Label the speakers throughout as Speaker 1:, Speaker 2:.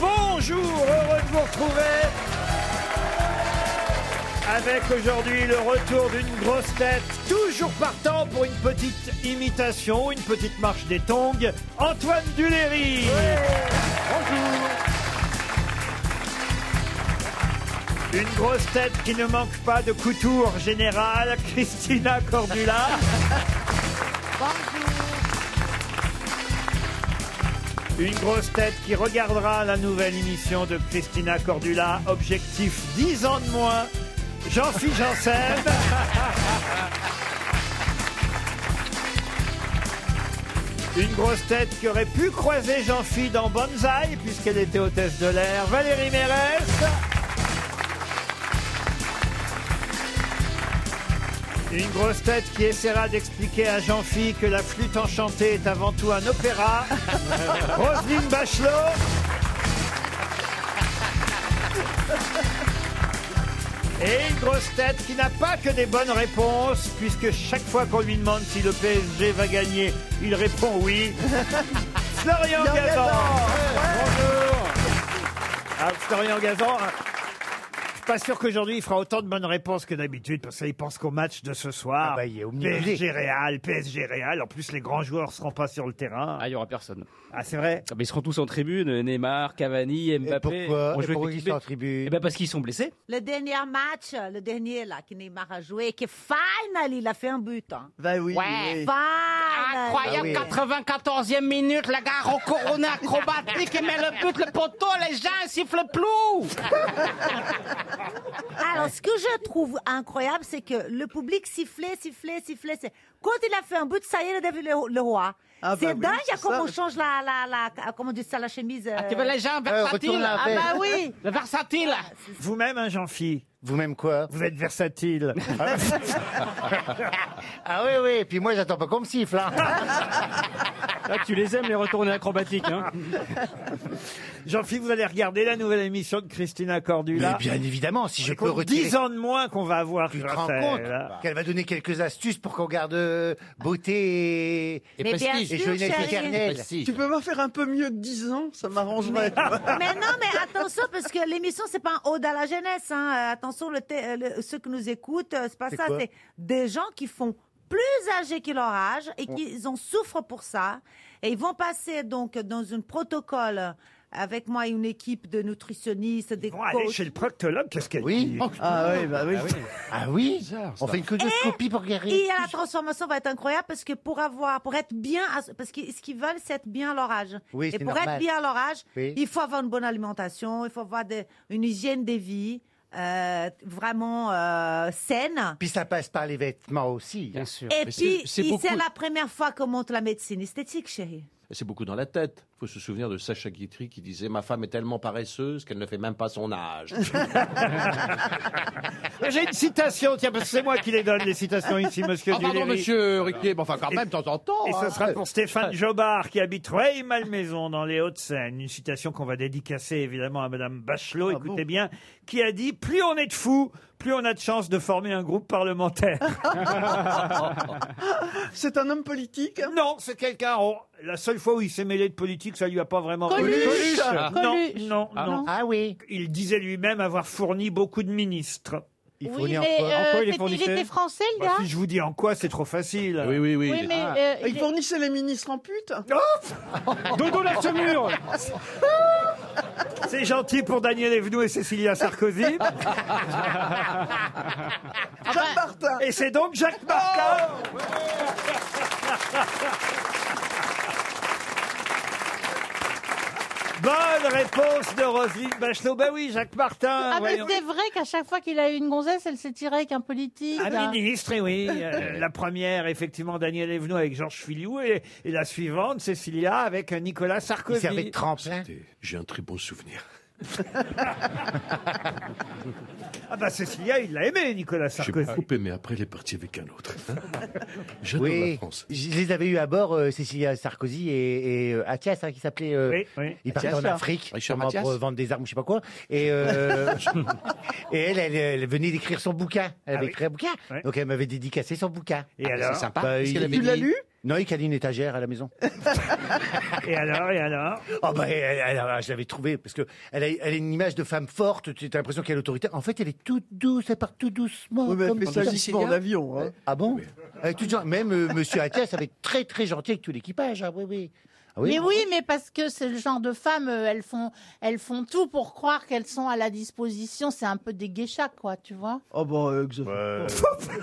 Speaker 1: Bonjour, heureux de vous retrouver avec aujourd'hui le retour d'une grosse tête, toujours partant pour une petite imitation, une petite marche des tongs, Antoine Duléry. Une grosse tête qui ne manque pas de couture générale, Christina Cordula. Une grosse tête qui regardera la nouvelle émission de Christina Cordula, objectif 10 ans de moins, Jean-Philippe Janssen. Une grosse tête qui aurait pu croiser Jean-Philippe dans Bonsaï, puisqu'elle était hôtesse de l'air, Valérie Mérès. Une grosse tête qui essaiera d'expliquer à Jean-Phi que la flûte enchantée est avant tout un opéra. Roselyne Bachelot. Et une grosse tête qui n'a pas que des bonnes réponses, puisque chaque fois qu'on lui demande si le PSG va gagner, il répond oui. Florian
Speaker 2: Florian
Speaker 1: Gazan.
Speaker 2: Gazan.
Speaker 1: Bonjour. Ah, Florian Gazan. hein. Je suis pas sûr qu'aujourd'hui il fera autant de bonnes réponses que d'habitude parce qu'il pense qu'au match de ce soir.
Speaker 3: Ah bah, il est omnibulé.
Speaker 1: PSG Real, PSG Real. En plus, les grands joueurs seront pas sur le terrain.
Speaker 4: Ah, il n'y aura personne.
Speaker 1: Ah, c'est vrai.
Speaker 4: Ah, mais ils seront tous en tribune, Neymar, Cavani, Mbappé.
Speaker 3: pourquoi
Speaker 4: On
Speaker 3: Et
Speaker 4: joue avec
Speaker 3: pourquoi
Speaker 4: l'équipe
Speaker 3: ils sont en
Speaker 4: B.
Speaker 3: tribune
Speaker 4: Eh ben parce qu'ils sont blessés.
Speaker 5: Le dernier match, le dernier là, que Neymar a joué, que final, il a fait un but. Hein.
Speaker 2: Bah oui.
Speaker 6: Ouais.
Speaker 5: Final.
Speaker 6: Incroyable,
Speaker 3: Ah oui.
Speaker 6: 94e minute, le gars recouronné acrobatique, il met le but, le poteau, les gens ils sifflent plus.
Speaker 5: Alors, ce que je trouve incroyable, c'est que le public sifflait, sifflait, sifflait. c'est- Quand il a fait un but, ça y est, il est devenu le, le roi.
Speaker 2: Ah bah
Speaker 5: c'est
Speaker 2: oui,
Speaker 5: dingue
Speaker 2: c'est
Speaker 5: comment
Speaker 2: ça.
Speaker 5: on change la, la, la, comment on dit ça, la chemise. euh, ben
Speaker 6: Ah, tu veux les gens
Speaker 3: retourne
Speaker 6: versatiles
Speaker 3: la
Speaker 6: Ah
Speaker 3: paix.
Speaker 6: bah oui,
Speaker 5: oui.
Speaker 6: le versatile.
Speaker 1: Vous-même, hein, Jean-Phi,
Speaker 3: Vous-même quoi
Speaker 1: vous êtes versatile.
Speaker 3: Ah oui, oui, et puis moi j'attends pas qu'on me siffle. hein.
Speaker 4: Ah, tu les aimes les retournées acrobatiques. Hein.
Speaker 1: Jean-Phi, vous allez regarder la nouvelle émission de Christina Cordula.
Speaker 3: Mais bien évidemment, si je
Speaker 1: Ça
Speaker 3: peux
Speaker 1: compte
Speaker 3: retirer...
Speaker 1: 10 ans de moins qu'on va avoir.
Speaker 3: Tu te
Speaker 1: grâce
Speaker 3: rends
Speaker 1: à
Speaker 3: compte Bah.
Speaker 1: elle, hein.
Speaker 3: qu'elle va donner quelques astuces pour qu'on garde euh, beauté et,
Speaker 5: Mais bien sûr,
Speaker 3: et jeunesse
Speaker 5: chérie.
Speaker 3: éternelle.
Speaker 2: Tu peux m'en faire un peu mieux de 10 ans, ça m'arrangerait.
Speaker 5: Mais non, mais attention, parce que l'émission, c'est pas un ode à la jeunesse. hein. Euh, Attention, le thé- euh, le- ceux qui nous écoutent, euh, c'est pas
Speaker 3: C'est
Speaker 5: ça.
Speaker 3: quoi
Speaker 5: C'est des gens qui font plus âgés que leur âge et
Speaker 1: Oh.
Speaker 5: qui en souffrent pour ça. Et ils vont passer donc dans un protocole avec moi et une équipe de nutritionnistes, des
Speaker 1: Ils vont aller
Speaker 5: coachs.
Speaker 1: chez le proctologue, qu'est-ce qu'elle
Speaker 3: Oui.
Speaker 1: dit
Speaker 2: Ah oui, bah oui.
Speaker 3: Ah oui On fait une codoscopie pour
Speaker 5: Et
Speaker 3: guérir.
Speaker 5: la transformation va être incroyable parce que pour avoir, pour être bien, à- parce que ce qu'ils veulent, c'est être bien à leur âge.
Speaker 3: Oui,
Speaker 5: et
Speaker 3: c'est
Speaker 5: pour
Speaker 3: normal.
Speaker 5: être bien à leur âge,
Speaker 3: Oui.
Speaker 5: il faut avoir une bonne alimentation, il faut avoir des- une hygiène de vie euh, vraiment euh, saine.
Speaker 3: Puis ça passe par les vêtements aussi.
Speaker 4: Bien sûr.
Speaker 5: Et
Speaker 7: Mais c'est-
Speaker 5: puis,
Speaker 7: c'est
Speaker 5: et
Speaker 7: beaucoup-
Speaker 5: c'est la première fois qu'on monte la médecine esthétique, chérie.
Speaker 7: C'est beaucoup dans la tête. Il faut se souvenir de Sacha Guitry qui disait Ma femme est tellement paresseuse qu'elle ne fait même pas son âge.
Speaker 1: J'ai une citation, tiens, parce que c'est moi qui les donne, les citations ici, monsieur
Speaker 7: Ah, pardon,
Speaker 1: Duléry.
Speaker 7: monsieur Riquier, mais enfin, quand même, de temps en temps.
Speaker 1: Et ce
Speaker 7: hein.
Speaker 1: sera pour Stéphane Jobard qui habite Rueil-Malmaison dans les Hauts-de-Seine. Une citation qu'on va dédicacer évidemment à Madame Bachelot, écoutez bien, qui a dit Plus on est de fous, plus on a de chances de former un groupe parlementaire.
Speaker 2: C'est un homme politique.
Speaker 1: non, c'est quelqu'un. on- La seule fois où il s'est mêlé de politique, ça lui a pas vraiment.
Speaker 2: Coluche
Speaker 1: Non, non,
Speaker 4: Ah.
Speaker 1: non.
Speaker 3: Ah oui
Speaker 1: Il disait lui-même avoir fourni beaucoup de ministres.
Speaker 3: Il faut
Speaker 8: Oui,
Speaker 3: en
Speaker 8: mais
Speaker 3: quoi
Speaker 8: euh,
Speaker 4: En quoi il est
Speaker 8: c'était- il
Speaker 4: fournisseur
Speaker 8: était français, le
Speaker 1: Bah,
Speaker 8: gars
Speaker 1: si je vous dis en quoi, c'est trop facile.
Speaker 7: Oui, oui, oui.
Speaker 8: Oui, mais
Speaker 4: Ah.
Speaker 8: euh, il
Speaker 2: Il fournissait les ministres en pute.
Speaker 4: Dodo la semure
Speaker 1: C'est gentil pour Daniel Evenou et Cécilia Sarkozy.
Speaker 2: Jacques Martin.
Speaker 1: Et c'est donc Jacques Martin. Bonne réponse de Roselyne Bachelot. Ben oui, Jacques Martin.
Speaker 8: Ah, mais
Speaker 1: voyons.
Speaker 8: c'est vrai qu'à chaque fois qu'il a eu une gonzesse, elle s'est tirée avec un politique.
Speaker 1: Un
Speaker 8: hein.
Speaker 1: Ah, ministre, et oui. euh, la première, effectivement, Daniel Evenou avec Georges Filiou. Et, et la suivante, Cécilia avec euh, Nicolas
Speaker 3: Il
Speaker 1: Sarkozy.
Speaker 3: servait de tremplin.
Speaker 7: Écoutez, J'ai un très bon souvenir.
Speaker 1: Ah bah Cécilia, il l'a aimé, Nicolas
Speaker 7: J'ai
Speaker 1: Sarkozy.
Speaker 7: beaucoup aimé. Après, il est parti avec un autre. J'adore la
Speaker 3: Oui,
Speaker 7: France.
Speaker 3: je les avais eu à bord, euh, Cécilia Sarkozy et, et, euh, Attias, hein, qui s'appelait. euh,
Speaker 1: Oui, oui.
Speaker 3: Ils partaient en
Speaker 2: Attias.
Speaker 3: Afrique
Speaker 7: Richard
Speaker 3: sûrement
Speaker 7: Mathias.
Speaker 3: pour euh, vendre des armes, ou je sais pas quoi. Et, euh, et elle, elle, elle venait d'écrire son bouquin. Elle avait
Speaker 1: Ah oui.
Speaker 3: écrit un bouquin,
Speaker 1: Ouais.
Speaker 3: donc elle m'avait dédicacé son bouquin.
Speaker 1: Et
Speaker 7: Ah, mais
Speaker 1: alors
Speaker 7: C'est sympa.
Speaker 3: Bah,
Speaker 7: Qu'est-ce
Speaker 3: il-
Speaker 7: qu'elle avait
Speaker 2: Tu l'as
Speaker 7: dit
Speaker 2: lu
Speaker 3: Non, il cale une étagère à la maison.
Speaker 1: Et alors, et alors
Speaker 7: Ah,
Speaker 3: Oh bah, elle- elle- elle- je l'avais trouvée parce que elle a, elle a une image de femme forte. Tu as l'impression qu'elle est autoritaire. En fait, elle est toute douce. Elle part tout doucement.
Speaker 2: Oui, mais elle
Speaker 3: comme-
Speaker 2: fait ça
Speaker 3: comme-
Speaker 2: uniquement en avion. hein.
Speaker 3: Ah bon Elle est toute gen- Même euh, Monsieur Attias avait très très gentil avec tout l'équipage. Ah oui oui. Ah
Speaker 8: mais oui, mais parce que c'est le genre de femmes, euh, elles font, elles font tout pour croire qu'elles sont à la disposition. C'est un peu des geishas, quoi, tu vois.
Speaker 2: Oh bah, euh, que ça-
Speaker 3: Euh,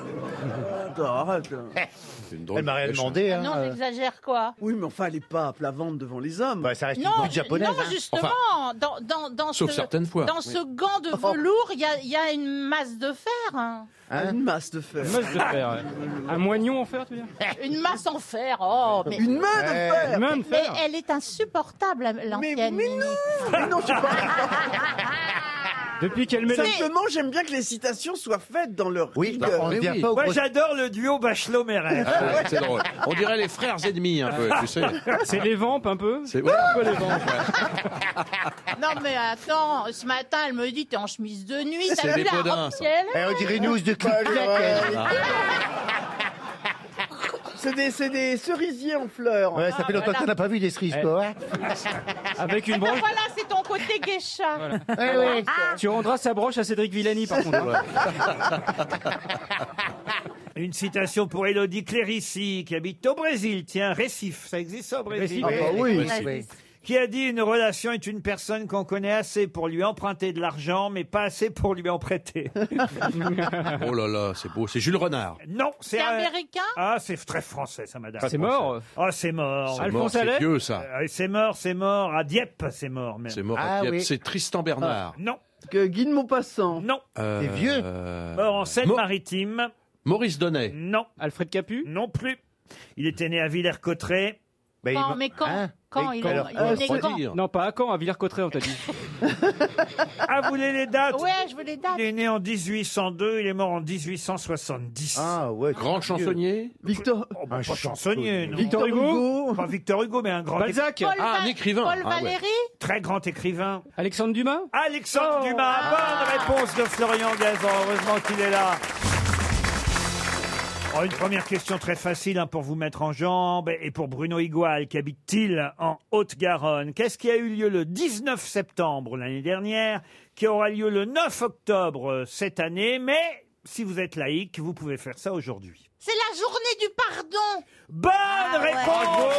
Speaker 2: Attends, arrête. hein. là.
Speaker 3: elle m'a rien demandé. hein.
Speaker 8: Ah, non, j'exagère quoi.
Speaker 2: Oui, mais enfin, elle est pas à plat ventre devant les hommes.
Speaker 3: Bah, ça reste
Speaker 8: Non,
Speaker 3: une brute
Speaker 8: ju-
Speaker 3: japonaise.
Speaker 8: non,
Speaker 3: hein.
Speaker 8: justement, dans, dans, dans
Speaker 7: Sauf
Speaker 8: ce,
Speaker 7: certaines fois.
Speaker 8: dans
Speaker 7: Oui.
Speaker 8: ce gant
Speaker 3: Oh.
Speaker 8: de velours, il y a, il y a une masse de fer, hein.
Speaker 2: Ah, Une masse de fer.
Speaker 4: Une masse de fer. ouais. Un moignon en fer, tu veux dire
Speaker 8: une masse en fer. Oh, mais,
Speaker 2: Une main de
Speaker 3: Ouais.
Speaker 2: fer
Speaker 4: Une main de
Speaker 8: mais
Speaker 4: fer.
Speaker 8: elle est insupportable, la- l'ancienne.
Speaker 2: mais
Speaker 8: Mimi.
Speaker 2: Mais non, c'est pas...
Speaker 4: Depuis qu'elle met la...
Speaker 2: Simplement, j'aime bien que les citations soient faites dans leur
Speaker 3: Oui, bah,
Speaker 2: rigueur.
Speaker 3: on ne
Speaker 7: Mais
Speaker 3: vient
Speaker 7: oui.
Speaker 3: pas au
Speaker 1: Moi,
Speaker 3: gros-
Speaker 1: j'adore le duo
Speaker 2: bah,
Speaker 1: Bachelot-Mérès.
Speaker 7: Ah, c'est drôle. On dirait les frères ennemis un peu, tu sais.
Speaker 4: C'est les vampes un peu.
Speaker 7: C'est ouais, un peu les vents.
Speaker 8: Non, mais attends, ce matin, elle me dit T'es en chemise de nuit,
Speaker 7: C'est
Speaker 8: t'as vu
Speaker 7: des
Speaker 8: la
Speaker 7: podins,
Speaker 8: robe
Speaker 7: ça.
Speaker 8: qu'elle a
Speaker 3: Eh, on dirait une housse de
Speaker 2: Bah,
Speaker 3: clic
Speaker 7: Ah.
Speaker 2: C'est des, c'est des cerisiers en fleurs.
Speaker 3: Ouais, ça fait longtemps qu'on n'a pas vu des cerises, quoi. hein.
Speaker 4: Avec une
Speaker 8: Ben
Speaker 4: broche.
Speaker 8: voilà, c'est ton côté geisha. Ah,
Speaker 3: Ouais, ouais.
Speaker 4: Tu rendras sa broche à Cédric Villani, par contre. hein.
Speaker 1: Une citation pour Elodie Clérici, qui habite au Brésil. Tiens, Récif, ça existe ça, au Brésil
Speaker 4: Récif.
Speaker 3: Ah, bah oui.
Speaker 8: Vas-y.
Speaker 1: Qui a dit une relation est une personne qu'on connaît assez pour lui emprunter de l'argent, mais pas assez pour lui en prêter.
Speaker 7: Oh là là, c'est beau. C'est Jules Renard.
Speaker 1: Non, c'est
Speaker 8: T'es
Speaker 1: un-
Speaker 8: américain
Speaker 1: Ah, c'est très français, ça, madame.
Speaker 4: C'est mort.
Speaker 1: Ah, c'est mort.
Speaker 7: C'est
Speaker 4: Alphonse
Speaker 7: mort, c'est
Speaker 4: Allais
Speaker 7: vieux ça.
Speaker 1: Euh, C'est mort, c'est mort. À Dieppe, c'est mort. Même. Ah,
Speaker 7: C'est mort.
Speaker 3: Ah,
Speaker 7: à Dieppe.
Speaker 3: oui.
Speaker 7: C'est Tristan Bernard.
Speaker 1: Non,
Speaker 2: Que Guy de Maupassant.
Speaker 1: non.
Speaker 7: Euh,
Speaker 3: C'est vieux.
Speaker 7: euh,
Speaker 1: Mort en
Speaker 7: Mo-
Speaker 1: Seine-Maritime.
Speaker 7: Maurice Donnet.
Speaker 1: Non,
Speaker 4: Alfred Capu.
Speaker 1: non plus. Il était né à Villers-Cotterêts.
Speaker 3: Bah,
Speaker 8: Quand,
Speaker 3: il-
Speaker 8: mais quand
Speaker 3: Hein
Speaker 8: Quand
Speaker 3: Mais
Speaker 8: il
Speaker 3: quand-
Speaker 8: est-
Speaker 3: alors,
Speaker 8: il est
Speaker 7: Faut
Speaker 8: né quand
Speaker 7: dire.
Speaker 4: Non, pas à Caen, à Villers-Cotterêts, on t'a dit.
Speaker 1: Ah, vous voulez les dates
Speaker 8: Ouais, je veux les dates.
Speaker 1: Il est né en 1802, il est mort en 1870.
Speaker 3: Ah, ouais.
Speaker 7: Grand chansonnier.
Speaker 2: Victor...
Speaker 1: Oh, bah,
Speaker 3: un
Speaker 1: pas chansonnier, non.
Speaker 4: Victor Hugo.
Speaker 1: Pas Victor Hugo, mais un grand,
Speaker 4: Balzac.
Speaker 8: Paul,
Speaker 7: Ah,
Speaker 8: Va-
Speaker 7: un écrivain.
Speaker 8: Paul
Speaker 7: Ah, ouais.
Speaker 8: Valéry Oh.
Speaker 1: très grand écrivain.
Speaker 4: Alexandre Dumas.
Speaker 1: Alexandre Dumas,
Speaker 8: Ah.
Speaker 1: bonne réponse de Florian Gazan. Heureusement qu'il est là. Oh, une première question très facile hein, pour vous mettre en jambes et pour Bruno Igual qui habite-t-il en Haute-Garonne. Qu'est-ce qui a eu lieu le 19 septembre l'année dernière, qui aura lieu le 9 octobre euh, cette année, mais si vous êtes laïque, vous pouvez faire ça aujourd'hui.
Speaker 8: C'est la journée du pardon. Ah,
Speaker 1: Bonne
Speaker 5: ouais.
Speaker 1: réponse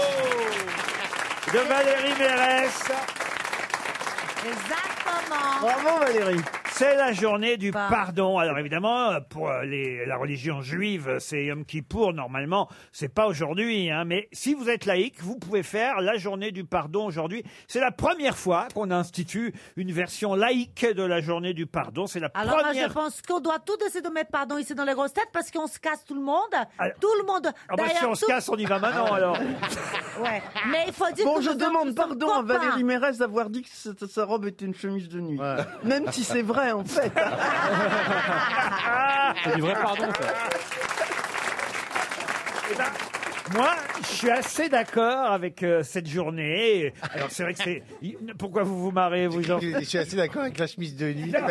Speaker 1: de Valérie Mérès.
Speaker 5: Exactement.
Speaker 2: Bravo Valérie.
Speaker 1: C'est la journée du
Speaker 5: Pas.
Speaker 1: pardon. Alors évidemment, euh, pour euh, les- la religion juive, euh, c'est Yom Kippour. Normalement, c'est pas aujourd'hui. hein. mais si vous êtes laïque, vous pouvez faire la journée du pardon aujourd'hui. C'est la première fois qu'on institue une version laïque de la journée du pardon. C'est la
Speaker 5: Alors là, je
Speaker 1: première.
Speaker 5: pense qu'on doit tout essayer de mettre pardon ici dans les grosses têtes parce qu'on se casse tout le monde.
Speaker 1: Alors-
Speaker 5: tout le monde.
Speaker 1: Ah bah, si
Speaker 5: D'ailleurs,
Speaker 1: on se
Speaker 5: tout-
Speaker 1: casse, on y va maintenant alors.
Speaker 5: Ouais. Mais il faut dire
Speaker 2: Bon,
Speaker 5: que
Speaker 2: je
Speaker 5: nous sommes-
Speaker 2: demande
Speaker 5: nous sommes
Speaker 2: pardon à
Speaker 5: copains.
Speaker 2: Valérie Mérès d'avoir dit que cette- sa robe était une chemise de nuit.
Speaker 3: Ouais.
Speaker 2: Même si c'est vrai en fait.
Speaker 4: C'est du vrai pardon, ça.
Speaker 1: Moi, je suis assez d'accord avec euh, cette journée. Alors c'est vrai que c'est. Pourquoi vous vous marrez, vous gens
Speaker 3: Je suis assez d'accord avec la chemise de nuit.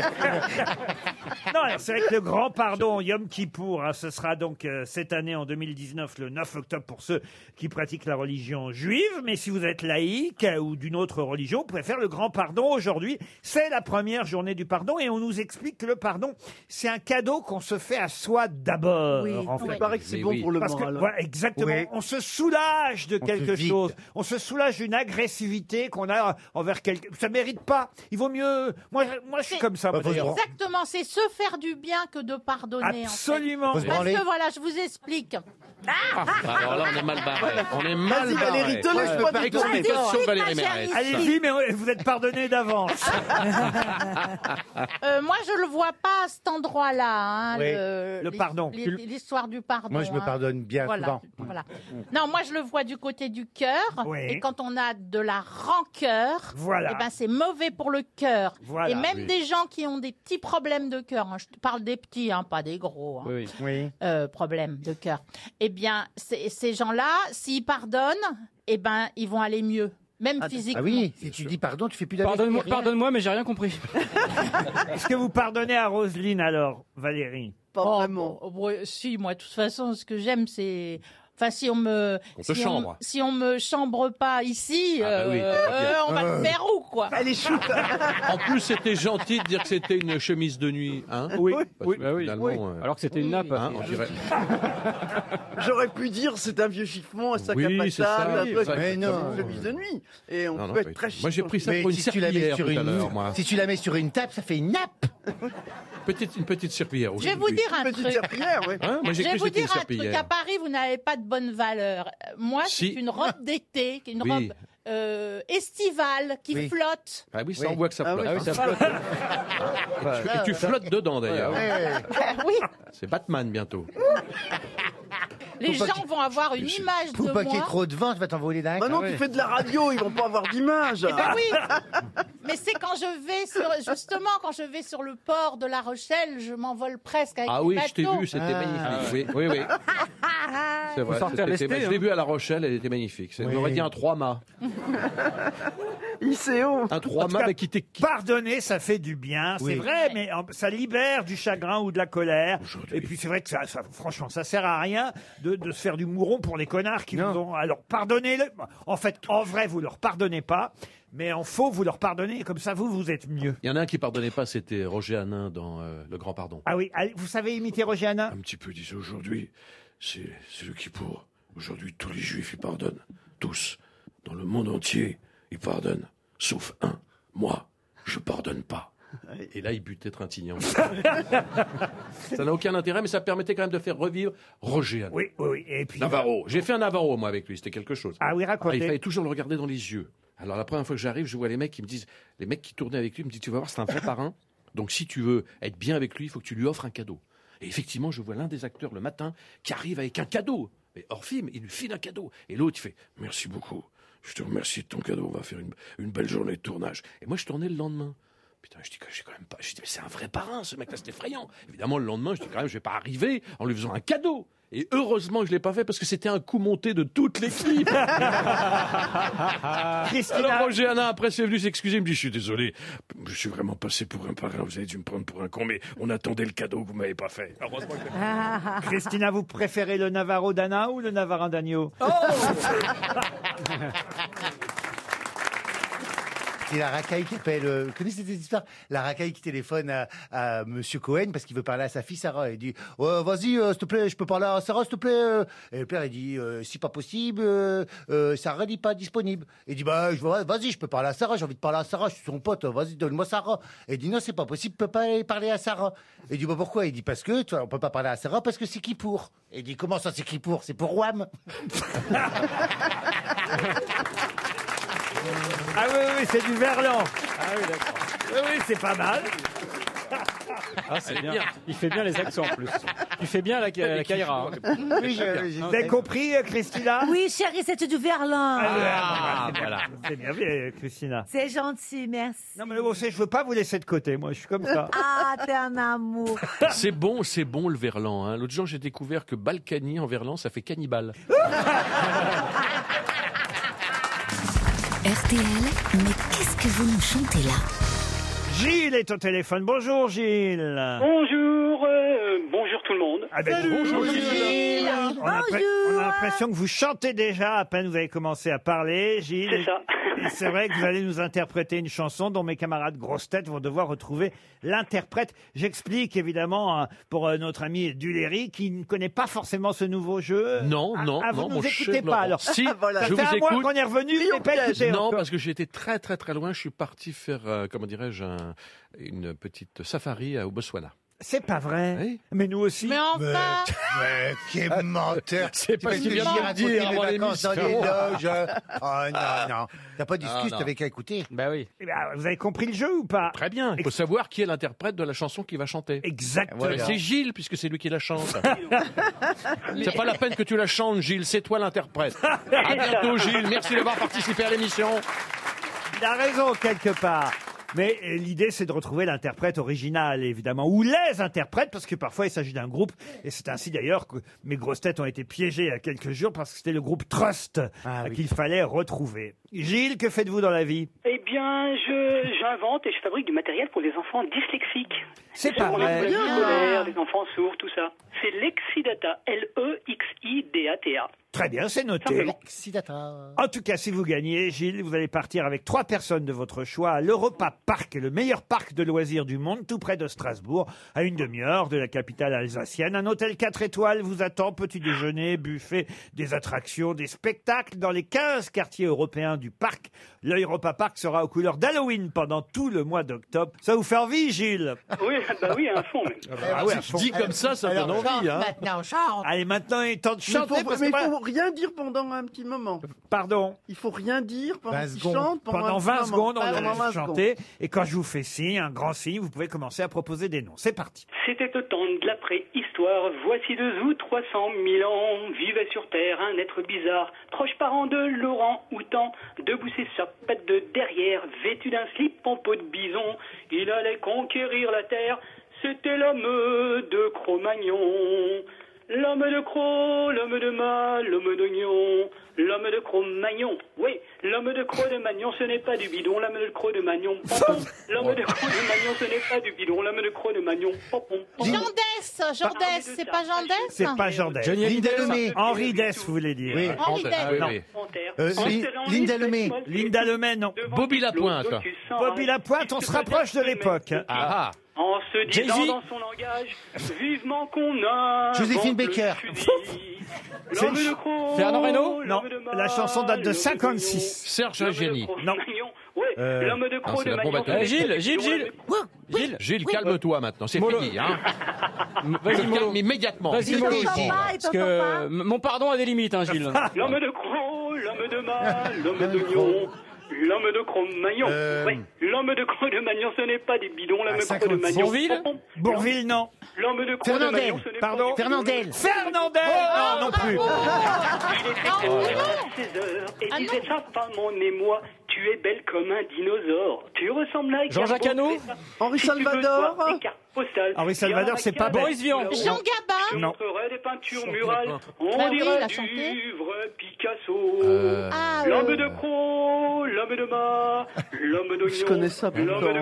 Speaker 1: Non, alors, c'est vrai que le grand pardon, Yom Kippour, hein, ce sera donc euh, cette année en 2019, le 9 octobre, pour ceux qui pratiquent la religion juive. Mais si vous êtes laïque euh, ou d'une autre religion, vous pouvez faire le grand pardon aujourd'hui. C'est la première journée du pardon et on nous explique que le pardon, c'est un cadeau qu'on se fait à soi d'abord.
Speaker 5: Oui.
Speaker 1: en fait.
Speaker 2: Il paraît que c'est
Speaker 7: Mais
Speaker 2: bon
Speaker 7: oui.
Speaker 2: pour le
Speaker 1: Parce que,
Speaker 2: moral.
Speaker 1: voilà, exactement.
Speaker 3: Oui.
Speaker 1: On se soulage de
Speaker 3: On
Speaker 1: quelque
Speaker 3: se vide.
Speaker 1: chose. On se soulage d'une agressivité qu'on a envers quelqu'un. Ça mérite pas. Il vaut mieux. Moi, je- moi, je suis
Speaker 8: C'est-
Speaker 1: comme ça.
Speaker 3: Bah, faut se
Speaker 1: d'ailleurs.
Speaker 8: Exactement, c'est se faire du bien que de pardonner. en fait.
Speaker 1: Absolument. Ah.
Speaker 3: Faut se
Speaker 8: Parce
Speaker 3: branler.
Speaker 8: que voilà, je vous explique.
Speaker 2: Ah,
Speaker 7: Alors là, on est mal barré. On est mal
Speaker 2: Vas-y
Speaker 7: barré.
Speaker 2: Valérie, te lâche pas
Speaker 7: Par
Speaker 2: du tout.
Speaker 7: explication de Valérie
Speaker 8: ma chérie.
Speaker 7: Mérès.
Speaker 1: Allez-y, mais euh, vous êtes pardonné d'avance. Ah
Speaker 8: Euh, moi, je le vois pas à cet endroit-là. hein,
Speaker 3: Oui,
Speaker 1: le pardon.
Speaker 8: l'hi- L'histoire du pardon.
Speaker 3: Moi, je me
Speaker 8: hein.
Speaker 3: pardonne bien
Speaker 8: Voilà,
Speaker 3: souvent.
Speaker 8: voilà. Non, moi je le vois du côté du cœur.
Speaker 1: Oui.
Speaker 8: Et quand on a de la rancœur,
Speaker 1: Voilà.
Speaker 8: eh ben, c'est mauvais pour le cœur.
Speaker 1: Voilà,
Speaker 8: et même
Speaker 7: oui.
Speaker 8: des gens qui ont des petits problèmes de cœur, hein, je te parle des petits, hein, pas des gros, hein,
Speaker 4: Oui, oui.
Speaker 3: Oui.
Speaker 8: euh, problèmes de cœur, eh bien ces ces gens-là, s'ils pardonnent, eh ben, ils vont aller mieux, même physiquement.
Speaker 3: Ah oui, si tu dis pardon, tu fais plus d'amis.
Speaker 4: Pardonne-moi, pardonne-moi, mais j'ai rien compris.
Speaker 1: Est-ce que vous pardonnez à Roselyne alors, Valérie
Speaker 2: Pas
Speaker 8: Oh,
Speaker 2: vraiment.
Speaker 8: bon, bon, si, moi, de toute façon, ce que j'aime, c'est Enfin, si on me
Speaker 7: On te
Speaker 8: si
Speaker 7: chambre.
Speaker 8: si on me chambre pas ici,
Speaker 7: Ah bah oui,
Speaker 8: euh,
Speaker 7: très bien.
Speaker 8: euh, on va le faire où quoi
Speaker 3: Bah,
Speaker 2: Elle est chouette.
Speaker 7: En plus, c'était gentil de dire que c'était une chemise de nuit, hein
Speaker 4: Oui,
Speaker 7: Parce
Speaker 4: oui,
Speaker 7: que
Speaker 4: bah oui.
Speaker 7: finalement, euh,
Speaker 4: Alors que c'était une nappe.
Speaker 7: hein, on dirait-
Speaker 2: J'aurais pu dire c'est un vieux chiffon, un sac
Speaker 7: Oui,
Speaker 2: à
Speaker 7: c'est ça,
Speaker 2: patates,
Speaker 7: oui,
Speaker 2: un truc.
Speaker 3: Mais non.
Speaker 2: une chemise de nuit. Et on
Speaker 7: Non, non,
Speaker 2: peut
Speaker 7: pas
Speaker 2: être très
Speaker 7: du tout. Moi, j'ai pris ça
Speaker 3: Mais
Speaker 7: pour une
Speaker 3: si tu la
Speaker 7: serpillière
Speaker 3: mets sur
Speaker 7: tout à l'heure, moi.
Speaker 3: une, si tu la mets sur une table, ça fait une nappe.
Speaker 7: Petite, une petite serpillière
Speaker 8: Je
Speaker 7: aussi.
Speaker 8: vais vous dire
Speaker 2: une
Speaker 8: un
Speaker 2: petite
Speaker 8: truc.
Speaker 2: serpillière, oui.
Speaker 7: Hein
Speaker 8: Je
Speaker 7: Moi, j'ai
Speaker 8: vais
Speaker 7: cru que
Speaker 8: vous
Speaker 7: c'était une
Speaker 8: dire un truc. À
Speaker 7: serpillière.
Speaker 8: Paris, vous n'avez pas de bonne valeur. Euh, Moi,
Speaker 7: Si.
Speaker 8: c'est une robe d'été, une
Speaker 7: Oui.
Speaker 8: robe euh, estivale qui
Speaker 3: Oui.
Speaker 8: flotte.
Speaker 7: Ah oui, ça,
Speaker 3: Oui.
Speaker 7: on voit que ça
Speaker 2: Ah
Speaker 7: flotte.
Speaker 4: Ah oui, ça
Speaker 7: hein.
Speaker 4: flotte.
Speaker 7: Et tu- Et tu flottes dedans, d'ailleurs.
Speaker 3: Eh.
Speaker 8: Oui,
Speaker 7: C'est Batman, bientôt.
Speaker 8: les
Speaker 3: Faut pas
Speaker 8: gens vont avoir une
Speaker 7: Je sais.
Speaker 8: image
Speaker 3: Faut
Speaker 8: de
Speaker 3: pas qu'il y ait
Speaker 8: moi.
Speaker 3: trop de vent, je vais t'envoler d'un.
Speaker 7: Ah
Speaker 2: Maintenant, Bah tu fais de la radio, ils vont pas avoir d'image.
Speaker 8: Eh ben oui. Mais c'est quand je vais sur justement quand je vais sur le port de La Rochelle, je m'envole presque avec
Speaker 7: Ah
Speaker 8: les
Speaker 7: oui, je t'ai
Speaker 8: bateaux.
Speaker 7: vu, c'était
Speaker 4: Ah
Speaker 7: magnifique. Oui, oui, oui. C'est vrai.
Speaker 4: sortez à
Speaker 7: c'était-
Speaker 4: l'Estée,
Speaker 7: c'était- Je
Speaker 4: hein.
Speaker 7: l'ai vu à La Rochelle, elle était magnifique. C'est- On
Speaker 3: Oui.
Speaker 7: aurait dit un trois-mâts.
Speaker 2: ICO.
Speaker 7: Un trois-mâts,
Speaker 1: cas,
Speaker 7: mais qui était
Speaker 1: Pardonner, ça fait du bien, c'est
Speaker 3: Oui.
Speaker 1: vrai, mais en- ça libère du chagrin ou de la colère. Et puis c'est vrai que ça, ça- franchement, ça sert à rien de, de se faire du mouron pour les connards qui
Speaker 3: Non.
Speaker 1: vous ont. Alors pardonnez-le. En fait, en vrai, vous leur pardonnez pas, mais en faux, vous leur pardonnez. Comme ça, vous, vous êtes mieux.
Speaker 7: Il y en a un qui pardonnait pas, c'était Roger Hanin dans euh, Le Grand Pardon.
Speaker 1: Ah oui, allez, vous savez imiter hein Roger Hanin
Speaker 7: Un petit peu, il disait aujourd'hui, c'est c'est le qui pour. Aujourd'hui, tous les juifs, ils pardonnent. Tous. Dans le monde entier, ils pardonnent. Sauf un. Moi, je pardonne pas. Et là, il butait Trintignant. ça n'a aucun intérêt, mais ça permettait quand même de faire revivre Roger Hanin.
Speaker 1: Oui, oui, oui. Et puis. euh,
Speaker 7: Navarro. J'ai fait un Navarro, moi, avec lui. C'était quelque chose.
Speaker 1: Ah oui,
Speaker 7: Ah, il
Speaker 1: racontez.
Speaker 7: fallait toujours le regarder dans les yeux. Alors la première fois que j'arrive, je vois les mecs qui me disent, les mecs qui tournaient avec lui me disent, tu vas voir, c'est un vrai parrain. Donc si tu veux être bien avec lui, il faut que tu lui offres un cadeau. Et effectivement, je vois l'un des acteurs le matin qui arrive avec un cadeau. Mais hors film, il lui file un cadeau. Et l'autre, il fait, merci beaucoup. Je te remercie de ton cadeau. On va faire une, une belle journée de tournage. Et moi, je tournais le lendemain. Putain, je dis que j'ai quand même pas. Je dis, mais c'est un vrai parrain, ce mec-là, c'est effrayant. Évidemment, le lendemain, je dis quand même, je vais pas arriver en lui faisant un cadeau. Et heureusement, je l'ai pas fait parce que c'était un coup monté de toute l'équipe. Alors
Speaker 1: Christina,
Speaker 7: Roger Hanin, après, c'est venu s'excuser. Il me dit, je suis désolé. Je suis vraiment passé pour un parrain. Vous avez dû me prendre pour un con, mais on attendait le cadeau que vous m'avez pas fait. Heureusement que-
Speaker 1: Christina, vous préférez le Navarro d'Anna ou le Navarin d'Agneau
Speaker 5: Oh.
Speaker 1: Ah,
Speaker 3: C'est la racaille qui appelle. euh, vous connaissez cette histoire La racaille qui téléphone à, à Monsieur Cohen parce qu'il veut parler à sa fille Sarah. Il dit Ouais, Vas-y, euh, s'il te plaît, je peux parler à Sarah, s'il te plaît. euh. Et le père, il dit Euh, Si pas possible, euh, euh, Sarah n'est pas disponible. Il dit bah, je- Vas-y, je peux parler à Sarah, j'ai envie de parler à Sarah, je suis son pote, euh, vas-y, donne-moi Sarah. Et il dit Non, c'est pas possible, je peux pas aller parler à Sarah. Il dit bah, Pourquoi Il dit Parce que toi, on peut pas parler à Sarah parce que c'est qui pour Il dit Comment ça, c'est qui pour C'est pour Wam.
Speaker 1: Ah oui, oui, oui, c'est du Verlan. Ah oui, d'accord. Oui, oui, c'est pas mal.
Speaker 4: Ah, c'est bien. Il fait bien les accents en plus. Il fait bien la, la Kaira. hein.
Speaker 3: Oui, je- je-
Speaker 1: Vous avez compris, euh, Christina
Speaker 5: Oui, chérie, c'était du verlan.
Speaker 1: Ah, voilà. C'est bien vu, euh, Christina.
Speaker 5: C'est gentil, merci.
Speaker 1: Non, mais vous savez, je veux pas vous laisser de côté, moi, je suis comme ça.
Speaker 5: Ah, t'es un amour.
Speaker 7: C'est bon, c'est bon le verlan. hein. L'autre jour, j'ai découvert que Balkany en verlan, ça fait cannibale.
Speaker 9: RTL, mais qu'est-ce que vous nous chantez là
Speaker 1: Gilles est au téléphone. Bonjour, Gilles.
Speaker 10: Bonjour, euh, bonjour tout le monde.
Speaker 1: Ah ben, bonjour, Gilles. On a, pré-
Speaker 5: Bonjour.
Speaker 1: on a l'impression que vous chantez déjà à peine vous avez commencé à parler, Gilles.
Speaker 10: C'est ça.
Speaker 1: Et c'est vrai que vous allez nous interpréter une chanson dont mes camarades grosses têtes vont devoir retrouver l'interprète. J'explique évidemment hein, pour euh, notre ami Duléry qui ne connaît pas forcément ce nouveau jeu.
Speaker 7: Non,
Speaker 1: Ah,
Speaker 7: non,
Speaker 1: ah,
Speaker 7: non,
Speaker 1: vous
Speaker 7: mon
Speaker 1: nous écoutez
Speaker 7: cher
Speaker 1: pas
Speaker 7: Laurent.
Speaker 1: alors. Ah,
Speaker 7: Si,
Speaker 2: voilà.
Speaker 1: Ça
Speaker 7: je
Speaker 1: fait un
Speaker 7: vous
Speaker 1: mois
Speaker 7: écoute.
Speaker 1: qu'on est revenu, hein. vous n'avez pas écouté
Speaker 7: Non,
Speaker 1: encore.
Speaker 7: parce que j'étais très, très, très loin. Je suis parti faire, euh, comment dirais-je, un- une petite safari euh, au Botswana.
Speaker 1: C'est pas vrai.
Speaker 7: Oui.
Speaker 1: Mais nous aussi.
Speaker 8: Mais enfin,
Speaker 3: Mais quel menteur
Speaker 7: C'est pas
Speaker 3: Parce
Speaker 7: ce qu'il
Speaker 3: que
Speaker 7: vient de
Speaker 3: j'ai
Speaker 7: me
Speaker 3: raconté
Speaker 7: dire
Speaker 3: mes
Speaker 7: avant
Speaker 3: vacances dans les
Speaker 7: l'émission.
Speaker 3: loges. Oh non, non. T'as pas d'excuse,
Speaker 7: Ah, non.
Speaker 3: t'avais qu'à écouter.
Speaker 4: Bah oui.
Speaker 1: Eh ben, vous avez compris le jeu ou pas
Speaker 7: Très bien. Il faut savoir qui est l'interprète de la chanson qu'il va chanter.
Speaker 1: Exactement.
Speaker 7: Mais C'est Gilles, puisque c'est lui qui la chante. c'est pas la peine que tu la chantes, Gilles. C'est toi l'interprète. À bientôt, Gilles. Merci d'avoir participé à l'émission.
Speaker 1: Il a raison quelque part. Mais euh, l'idée, c'est de retrouver l'interprète original, évidemment, ou les interprètes, parce que parfois il s'agit d'un groupe, et c'est ainsi d'ailleurs que mes grosses têtes ont été piégées il y a quelques jours, parce que c'était le groupe Trust
Speaker 3: Ah
Speaker 1: euh,
Speaker 3: oui.
Speaker 1: qu'il fallait retrouver. Gilles, que faites-vous dans la vie
Speaker 10: Eh bien, je j'invente et je fabrique du matériel pour les enfants dyslexiques.
Speaker 1: C'est
Speaker 10: Pour les
Speaker 1: pareil.
Speaker 10: E problèmes scolaires, les enfants sourds, tout ça. C'est Lexidata, L-E-X-I-D-A-T-A.
Speaker 1: Très bien, c'est noté.
Speaker 3: Simplement. Excitateur.
Speaker 1: En tout cas, si vous gagnez, Gilles, vous allez partir avec trois personnes de votre choix à l'Europa Park, le meilleur parc de loisirs du monde, tout près de Strasbourg, à une demi-heure de la capitale alsacienne. Un hôtel 4 étoiles vous attend, petit déjeuner, buffet, des attractions, des spectacles dans les 15 quartiers européens du parc. L'Europa Park sera aux couleurs d'Halloween pendant tout le mois d'octobre. Ça vous fait envie, Gilles Ah bah
Speaker 10: Oui, bah oui, à fond. même.
Speaker 7: Dit comme ça, ça donne envie. hein.
Speaker 5: Maintenant, chante.
Speaker 1: Allez, maintenant, il est temps de
Speaker 2: Il faut-
Speaker 1: chanter. parce
Speaker 2: mais il
Speaker 1: que-
Speaker 2: faut rien dire pendant un petit moment.
Speaker 1: Pardon
Speaker 2: Il faut rien dire pendant
Speaker 1: 20
Speaker 2: qu'ils
Speaker 1: secondes.
Speaker 2: chantent. Pendant,
Speaker 1: Pendant
Speaker 2: un petit
Speaker 1: 20
Speaker 2: moment.
Speaker 1: secondes, on
Speaker 2: Pas
Speaker 1: va
Speaker 2: pendant 20
Speaker 1: chanter. Et quand je vous fais signe, un grand signe, vous pouvez commencer à proposer des noms. C'est parti.
Speaker 10: C'était au temps de la préhistoire, voici deux ou trois cent mille ans, vivait sur Terre un être bizarre, proche parent de Laurent Houtan, debout ses patte de derrière, vêtu d'un slip en peau de bison, il allait conquérir la Terre, c'était l'homme de Cro-Magnon. L'homme de Croc, l'homme de mâle, l'homme d'oignon, l'homme de Cro-Magnon. Oui, l'homme de Croc de Magnon, ce n'est pas du bidon, l'homme de Croc de Magnon, pompon. L'homme de Croc de Magnon, ce n'est pas du bidon, l'homme de Croc de Magnon, pompon.
Speaker 8: Jandès, Jandès, c'est pas Jandès
Speaker 1: C'est pas Jordès.
Speaker 7: Johnny Hallyday.
Speaker 3: Hallyday.
Speaker 1: Henri Dess, vous voulez dire.
Speaker 3: Oui.
Speaker 8: Henri Dess.
Speaker 7: Ah oui,
Speaker 1: Non.
Speaker 7: oui.
Speaker 3: Euh, Lin- Linda Lemay.
Speaker 1: Linda Lemay, non.
Speaker 7: Bobby Lapointe.
Speaker 10: hein,
Speaker 1: Bobby Lapointe, on se rapproche de l'époque.
Speaker 7: Ah, ah.
Speaker 10: En se disant
Speaker 7: Jay-Z.
Speaker 10: dans son langage, vivement qu'on a.
Speaker 3: Joséphine Baker.
Speaker 10: L'homme de Croc.
Speaker 4: Fernand Reynaud
Speaker 1: Non,
Speaker 10: l'homme de
Speaker 1: la
Speaker 10: mâle,
Speaker 1: chanson date de
Speaker 10: l'homme
Speaker 1: 56.
Speaker 7: Serge
Speaker 10: L'homme de
Speaker 7: Génie.
Speaker 10: Croc de
Speaker 1: Non.
Speaker 10: Magnon. Oui,
Speaker 3: Euh,
Speaker 10: l'homme de Croc
Speaker 7: Ah, c'est
Speaker 10: de
Speaker 7: la
Speaker 10: Magnon.
Speaker 7: probatterie.
Speaker 10: ce
Speaker 4: Eh,
Speaker 10: n'est pas
Speaker 4: Gilles,
Speaker 10: du
Speaker 4: Gilles,
Speaker 10: bidon, l'homme
Speaker 4: Gilles,
Speaker 7: Gilles, Gilles calme-toi maintenant, c'est
Speaker 4: Molo.
Speaker 7: fini. Hein. Je
Speaker 4: Vas-y,
Speaker 7: le
Speaker 4: Molo.
Speaker 7: calme immédiatement.
Speaker 4: Vas-y,
Speaker 8: Il
Speaker 4: Molo.
Speaker 8: t'entend pas, il
Speaker 4: Parce
Speaker 8: t'entend
Speaker 4: que euh,
Speaker 8: pas.
Speaker 4: m- mon pardon a des limites, hein, Gilles.
Speaker 10: L'homme de Croc, l'homme de mâle, l'homme d'oignon, l'homme de Cro-Magnon.
Speaker 3: Euh,
Speaker 10: Oui, l'homme de Cro-Magnon, ce n'est pas des bidons, l'homme
Speaker 3: à
Speaker 10: de Cro-Magnon.
Speaker 3: 56.
Speaker 4: Bourvil
Speaker 1: Bourville, non.
Speaker 10: L'homme de
Speaker 3: Fernandel,
Speaker 10: Cro-Magnon, ce n'est pas
Speaker 1: pardon.
Speaker 10: des bidons.
Speaker 3: Fernandel.
Speaker 1: Fernandel,
Speaker 4: Oh,
Speaker 10: Oh,
Speaker 1: non, non plus.
Speaker 4: Ah,
Speaker 10: À 16 heures, et disait sa femme en émoi, tu es belle comme un dinosaure. Tu ressembles à un
Speaker 4: Jean-Jacques
Speaker 10: carreau.
Speaker 4: Hano
Speaker 2: Henri
Speaker 10: Si tu veux
Speaker 2: Salvador
Speaker 10: voir des cartes postales,
Speaker 1: Henri
Speaker 10: il y en a
Speaker 1: Salvador, c'est pas
Speaker 10: qu'un.
Speaker 4: Boris Vian.
Speaker 8: Jean Gabin
Speaker 1: Non.
Speaker 10: On ferait des peintures murales, on
Speaker 8: Bah oui,
Speaker 10: dirait
Speaker 8: il a
Speaker 10: du
Speaker 8: chanté.
Speaker 10: vrai Picasso.
Speaker 7: Euh,
Speaker 8: Ah,
Speaker 10: L'homme
Speaker 8: euh,
Speaker 10: de Croc, l'homme de mât, l'homme d'oignon,
Speaker 2: Je connais ça, putain,
Speaker 10: l'homme de
Speaker 2: hein.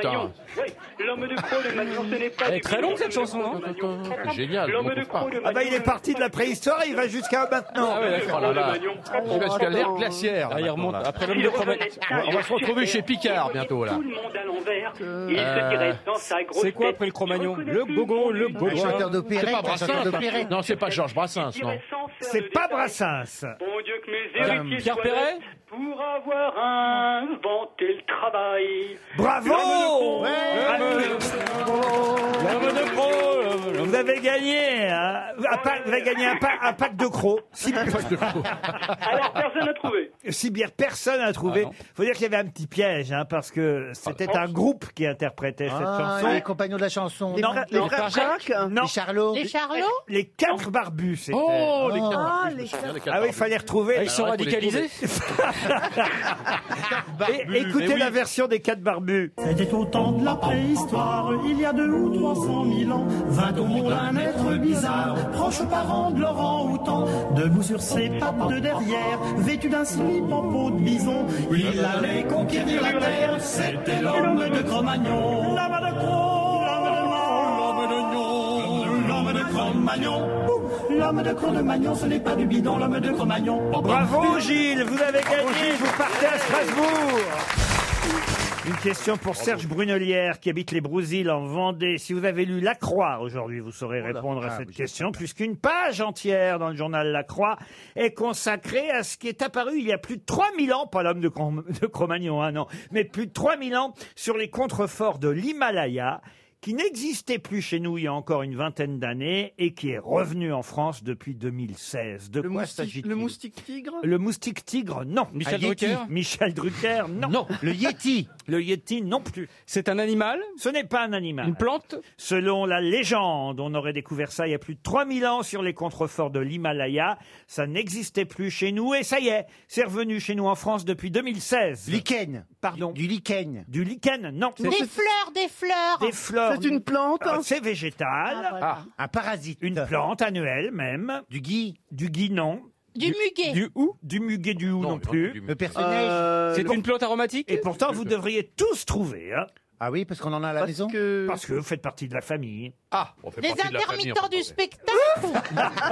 Speaker 10: Cro-Magnon. Ouais, l'homme de Croc de Magnon, ce n'est pas
Speaker 4: Elle est
Speaker 10: du
Speaker 4: très
Speaker 10: bidon,
Speaker 4: longue, cette
Speaker 10: l'homme
Speaker 4: chanson,
Speaker 10: de
Speaker 4: hein.
Speaker 10: Cro-Magnon.
Speaker 7: C'est génial, on
Speaker 10: L'homme de
Speaker 7: trouve pas.
Speaker 10: Croc de Magnon.
Speaker 1: Ah bah il est parti de la préhistoire, il va jusqu'à maintenant.
Speaker 4: Ah ouais,
Speaker 10: L'homme de
Speaker 4: d'accord.
Speaker 7: Oh là là.
Speaker 10: Magnon.
Speaker 7: Parce qu'elle a l'air glaciaire. là,
Speaker 4: Ah, il
Speaker 7: maintenant,
Speaker 4: remonte.
Speaker 7: là.
Speaker 4: Après l'homme de Cromax.
Speaker 7: On va se retrouver chez Picard bientôt, là.
Speaker 10: Tout le monde à l'envers.
Speaker 2: Euh.
Speaker 10: Il se tirait dans sa grosse
Speaker 4: C'est quoi
Speaker 10: tête.
Speaker 4: après le Cro-Magnon
Speaker 10: Je reconnais
Speaker 4: Le
Speaker 10: plus
Speaker 4: Bogon, le
Speaker 10: nom du
Speaker 4: Bogon.
Speaker 3: Un chanteur d'opérette.
Speaker 7: C'est pas
Speaker 3: un chanteur
Speaker 7: Brassens.
Speaker 3: d'opérette.
Speaker 7: Non, c'est pas Georges Brassens,
Speaker 10: nom.
Speaker 7: non.
Speaker 1: C'est pas Brassens.
Speaker 10: Bon Dieu que mes
Speaker 4: Pierre-
Speaker 10: héritiers
Speaker 4: Pierre
Speaker 10: soient
Speaker 4: Perret
Speaker 10: honnêtes pour avoir inventé le travail.
Speaker 1: Bravo Bravo.
Speaker 4: L'homme de Cro, l'homme- l'homme-
Speaker 1: Vous avez gagné, hein un pack, vous avez gagné un pack, un pack de crocs. Si,
Speaker 10: Alors personne n'a trouvé.
Speaker 1: si bien personne n'a trouvé.
Speaker 4: Ah non.
Speaker 1: faut dire qu'il y avait un petit piège, hein, parce que c'était
Speaker 10: Ah.
Speaker 1: un groupe qui interprétait
Speaker 3: Ah,
Speaker 1: cette chanson.
Speaker 3: les compagnons de la chanson.
Speaker 1: Non,
Speaker 2: Les frères Jacques
Speaker 1: non,
Speaker 3: Les Charlots.
Speaker 8: Les Charlots
Speaker 1: les quatre barbus, c'était.
Speaker 7: Oh, les quatre.
Speaker 2: Ah, les
Speaker 7: Bien, les quatre
Speaker 1: ah oui, il
Speaker 7: barbus.
Speaker 1: fallait retrouver.
Speaker 4: Ah, Ils sont
Speaker 7: Alors, il faut les
Speaker 4: radicalisés
Speaker 1: Et- écoutez
Speaker 7: mais
Speaker 1: la
Speaker 7: oui.
Speaker 1: version des quatre barbus.
Speaker 11: C'était au temps de la préhistoire, il y a deux ou trois cent mille ans, vint au monde un être bizarre, proche parent de Laurent Houtan, debout sur ses pattes de derrière, vêtu d'un slip en peau de bison, il allait conquérir la terre, c'était l'homme de Cro-Magnon. L'homme de Cro, l'homme de Magnon, l'homme de Cro-Magnon, Ouh, l'homme de Cro-Magnon, ce n'est pas du bidon, l'homme de Cro-Magnon.
Speaker 1: Bravo Gilles, vous avez gagné, vous partez à Strasbourg. Une question pour Serge Brunelière qui habite les Brousilles en Vendée. Si vous avez lu La Croix aujourd'hui, vous
Speaker 2: Oh
Speaker 1: saurez répondre
Speaker 2: Ah,
Speaker 1: à cette question puisqu'une page entière dans le journal La Croix est consacrée à ce qui est apparu il y a plus de 3000 ans, pas l'homme de, Cro- de Cro-Magnon, hein, non, mais plus de 3000 ans sur les contreforts de l'Himalaya qui n'existait plus chez nous il y a encore une vingtaine d'années et qui est revenu en France depuis 2016. De
Speaker 2: Le
Speaker 1: quoi
Speaker 2: moustique,
Speaker 1: s'agit-il
Speaker 2: le moustique tigre
Speaker 1: le moustique tigre, non.
Speaker 4: Michel
Speaker 1: Un Yeti.
Speaker 4: Drucker
Speaker 1: Michel Drucker, non.
Speaker 7: Non.
Speaker 3: Le Yeti.
Speaker 1: Le Yeti, non plus.
Speaker 4: C'est un animal
Speaker 1: Ce n'est pas un animal.
Speaker 4: Une plante
Speaker 1: Selon la légende, on aurait découvert ça il y a plus de 3000 ans sur les contreforts de l'Himalaya. Ça n'existait plus chez nous et ça y est, c'est revenu chez nous en France depuis 2016.
Speaker 3: Lichen.
Speaker 1: Pardon.
Speaker 3: Du lichen.
Speaker 1: Du lichen, non.
Speaker 8: Des fleurs, des fleurs
Speaker 1: Des fleurs.
Speaker 2: C'est une plante
Speaker 3: euh,
Speaker 1: Ah, C'est végétal.
Speaker 8: Ah, voilà.
Speaker 3: Un parasite.
Speaker 1: Une plante annuelle même.
Speaker 3: Du gui.
Speaker 1: Du gui, non.
Speaker 8: Du muguet
Speaker 1: Du hou Du muguet du hou non, plus.
Speaker 3: Le personnage.
Speaker 2: Euh,
Speaker 4: C'est une plante aromatique
Speaker 1: Et pourtant, vous devriez tous trouver. hein.
Speaker 3: Ah oui, parce qu'on en a à la maison
Speaker 1: Parce que vous faites partie de la famille.
Speaker 3: Ah,
Speaker 8: Les intermittents du spectacle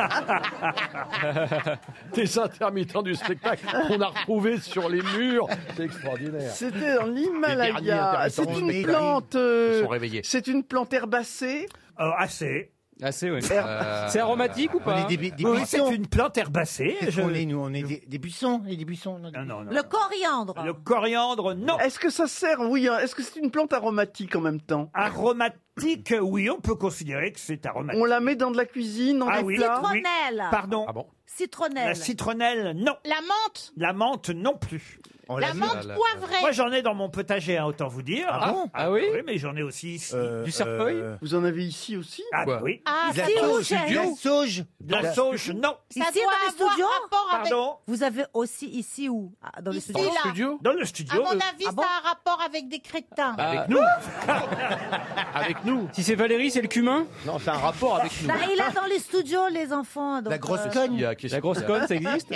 Speaker 7: Des intermittents du spectacle qu'on a retrouvés sur les murs. C'est extraordinaire.
Speaker 2: C'était dans
Speaker 7: Les derniers
Speaker 2: l'Himalaya. C'est
Speaker 7: intermittents du
Speaker 2: une
Speaker 7: spectacle.
Speaker 2: plante.
Speaker 7: Ils
Speaker 2: euh,
Speaker 7: sont réveillés.
Speaker 2: C'est une plante herbacée.
Speaker 1: assez.
Speaker 4: Assez, oui.
Speaker 2: Euh,
Speaker 4: C'est aromatique ou pas
Speaker 3: On est des, des
Speaker 1: Oui,
Speaker 3: buissons.
Speaker 1: c'est une plante herbacée.
Speaker 3: Qu'est-ce
Speaker 1: je-
Speaker 3: qu'on est, nous On est des, des buissons. et des buissons.
Speaker 1: Ah non, non.
Speaker 5: Le coriandre.
Speaker 1: Le coriandre, non.
Speaker 2: Est-ce que ça sert Oui. hein, Est-ce que c'est une plante aromatique en même temps
Speaker 1: Aromatique, oui, on peut considérer que c'est aromatique.
Speaker 2: On la met dans de la cuisine, dans
Speaker 1: Ah
Speaker 2: des
Speaker 1: oui.
Speaker 2: plats.
Speaker 1: Oui.
Speaker 5: Citronnelle.
Speaker 1: Pardon.
Speaker 5: Citronnelle.
Speaker 1: La citronnelle, non.
Speaker 8: La menthe
Speaker 1: La menthe, non plus.
Speaker 3: Oh,
Speaker 8: La menthe poivrée
Speaker 1: Moi, j'en ai dans mon potager, hein, autant vous dire.
Speaker 3: Ah bon Euh,
Speaker 1: oui Mais j'en ai aussi ici.
Speaker 4: Du cerfeuil
Speaker 2: Vous en avez ici aussi
Speaker 1: Ah
Speaker 7: Quoi
Speaker 1: oui.
Speaker 5: Ah,
Speaker 3: De la
Speaker 5: si, au
Speaker 3: sauge.
Speaker 5: chef.
Speaker 3: De la sauge.
Speaker 1: De la sauge, non.
Speaker 8: Ça
Speaker 5: Ici, dans
Speaker 8: doit
Speaker 5: les
Speaker 8: avoir
Speaker 5: studios
Speaker 8: rapport avec...
Speaker 1: Pardon
Speaker 5: Vous avez aussi ici où Ah, Dans les
Speaker 8: Ici,
Speaker 5: studios Ah
Speaker 8: là.
Speaker 7: Studio
Speaker 1: Dans le
Speaker 8: À
Speaker 1: studio. euh, Bah,
Speaker 8: mon
Speaker 1: le-
Speaker 8: avis, ça a un rapport avec des crétins.
Speaker 4: Euh,
Speaker 7: Avec nous Bah, Avec nous
Speaker 4: Si c'est Valérie, c'est le cumin
Speaker 7: Non, c'est un rapport avec nous.
Speaker 5: Là, et là, Bah, dans les studios, les enfants. donc,
Speaker 3: La grosse
Speaker 5: euh,
Speaker 3: cogne.
Speaker 7: Il y a- qu'est-ce
Speaker 4: La grosse
Speaker 7: qu'il y a
Speaker 4: conne, ça existe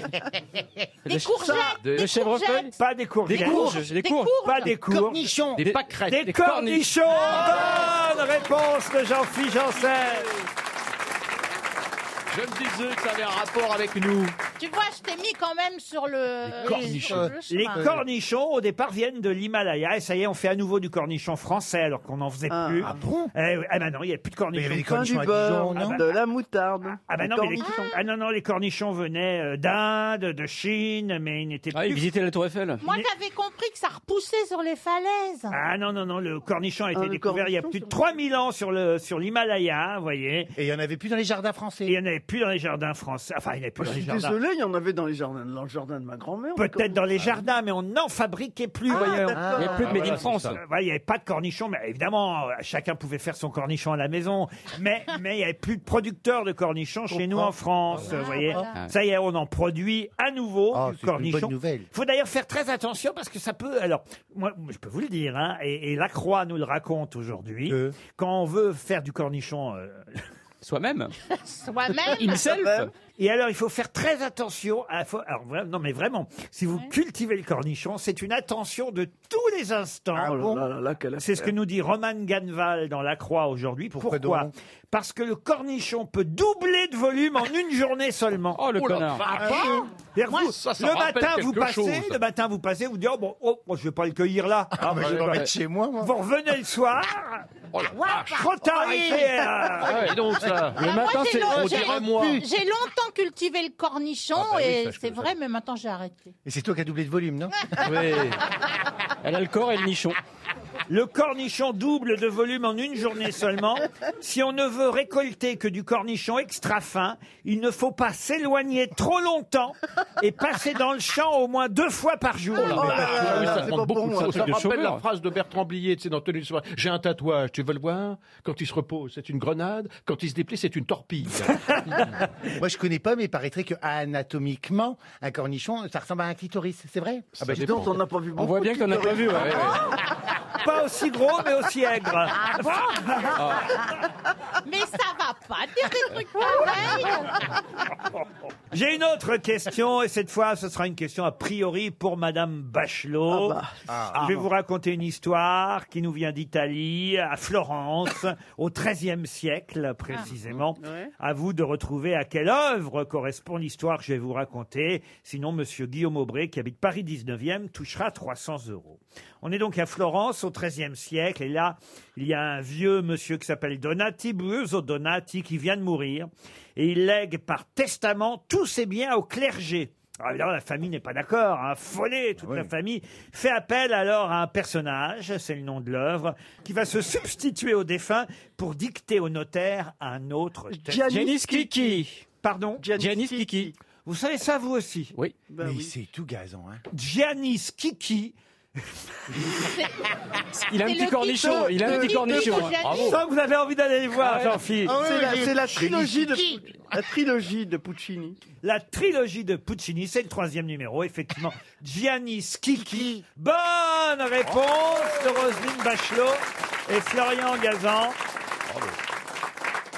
Speaker 8: Des courgettes
Speaker 7: Des-
Speaker 4: Le chèvrefeuille
Speaker 8: courgettes.
Speaker 1: Pas des courgettes.
Speaker 4: Des courges Des
Speaker 8: Des
Speaker 4: courges
Speaker 8: courges.
Speaker 1: Pas des courges.
Speaker 3: Cornichons.
Speaker 7: Des pâquerettes
Speaker 1: Des, cornichons. Bonne réponse de Jean-Philippe Janssen.
Speaker 7: Je me disais que ça avait un rapport avec nous.
Speaker 8: Tu vois, je t'ai mis quand même sur le, sur le
Speaker 1: Euh, Les
Speaker 8: chemin.
Speaker 1: cornichons, au départ, viennent de l'Himalaya. Et ça y est, on fait à nouveau du cornichon français, alors qu'on n'en faisait
Speaker 2: Ah,
Speaker 1: plus.
Speaker 3: Ah bon
Speaker 1: Eh, oui, ah ben non, il n'y a plus de
Speaker 3: Mais il y
Speaker 2: Pain
Speaker 1: cornichons.
Speaker 3: avait des
Speaker 2: du
Speaker 3: cornichons à
Speaker 2: beurre,
Speaker 3: Dijon, non
Speaker 2: de la moutarde.
Speaker 1: bah Ah ben
Speaker 2: des
Speaker 1: non, mais les...
Speaker 2: cornichons.
Speaker 1: ah non, non, les cornichons venaient euh, d'Inde, de Chine, mais ils n'étaient
Speaker 4: Ah, il
Speaker 1: plus...
Speaker 4: visitait la Tour Eiffel.
Speaker 8: Moi, j'avais compris que ça repoussait sur les falaises.
Speaker 1: Ah non, non, non, le cornichon a été
Speaker 2: Ah, le
Speaker 1: découvert il y a
Speaker 2: cornichon,
Speaker 1: plus de
Speaker 2: sur-
Speaker 1: 3000 ans sur le sur l'Himalaya, hein, vous voyez.
Speaker 3: Et il n'y en avait plus dans les jardins
Speaker 1: Et il n'y
Speaker 3: français. Ah,
Speaker 1: en avait plus dans les jardins français. Enfin, il n'y en avait plus
Speaker 2: Je
Speaker 1: dans les
Speaker 2: suis
Speaker 1: jardins.
Speaker 2: désolé, il y en avait dans les jardins, dans le jardin de ma grand-mère. Ah,
Speaker 1: Peut-être dans les jardins, mais on n'en fabriquait
Speaker 3: Ah,
Speaker 1: plus, voyons.
Speaker 4: Il n'y a plus de Made in France.
Speaker 1: Euh, voilà, Il n'y avait pas de cornichons, mais évidemment, euh, chacun pouvait faire son cornichon à la maison. Mais mais il n'y avait plus de producteurs de cornichons chez nous en France.
Speaker 4: Ah,
Speaker 1: Vous voyez, Ah.
Speaker 8: voilà.
Speaker 1: ça y est, on en produit à nouveau
Speaker 3: Ah,
Speaker 1: du
Speaker 3: c'est une bonne
Speaker 1: cornichon.
Speaker 3: nouvelle.
Speaker 1: Il faut d'ailleurs faire très attention parce que ça peut. Alors, moi, je peux vous le dire, hein, et, et la Croix nous le raconte aujourd'hui.
Speaker 3: Que
Speaker 1: Quand on veut faire du cornichon, euh,
Speaker 4: Soi-même
Speaker 8: Soi-même.
Speaker 4: Himself
Speaker 1: et alors il faut faire très attention. À, faut- alors, vra- non, mais vraiment, si vous cultivez le cornichon, c'est une attention de tous les instants.
Speaker 2: Ah, oh là là là là, quelle
Speaker 1: C'est ce que
Speaker 2: affaire.
Speaker 1: nous dit Roman Ganval dans La Croix aujourd'hui. Pourquoi,
Speaker 3: donc
Speaker 1: Parce que le cornichon peut doubler de volume en une journée seulement. Ah,
Speaker 4: Oh, le connard
Speaker 1: C'est-à-dire, vous,
Speaker 7: Ah, hein. ça, ça
Speaker 1: le
Speaker 7: rappelle
Speaker 1: matin, vous
Speaker 7: quelque
Speaker 1: passez,
Speaker 7: chose.
Speaker 1: le matin, vous passez, vous dites, oh, bon, oh, moi, je vais pas le cueillir là. bah,
Speaker 3: Ah, mais je vais l'en mettre chez moi, moi.
Speaker 1: Vous revenez le soir,
Speaker 7: Oh la vache
Speaker 1: trop tard, il est, euh,
Speaker 7: Ah ouais, donc ça
Speaker 8: Ah, moi, j'ai long-
Speaker 7: on
Speaker 8: j'ai-
Speaker 7: dirait moi.
Speaker 8: J'ai longtemps cultivé le cornichon
Speaker 7: Ah, bah oui,
Speaker 8: et
Speaker 7: ça, je
Speaker 8: c'est
Speaker 7: peux-
Speaker 8: vrai, mais maintenant j'ai arrêté.
Speaker 3: Et c'est toi qui as doublé de volume, non
Speaker 4: Oui. Elle a le corps et le nichon.
Speaker 1: Le cornichon double de volume en une journée seulement. Si on ne veut récolter que du cornichon extra fin, il ne faut pas s'éloigner trop longtemps et passer dans le champ au moins deux fois par jour.
Speaker 2: Oh là là là
Speaker 7: Ah oui,
Speaker 2: là,
Speaker 7: ça
Speaker 2: c'est
Speaker 7: demande
Speaker 2: pas
Speaker 7: beaucoup
Speaker 2: bon,
Speaker 7: de
Speaker 2: hein.
Speaker 7: ça. Ça
Speaker 4: truc de
Speaker 7: me rappelle
Speaker 4: chômeur.
Speaker 7: la phrase de Bertrand Blier, tu sais, dans Tenue de soirée. J'ai un tatouage, tu veux le voir Quand il se repose, c'est une grenade. Quand il se déplie, c'est une torpille.
Speaker 3: Moi, je connais pas, mais il paraîtrait que anatomiquement, un cornichon, ça ressemble à un clitoris. C'est vrai Ah, bah,
Speaker 7: Ça
Speaker 2: Dis
Speaker 7: dépend.
Speaker 2: donc, on n'a pas vu beaucoup.
Speaker 4: On voit bien que t'en as pas vu,
Speaker 3: hein.
Speaker 4: ouais.
Speaker 1: Ah, Pas aussi gros, mais aussi aigre.
Speaker 8: Ah Mais ça va pas dire des trucs pareils.
Speaker 1: J'ai une autre question, et cette fois, ce sera une question a priori pour Madame Bachelot.
Speaker 2: Ah bah.
Speaker 1: Je vais vous raconter une histoire qui nous vient d'Italie, à Florence, au XIIIe siècle précisément.
Speaker 2: Ah. Ouais.
Speaker 1: À vous de retrouver à quelle œuvre correspond l'histoire que je vais vous raconter. Sinon, Monsieur Guillaume Aubray, qui habite Paris 19e, touchera 300 euros. On est donc à Florence au XIIIe siècle, et là, il y a un vieux monsieur qui s'appelle Donati, Buoso Donati, qui vient de mourir, et il lègue par testament tous ses biens au clergé. Alors évidemment, la famille n'est pas d'accord, hein, folée, toute la famille fait appel alors à un personnage, c'est le nom de l'œuvre, qui va se substituer au défunt pour dicter au notaire un autre testament.
Speaker 2: Gianni-
Speaker 4: Janice Kiki
Speaker 1: Pardon
Speaker 4: Janice Kiki
Speaker 1: Vous savez ça vous aussi
Speaker 4: Oui.
Speaker 2: Bah
Speaker 3: Mais
Speaker 2: oui.
Speaker 3: c'est tout gazon, hein.
Speaker 1: Giannis Kiki,
Speaker 4: Il a un
Speaker 8: C'est
Speaker 4: petit
Speaker 8: le
Speaker 4: cornichon,
Speaker 8: Kiki.
Speaker 4: il a un
Speaker 8: Le
Speaker 4: petit
Speaker 8: Kiki
Speaker 4: cornichon.
Speaker 8: de
Speaker 4: hein.
Speaker 8: Janice.
Speaker 1: je sens que vous avez envie d'aller le voir, Jean-Philippe.
Speaker 2: C'est la, c'est la trilogie de,
Speaker 8: Qui
Speaker 2: la trilogie de Puccini.
Speaker 1: La trilogie de Puccini, c'est le troisième numéro, effectivement. Giannis Kiki. Bonne réponse de Roselyne Bachelot et Florian Gazan.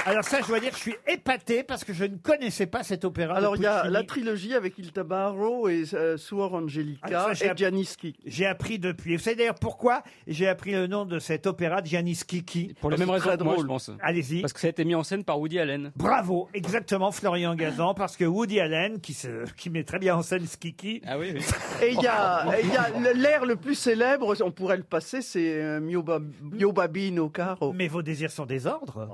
Speaker 1: Alors ça, je dois dire, je suis épaté parce que je ne connaissais pas cet opéra. de
Speaker 2: Alors, il y a
Speaker 1: Ah, Puccini.
Speaker 2: la trilogie avec Il Tabarro et euh, Suor Angelica
Speaker 1: Ah, ça, j'ai
Speaker 2: et
Speaker 1: app-
Speaker 2: Gianiski.
Speaker 1: J'ai appris depuis. Vous savez d'ailleurs pourquoi j'ai appris le nom de cet opéra de Janis Kiki
Speaker 4: Pour les mêmes raisons que moi, je pense.
Speaker 1: Allez-y.
Speaker 4: Parce que ça a été mis en scène par Woody Allen.
Speaker 1: Bravo, exactement, Florian Gazan, parce que Woody Allen, qui, se, qui met très bien en scène Skiki.
Speaker 4: Ah oui, oui.
Speaker 2: Et il y
Speaker 1: Oh,
Speaker 2: a, et il y a le- l'air le plus célèbre, on pourrait le passer, c'est euh, Mio, Ba- Mio Babino Caro.
Speaker 1: Mais vos désirs sont des ordres.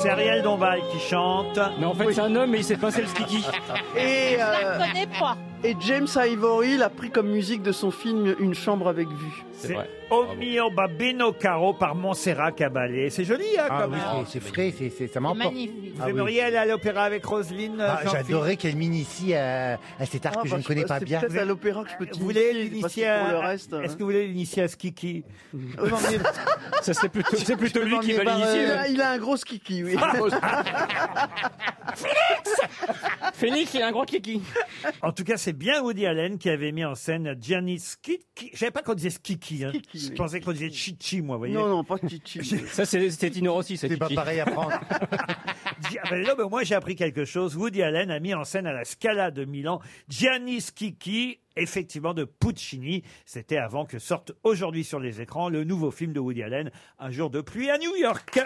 Speaker 1: C'est Ariel Dombal qui chante.
Speaker 4: Mais en fait, c'est un homme et il s'est pincé le skiki.
Speaker 2: Et,
Speaker 8: Je
Speaker 2: euh,
Speaker 8: la connais pas.
Speaker 2: et James Ivory l'a pris comme musique de son film Une chambre avec vue.
Speaker 1: C'est Au mio babino caro par Montserrat Caballé. C'est joli, hein,
Speaker 3: Ah
Speaker 1: comme
Speaker 3: oui, c'est- c'est frais, c'est- c'est- ça m'emporte.
Speaker 8: Magnifique.
Speaker 1: Vous
Speaker 3: Ah oui.
Speaker 1: aimeriez aller à l'opéra avec Roselyne euh,
Speaker 3: Ah,
Speaker 1: Jean-Philippe
Speaker 3: J'adorais qu'elle m'initie à, à cet art
Speaker 2: Ah,
Speaker 3: que je
Speaker 2: bah,
Speaker 3: ne connais
Speaker 2: sais
Speaker 3: pas
Speaker 2: c'est
Speaker 3: bien.
Speaker 2: peut-être à l'opéra que je peux
Speaker 1: Vous voulez
Speaker 2: t'initier, parce que
Speaker 1: l'initier à...
Speaker 2: pour le reste.
Speaker 1: Est-ce que vous voulez l'initier à Skiki Oh,
Speaker 2: Euh, non, mais-
Speaker 4: Ça, c'est plutôt, c'est plutôt lui qui va
Speaker 2: Par, euh,
Speaker 4: l'initier.
Speaker 2: il, a, il a un gros kiki, oui.
Speaker 1: Ah,
Speaker 4: Phoenix, il a un gros kiki.
Speaker 1: En tout cas, c'est bien Woody Allen qui avait mis en scène Gianni Skiki. Je savais pas qu'on disait Skiki. hein.
Speaker 2: Skiki,
Speaker 1: Je
Speaker 2: oui.
Speaker 1: pensais qu'on disait Chichi, moi, vous voyez.
Speaker 2: non, non, pas kiki.
Speaker 4: Ça, c'est, c'était Tino Rossi, cette
Speaker 3: C'est pas
Speaker 4: kiki.
Speaker 3: pareil à prendre.
Speaker 1: Gi- Ah ben là, ben moi, j'ai appris quelque chose. Woody Allen a mis en scène à la Scala de Milan Gianni Schicchi, effectivement de Puccini. C'était avant que sorte aujourd'hui sur les écrans le nouveau film de Woody Allen, Un jour de pluie à New York.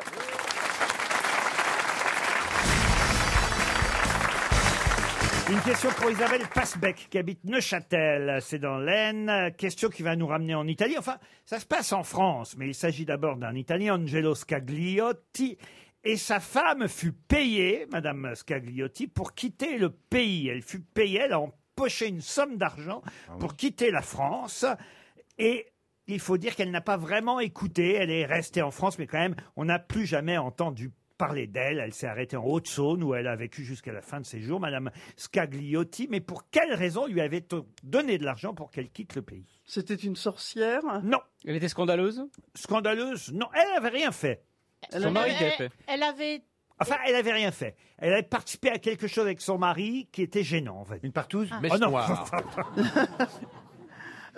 Speaker 1: Une question pour Isabelle Passbeck qui habite Neuchâtel, c'est dans l'Aisne. Question qui va nous ramener en Italie. Enfin, ça se passe en France, mais il s'agit d'abord d'un Italien, Angelo Scagliotti. Et sa femme fut payée, Madame Scagliotti, pour quitter le pays. Elle fut payée, elle a empoché une somme d'argent pour quitter la France. Et il faut dire qu'elle n'a pas vraiment écouté. Elle est restée en France, mais quand même, on n'a plus jamais entendu parler d'elle. Elle s'est arrêtée en Haute-Saône où elle a vécu jusqu'à la fin de ses jours, Madame Scagliotti. Mais pour quelle raison lui avait-on donné de l'argent pour qu'elle quitte le pays
Speaker 2: C'était une sorcière.
Speaker 1: Non.
Speaker 4: Elle était scandaleuse
Speaker 1: Scandaleuse Non, elle n'avait rien fait.
Speaker 2: Elle
Speaker 4: Son
Speaker 2: avait-
Speaker 4: mari qui avait
Speaker 8: Elle,
Speaker 4: fait.
Speaker 8: elle avait.
Speaker 1: Enfin, elle n'avait rien fait. Elle avait participé à quelque chose avec son mari qui était gênant, en fait.
Speaker 3: Une
Speaker 4: Ah.
Speaker 3: partouze
Speaker 7: Mèche
Speaker 1: Oh non.
Speaker 7: noire.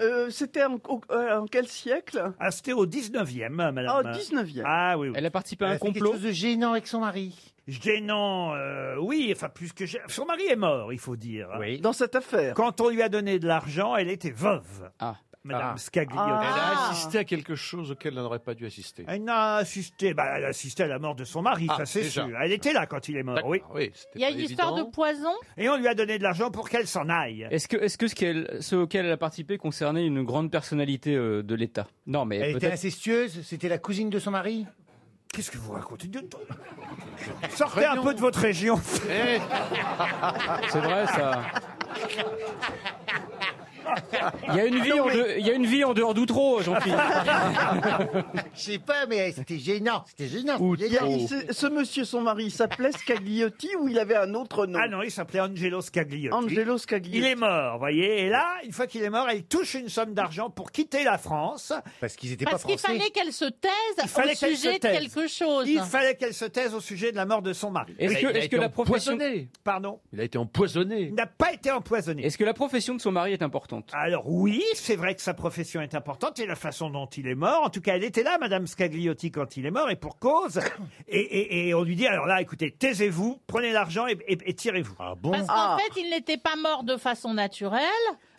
Speaker 2: euh, C'était en, au- euh, en quel siècle
Speaker 1: Ah, c'était au 19e, madame.
Speaker 2: Ah, au 19e.
Speaker 1: Ah oui, oui.
Speaker 4: Elle a participé à
Speaker 3: Elle
Speaker 4: un
Speaker 3: a fait quelque
Speaker 4: complot.
Speaker 3: chose de gênant avec son mari.
Speaker 1: Gênant, euh, oui, enfin, plus que gê- Son mari est mort, il faut dire.
Speaker 4: Oui.
Speaker 2: Dans cette affaire.
Speaker 1: Quand on lui a donné de l'argent, elle était veuve.
Speaker 4: Ah.
Speaker 1: Madame
Speaker 7: Ah.
Speaker 1: Scagliotti.
Speaker 7: Elle
Speaker 2: Ah.
Speaker 7: a assisté à quelque chose auquel elle n'aurait pas dû assister.
Speaker 1: Elle n'a assisté, bah, elle a assisté à la mort de son mari,
Speaker 7: Ah,
Speaker 1: ça c'est
Speaker 7: déjà.
Speaker 1: sûr. Elle était là quand il est mort,
Speaker 7: D'accord,
Speaker 1: oui.
Speaker 7: c'était
Speaker 8: Il y a
Speaker 7: pas
Speaker 8: une histoire de
Speaker 7: évident.
Speaker 8: poison.
Speaker 1: Et on lui a donné de l'argent pour qu'elle s'en aille.
Speaker 4: Est-ce que, est-ce que ce, qu'elle, ce auquel elle a participé concernait une grande personnalité euh, de l'État Non, mais
Speaker 3: Elle était
Speaker 4: peut-être.
Speaker 3: incestueuse, c'était la cousine de son mari.
Speaker 1: Qu'est-ce que vous racontez de-
Speaker 3: Oh,
Speaker 1: Sortez un peu de votre région.
Speaker 7: Eh,
Speaker 4: C'est vrai, ça. Il y a une vie, en, deux- il y a une vie en dehors d'Outreau, Jean-Philippe.
Speaker 3: Je sais pas, mais euh, c'était gênant, c'était gênant.
Speaker 7: Ou-
Speaker 3: c'était
Speaker 2: Il y a-
Speaker 3: gênant.
Speaker 2: il- ce, ce monsieur, son mari, il s'appelait Scagliotti ou il avait un autre nom
Speaker 1: Ah non, il s'appelait Angelo Scagliotti.
Speaker 2: Angelo Scagliotti.
Speaker 1: Il est mort, voyez. Et là, une fois qu'il est mort, elle touche une somme d'argent pour quitter la France.
Speaker 3: Parce qu'ils étaient pas
Speaker 8: Parce qu'il
Speaker 3: français.
Speaker 8: fallait qu'elle se
Speaker 1: Il
Speaker 8: taise
Speaker 1: fallait
Speaker 8: au
Speaker 1: qu'elle se
Speaker 8: sujet de
Speaker 1: taise.
Speaker 8: quelque chose.
Speaker 1: Il fallait qu'elle se taise au sujet de la mort de son mari.
Speaker 4: Est-ce que,
Speaker 7: il a
Speaker 4: est-ce que
Speaker 7: été
Speaker 4: la profession,
Speaker 7: empoisonné.
Speaker 1: Pardon.
Speaker 7: Il a été empoisonné.
Speaker 1: Il n'a pas été empoisonné. Ah.
Speaker 4: est-ce que la profession de son mari est importante
Speaker 1: Alors oui, c'est vrai que sa profession est importante et la façon dont il est mort. En tout cas, elle était là, Madame Scagliotti, quand il est mort, et pour cause. Et, et- et on lui dit, alors là, écoutez, taisez-vous, prenez l'argent et, et- et tirez-vous.
Speaker 3: Ah bon
Speaker 8: Parce
Speaker 2: Ah.
Speaker 8: qu'en fait, il n'était pas mort de façon naturelle,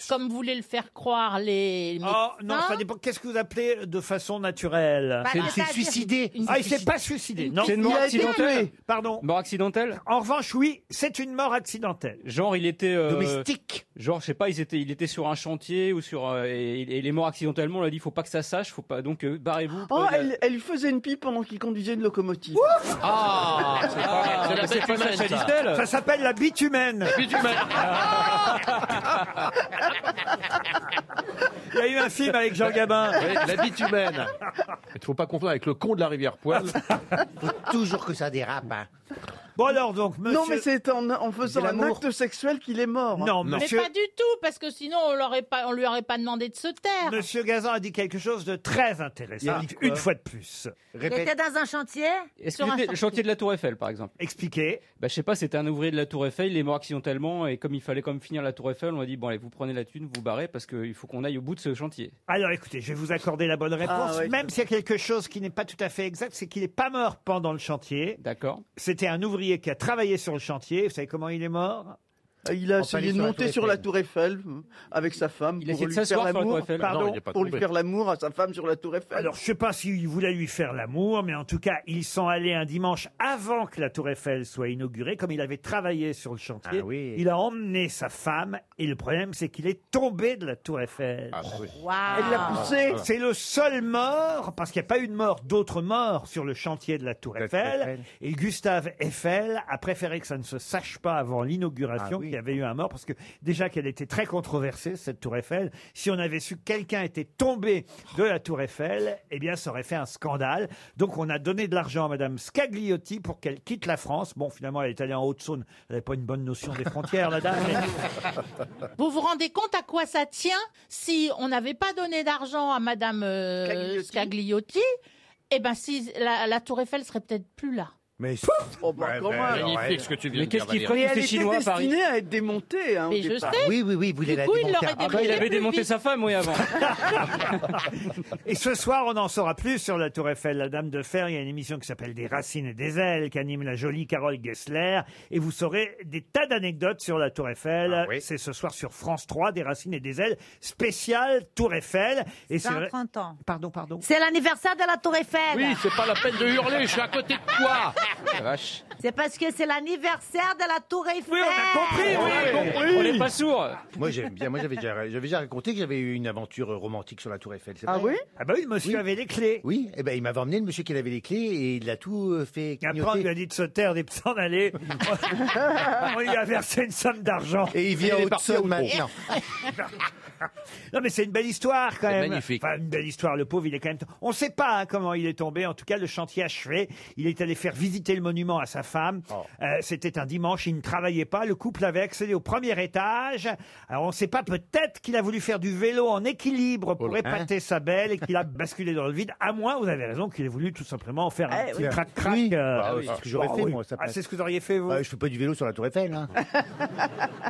Speaker 8: comme voulaient le faire croire les
Speaker 1: Oh
Speaker 8: médecins.
Speaker 1: non, ça dépend. Qu'est-ce que vous appelez de façon naturelle
Speaker 8: hein Bah,
Speaker 3: Elle s'est
Speaker 8: c'est-à-dire
Speaker 3: suicidée.
Speaker 8: une-
Speaker 1: Ah, il s'est pas suicidé, non
Speaker 4: C'est une
Speaker 2: Il
Speaker 4: mort
Speaker 2: a été
Speaker 4: accidentelle
Speaker 2: tué.
Speaker 1: Pardon.
Speaker 4: Mort accidentelle
Speaker 1: En revanche, oui, c'est une mort accidentelle.
Speaker 4: Genre, il était. euh,
Speaker 3: Domestique.
Speaker 4: Genre, je sais pas, il était, il était sur un chantier ou sur. euh, et, et il est mort accidentellement, on l'a dit, faut pas que ça sache, faut pas. Donc, euh, barrez-vous.
Speaker 2: Oh,
Speaker 4: prenez-
Speaker 2: elle, elle lui faisait une pipe pendant qu'il conduisait une locomotive.
Speaker 7: Ah, c'est
Speaker 4: Ah,
Speaker 7: pas,
Speaker 4: mais
Speaker 7: c'est
Speaker 4: c'est
Speaker 7: la
Speaker 4: pas
Speaker 7: bête
Speaker 4: ça,
Speaker 7: humaine,
Speaker 4: c'est
Speaker 7: ça.
Speaker 4: Distel.
Speaker 1: Ça s'appelle la bitumaine.
Speaker 7: Puis tu m'as-
Speaker 1: Il y a eu un film avec Jean Gabin.
Speaker 7: Ouais, La bitumaine. Il ne faut pas confondre avec le con de la rivière Poil.
Speaker 3: Toujours que ça dérape. hein.
Speaker 1: Bon alors donc, monsieur...
Speaker 2: Non, mais c'est en, en faisant
Speaker 1: C'est
Speaker 2: un
Speaker 1: l'amour.
Speaker 2: acte sexuel qu'il est mort.
Speaker 1: Non,
Speaker 8: Mais
Speaker 1: monsieur-
Speaker 8: pas du tout, parce que sinon on l'aurait pas, on lui aurait pas demandé de se taire.
Speaker 1: Monsieur Gazan a dit quelque chose de très
Speaker 4: Il a
Speaker 1: intéressant,
Speaker 4: dit quoi
Speaker 1: une fois de plus.
Speaker 5: Il était dans un chantier
Speaker 4: Est-ce que c'était le chantier de la Tour Eiffel, par exemple
Speaker 1: Expliquez.
Speaker 4: Bah, je sais pas, c'était un ouvrier de la Tour Eiffel, il est mort accidentellement, et comme il fallait comme finir la Tour Eiffel, on a dit bon, allez, vous prenez la thune, vous barrez, parce qu'il faut qu'on aille au bout de ce chantier.
Speaker 1: Alors écoutez, je vais vous accorder la bonne réponse,
Speaker 4: Ah, ouais.
Speaker 1: même s'il y a quelque chose qui n'est pas tout à fait exact, c'est qu'il n'est pas mort pendant le chantier.
Speaker 4: D'accord.
Speaker 1: C'était un ouvrier qui a travaillé sur le chantier. Vous savez comment il est mort
Speaker 2: Ah, Il a essayé de monter sur la Tour Eiffel euh, avec sa femme
Speaker 1: a essayé
Speaker 2: pour
Speaker 1: de
Speaker 2: lui
Speaker 1: s'asseoir
Speaker 2: faire
Speaker 1: sur la Tour
Speaker 2: l'amour.
Speaker 1: Eiffel. Non,
Speaker 2: Pardon,
Speaker 1: il est pas
Speaker 2: pour lui
Speaker 1: tombé.
Speaker 2: faire l'amour à sa femme sur la Tour Eiffel.
Speaker 1: Alors, je sais pas s'il voulait lui faire l'amour, mais en tout cas, ils sont allés un dimanche avant que la Tour Eiffel soit inaugurée, comme il avait travaillé sur le chantier.
Speaker 3: Ah oui.
Speaker 1: Il a emmené sa femme, et le problème, c'est qu'il est tombé de la Tour Eiffel.
Speaker 3: Ah
Speaker 2: Elle l'a
Speaker 12: Ah.
Speaker 2: poussé.
Speaker 1: C'est le seul mort, parce qu'il n'y a pas eu de mort, d'autres morts sur le chantier de la Tour Eiffel.
Speaker 3: Eiffel.
Speaker 1: Et Gustave Eiffel a préféré que ça ne se sache pas avant l'inauguration
Speaker 3: Ah oui.
Speaker 1: qu'il y avait eu un mort, parce que déjà qu'elle était très controversée, cette Tour Eiffel, si on avait su que quelqu'un était tombé de la Tour Eiffel, eh bien ça aurait fait un scandale. Donc on a donné de l'argent à Madame Scagliotti pour qu'elle quitte la France. Bon, finalement, elle est allée en Haute-Saône. Elle n'avait pas une bonne notion des frontières, la dame. mais-
Speaker 8: Vous vous rendez compte à quoi ça tient si on n'avait pas donné d'argent à Madame euh, Scagliotti Eh ben, si la, la Tour Eiffel serait peut-être plus là.
Speaker 3: Mais
Speaker 2: oh, bah,
Speaker 1: Ah
Speaker 3: Ouais,
Speaker 2: quand
Speaker 3: ben,
Speaker 2: même.
Speaker 3: alors,
Speaker 7: Magnifique
Speaker 3: elle-
Speaker 7: ce que tu viens Mais de qu'est-ce dire, qu'ils feraient
Speaker 2: Mais
Speaker 7: tous
Speaker 2: elle
Speaker 7: ces
Speaker 2: était
Speaker 7: Chinois à Paris
Speaker 2: destinée à être démontée. Hein, au
Speaker 8: Mais je
Speaker 2: départ.
Speaker 8: sais.
Speaker 3: Oui, oui, oui, vous voulez la
Speaker 8: coup, il
Speaker 3: démonter.
Speaker 8: l'aurait
Speaker 3: Ah,
Speaker 4: Ah, il avait démonté sa femme, oui, avant.
Speaker 1: Et ce soir, on en saura plus sur la Tour Eiffel, la Dame de Fer. Il y a une émission qui s'appelle Des Racines et des Ailes, qu'anime la jolie Carole Gessler. Et vous saurez des tas d'anecdotes sur la Tour Eiffel.
Speaker 7: Ah
Speaker 1: C'est ce soir sur France 3, Des Racines et des Ailes, spécial Tour Eiffel. Et c'est vrai-
Speaker 5: 130 ans.
Speaker 1: Pardon, pardon.
Speaker 5: C'est l'anniversaire de la Tour Eiffel.
Speaker 7: Oui, c'est pas la peine de hurler, je suis à côté de toi.
Speaker 5: C'est parce que c'est l'anniversaire de la Tour Eiffel. Oui,
Speaker 1: on a
Speaker 4: On n'est pas sourds.
Speaker 3: Moi, j'aime bien. Moi, j'avais déjà, j'avais déjà raconté que j'avais eu une aventure romantique sur la Tour Eiffel. c'est
Speaker 2: Ah
Speaker 3: vrai
Speaker 2: oui
Speaker 1: Ah bah oui, le monsieur
Speaker 3: Oui.
Speaker 1: avait les clés.
Speaker 3: Oui, eh ben, il m'avait emmené le monsieur qui avait les clés et il a tout euh, fait
Speaker 1: Et Après, on lui
Speaker 3: clignoter.
Speaker 1: a dit de se taire et de s'en aller. on lui a versé une somme d'argent.
Speaker 3: Et il vient
Speaker 1: Il est
Speaker 3: au
Speaker 1: parti
Speaker 3: Hudson
Speaker 1: au-
Speaker 3: maintenant.
Speaker 1: Non, mais c'est une belle histoire quand
Speaker 7: C'est
Speaker 1: même.
Speaker 7: magnifique.
Speaker 1: Enfin, une belle histoire. Le pauvre, il est quand même. On ne sait pas hein, comment il est tombé. En tout cas, le chantier achevé, il est allé faire visiter le monument à sa femme. Euh, C'était un dimanche. Il ne travaillait pas. Le couple avait accédé au premier étage. Alors, on ne sait pas. Peut-être qu'il a voulu faire du vélo en équilibre pour épater sa belle et qu'il a basculé dans le vide. À moins, vous avez raison, qu'il ait voulu tout simplement faire un
Speaker 2: Eh
Speaker 1: petit
Speaker 2: oui.
Speaker 1: crac-crac.
Speaker 3: Oui.
Speaker 1: euh,
Speaker 3: Bah oui, c'est ce que j'aurais
Speaker 1: ah
Speaker 3: fait,
Speaker 1: oui.
Speaker 3: moi, ça
Speaker 1: Ah,
Speaker 3: passe.
Speaker 1: c'est ce que vous auriez fait, vous.
Speaker 3: Ah, je fais pas du vélo sur la Tour Eiffel. hein.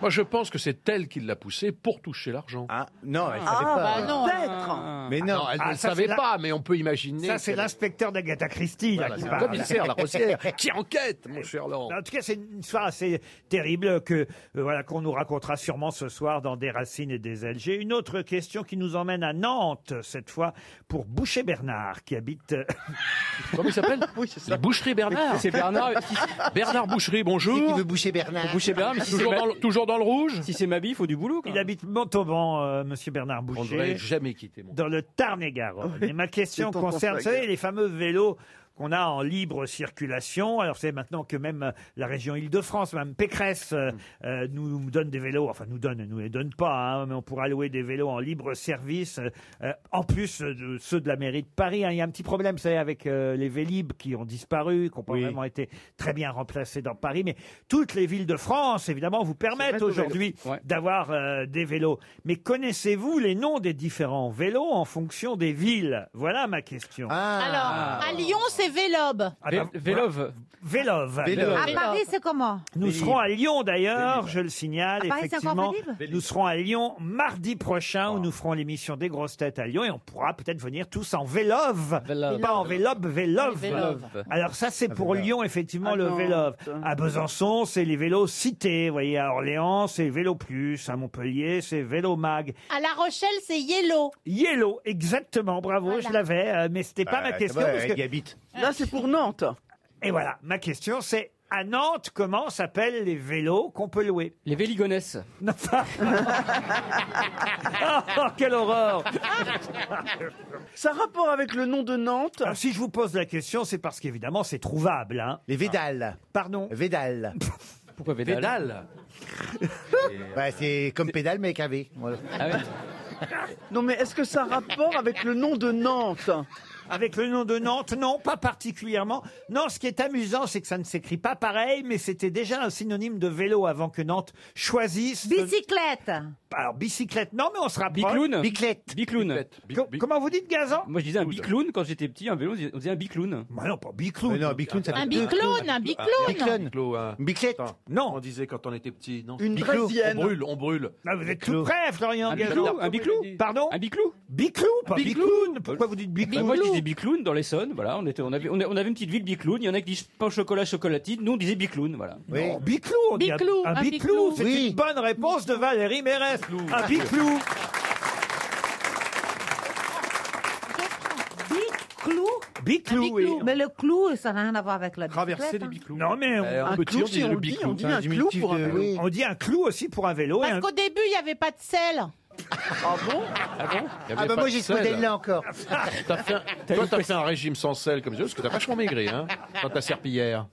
Speaker 7: Moi, je pense que c'est elle qui l'a poussé pour toucher l'argent.
Speaker 3: Ah, non, elle savait
Speaker 2: Ah,
Speaker 3: pas.
Speaker 2: bah non. Peut-être.
Speaker 3: Mais
Speaker 7: Ah
Speaker 3: non.
Speaker 7: elle
Speaker 1: Ah,
Speaker 7: ne le
Speaker 1: ça,
Speaker 7: savait
Speaker 1: c'est la-
Speaker 7: pas, mais on peut imaginer.
Speaker 1: Ça, c'est
Speaker 7: qu'elle-
Speaker 1: l'inspecteur d'Agatha Christie là,
Speaker 7: Voilà,
Speaker 1: qui
Speaker 7: c'est
Speaker 1: parle.
Speaker 7: le commissaire, la rossière, qui enquête, mon cher Laurent.
Speaker 1: En tout cas, c'est une histoire assez terrible que euh, voilà qu'on nous racontera sûrement ce soir dans Des Racines et des Ailes. J'ai une autre question qui nous emmène à Nantes cette fois pour Boucher Bernard qui habite. euh,
Speaker 7: Comment il s'appelle
Speaker 2: Oui, c'est ça.
Speaker 7: La boucherie Bernard.
Speaker 4: C'est Bernard. Si,
Speaker 7: Bernard Boucherie,
Speaker 3: Qui qui
Speaker 7: bonjour.
Speaker 3: veut boucher Bernard
Speaker 4: boucher Bernard, mais si c'est
Speaker 7: Toujours
Speaker 4: ma-
Speaker 7: dans, le, toujours dans le rouge
Speaker 4: si c'est ma bille, il faut du boulot. quand
Speaker 1: Il
Speaker 4: même.
Speaker 1: habite Montauban, euh, Monsieur Bernard
Speaker 7: On ne
Speaker 1: Boucher,
Speaker 7: devrait jamais quitter mon.
Speaker 1: dans le Tarn-et-Garonne.
Speaker 2: Oui,
Speaker 1: Et ma question
Speaker 2: c'est ton
Speaker 1: concerne, vous
Speaker 2: contact.
Speaker 1: savez, les fameux vélos qu'on a en libre circulation. Alors c'est maintenant que même euh, la région Île-de-France, même Pécresse, euh, euh, nous, nous donne des vélos, enfin nous donne, nous les donne pas, hein, mais on pourra louer des vélos en libre service, euh, euh, en plus euh, de ceux de la mairie de Paris. hein. Il y a un petit problème, vous savez, avec euh, les Vélib qui ont disparu, qui n'ont pas
Speaker 3: Oui.
Speaker 1: vraiment été très bien remplacés dans Paris, mais toutes les villes de France, évidemment, vous permettent
Speaker 2: mettre au vélo.
Speaker 1: aujourd'hui
Speaker 4: Ouais.
Speaker 1: d'avoir euh, des vélos. Mais connaissez-vous les noms des différents vélos en fonction des villes Voilà ma question.
Speaker 3: Ah.
Speaker 8: Alors, à Lyon, c'est Vélob.
Speaker 1: Ah
Speaker 4: Vé-
Speaker 1: bah,
Speaker 4: Vélove.
Speaker 1: Vélove.
Speaker 3: Vélove.
Speaker 5: À Paris, c'est comment
Speaker 1: Nous serons à Lyon d'ailleurs, je le signale,
Speaker 5: Ah, pareil, c'est encore
Speaker 1: effectivement.
Speaker 5: Vélib
Speaker 1: Nous serons à Lyon mardi prochain où nous ferons l'émission des grosses têtes à Lyon et on pourra peut-être venir tous en Vélove.
Speaker 4: Vélove.
Speaker 1: Pas en Vélove, Vélove.
Speaker 8: Oui, Vélove.
Speaker 1: Alors ça c'est pour
Speaker 3: Vélove.
Speaker 1: Lyon effectivement
Speaker 2: Ah
Speaker 1: le
Speaker 2: non,
Speaker 1: Vélove.
Speaker 2: putain.
Speaker 1: À Besançon c'est les vélos cités, vous voyez à Orléans c'est Vélo Plus, à Montpellier c'est Vélo Mag.
Speaker 8: À La Rochelle, c'est Yellow.
Speaker 1: Yellow, exactement, bravo,
Speaker 8: Voilà.
Speaker 1: je l'avais, euh, mais c'était pas
Speaker 3: Ah,
Speaker 1: ma
Speaker 3: ça
Speaker 1: question.
Speaker 3: va,
Speaker 1: parce
Speaker 3: elle
Speaker 1: que-
Speaker 3: y habite.
Speaker 2: Là, c'est pour Nantes.
Speaker 1: Et voilà, ma question c'est à Nantes, comment s'appellent les vélos qu'on peut louer
Speaker 4: Les Véligonesses.
Speaker 1: Non, pas- oh, quelle horreur
Speaker 2: Ça a rapport avec le nom de Nantes.
Speaker 1: Alors, Ah, Si je vous pose la question, c'est parce qu'évidemment, c'est trouvable. hein.
Speaker 3: Les Védales.
Speaker 1: Pardon
Speaker 3: Védales.
Speaker 4: Pourquoi Védale
Speaker 7: Pédale.
Speaker 3: Bah, c'est comme pédale, mais avec un V. Voilà.
Speaker 4: Ah ouais.
Speaker 2: Non, mais est-ce que ça a rapport avec le nom de Nantes
Speaker 1: Avec le nom de Nantes, non, pas particulièrement. Non, ce qui est amusant, c'est que ça ne s'écrit pas pareil, mais c'était déjà un synonyme de vélo avant que Nantes choisisse.
Speaker 5: Bicyclette
Speaker 1: Alors, bicyclette, non, mais on se rapproche.
Speaker 4: Bicloun
Speaker 1: Biclette.
Speaker 4: Bicloun.
Speaker 1: Co- Comment vous dites, Gazan
Speaker 4: Moi, je disais un bicloun quand j'étais petit. Un vélo, on disait un bicloun.
Speaker 1: Mais Bah non, pas bicloun.
Speaker 3: non, bicloun,
Speaker 8: Un biclone, un biclone.
Speaker 3: Biclette.
Speaker 1: Non.
Speaker 7: On disait quand on était petit, non.
Speaker 2: Une
Speaker 7: Biclou.
Speaker 2: brésilienne.
Speaker 7: On brûle, on brûle. Ah,
Speaker 1: Ah, vous êtes tout prêt, Florian
Speaker 4: Un
Speaker 1: Gazan.
Speaker 4: biclou Un biclou
Speaker 1: Pardon
Speaker 4: Un biclou
Speaker 1: Biclou, pas bicloun. Pourquoi vous dites
Speaker 4: Bah,
Speaker 1: bicloun
Speaker 4: moi, je disais bicloun dans l'Essonne. Voilà, on, était, on, avait, on a- on avait une petite ville bicloun. Il y en a qui disent pain au chocolat, chocolatine. Nous, on disait bicloun. Voilà.
Speaker 3: Oui.
Speaker 1: Non, Biclou, on dit un-
Speaker 8: Biclou,
Speaker 1: un,
Speaker 8: un
Speaker 1: biclou,
Speaker 8: biclou.
Speaker 1: c'est
Speaker 3: Oui.
Speaker 1: une bonne réponse de Valérie Mérès. Un biclou.
Speaker 5: Clou
Speaker 1: Biclou, oui.
Speaker 5: Mais le clou, ça n'a rien à voir avec la bicyclette.
Speaker 13: Traverser les
Speaker 5: hein.
Speaker 13: biclous.
Speaker 1: Non, mais on,
Speaker 7: Eh,
Speaker 2: Un
Speaker 7: petit,
Speaker 2: clou,
Speaker 7: on disait
Speaker 2: si on
Speaker 7: le
Speaker 2: le dit,
Speaker 7: biclou.
Speaker 2: on dit un clou
Speaker 3: diminutif
Speaker 2: pour un
Speaker 3: de-
Speaker 2: vélo.
Speaker 3: oui.
Speaker 1: on dit un clou aussi pour un vélo. et
Speaker 8: Parce
Speaker 1: un-
Speaker 8: qu'au début, il n'y avait pas de sel.
Speaker 7: Il y avait
Speaker 3: Ah bah
Speaker 7: pas
Speaker 3: moi
Speaker 7: de
Speaker 3: j'ai ce
Speaker 7: sel.
Speaker 3: modèle-là encore.
Speaker 7: T'as fait, un- toi, t'as fait un régime sans sel comme ça, parce que t'as vachement maigri, hein, dans ta serpillière.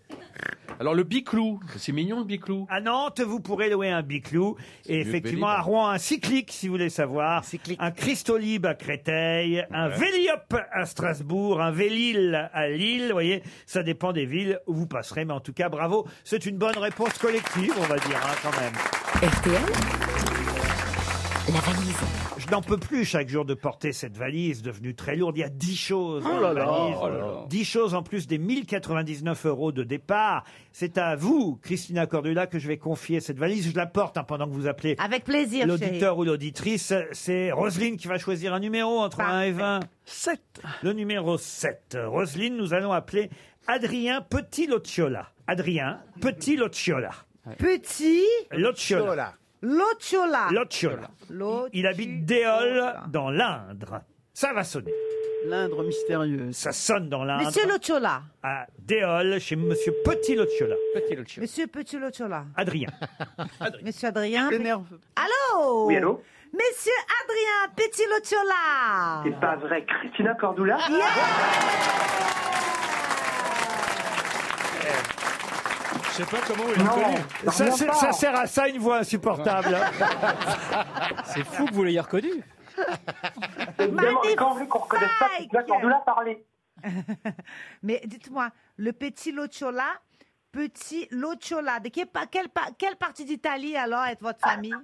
Speaker 7: Alors, le biclou, c'est mignon, le biclou.
Speaker 1: À Nantes, vous pourrez louer un biclou. Et
Speaker 7: mieux que
Speaker 1: effectivement,
Speaker 7: Vélib'.
Speaker 1: à Rouen, un cyclique, si vous voulez savoir.
Speaker 3: cyclique.
Speaker 1: Un Cristolib à Créteil. Un Véliop à Strasbourg. Un Vélil à Lille. Vous voyez, ça dépend des villes où vous passerez. Mais en tout cas, bravo. C'est une bonne réponse collective, on va dire, hein, quand même.
Speaker 14: RTL, la valise.
Speaker 1: Je n'en peux plus chaque jour de porter cette valise devenue très lourde. Il y a 10 choses. dans
Speaker 2: Oh là
Speaker 1: la
Speaker 2: là,
Speaker 1: valise.
Speaker 4: oh là là.
Speaker 1: 10 choses en plus des 1099 euros de départ. C'est à vous, Christina Cordula, que je vais confier cette valise. Je la porte hein, pendant que vous appelez
Speaker 5: Avec plaisir, chérie.
Speaker 1: l'auditeur ou l'auditrice. C'est Roselyne qui va choisir un numéro entre 1 et 20.
Speaker 2: 7.
Speaker 1: Le numéro 7. Roselyne, nous allons appeler Adrien Petit-Locciola. Adrien Petit-Locciola.
Speaker 5: Petit
Speaker 1: Locciola.
Speaker 3: Voilà.
Speaker 5: hein. Locciola.
Speaker 1: Locciola. Il habite Déol dans l'Indre. Ça va sonner.
Speaker 2: L'Indre mystérieuse.
Speaker 1: Ça sonne dans l'Indre.
Speaker 5: Monsieur Locciola.
Speaker 1: À Déol, chez Monsieur Petit Locciola.
Speaker 4: Petit le chien.
Speaker 5: Monsieur Petit Locciola.
Speaker 1: Adrien.
Speaker 5: Monsieur Adrien.
Speaker 4: Oh,
Speaker 2: Énerve.
Speaker 5: Allô
Speaker 15: Oui, allô
Speaker 5: Monsieur Adrien Petit Locciola.
Speaker 15: C'est pas vrai, Christina Cordula
Speaker 4: Je sais pas comment
Speaker 15: Non,
Speaker 1: Ah, Ça,
Speaker 15: remonte
Speaker 1: c'est-
Speaker 15: pas.
Speaker 1: ça sert à ça une voix insupportable.
Speaker 4: C'est fou que vous l'ayez reconnu.
Speaker 15: Évidemment,
Speaker 5: Magnifique.
Speaker 15: quand on veut qu'on reconnaisse pas Christina Cordula parler
Speaker 5: Mais dites-moi, le Petit Locciola, Petit Locciola, de quelle, pa- quelle pa- quelle partie d'Italie alors est votre famille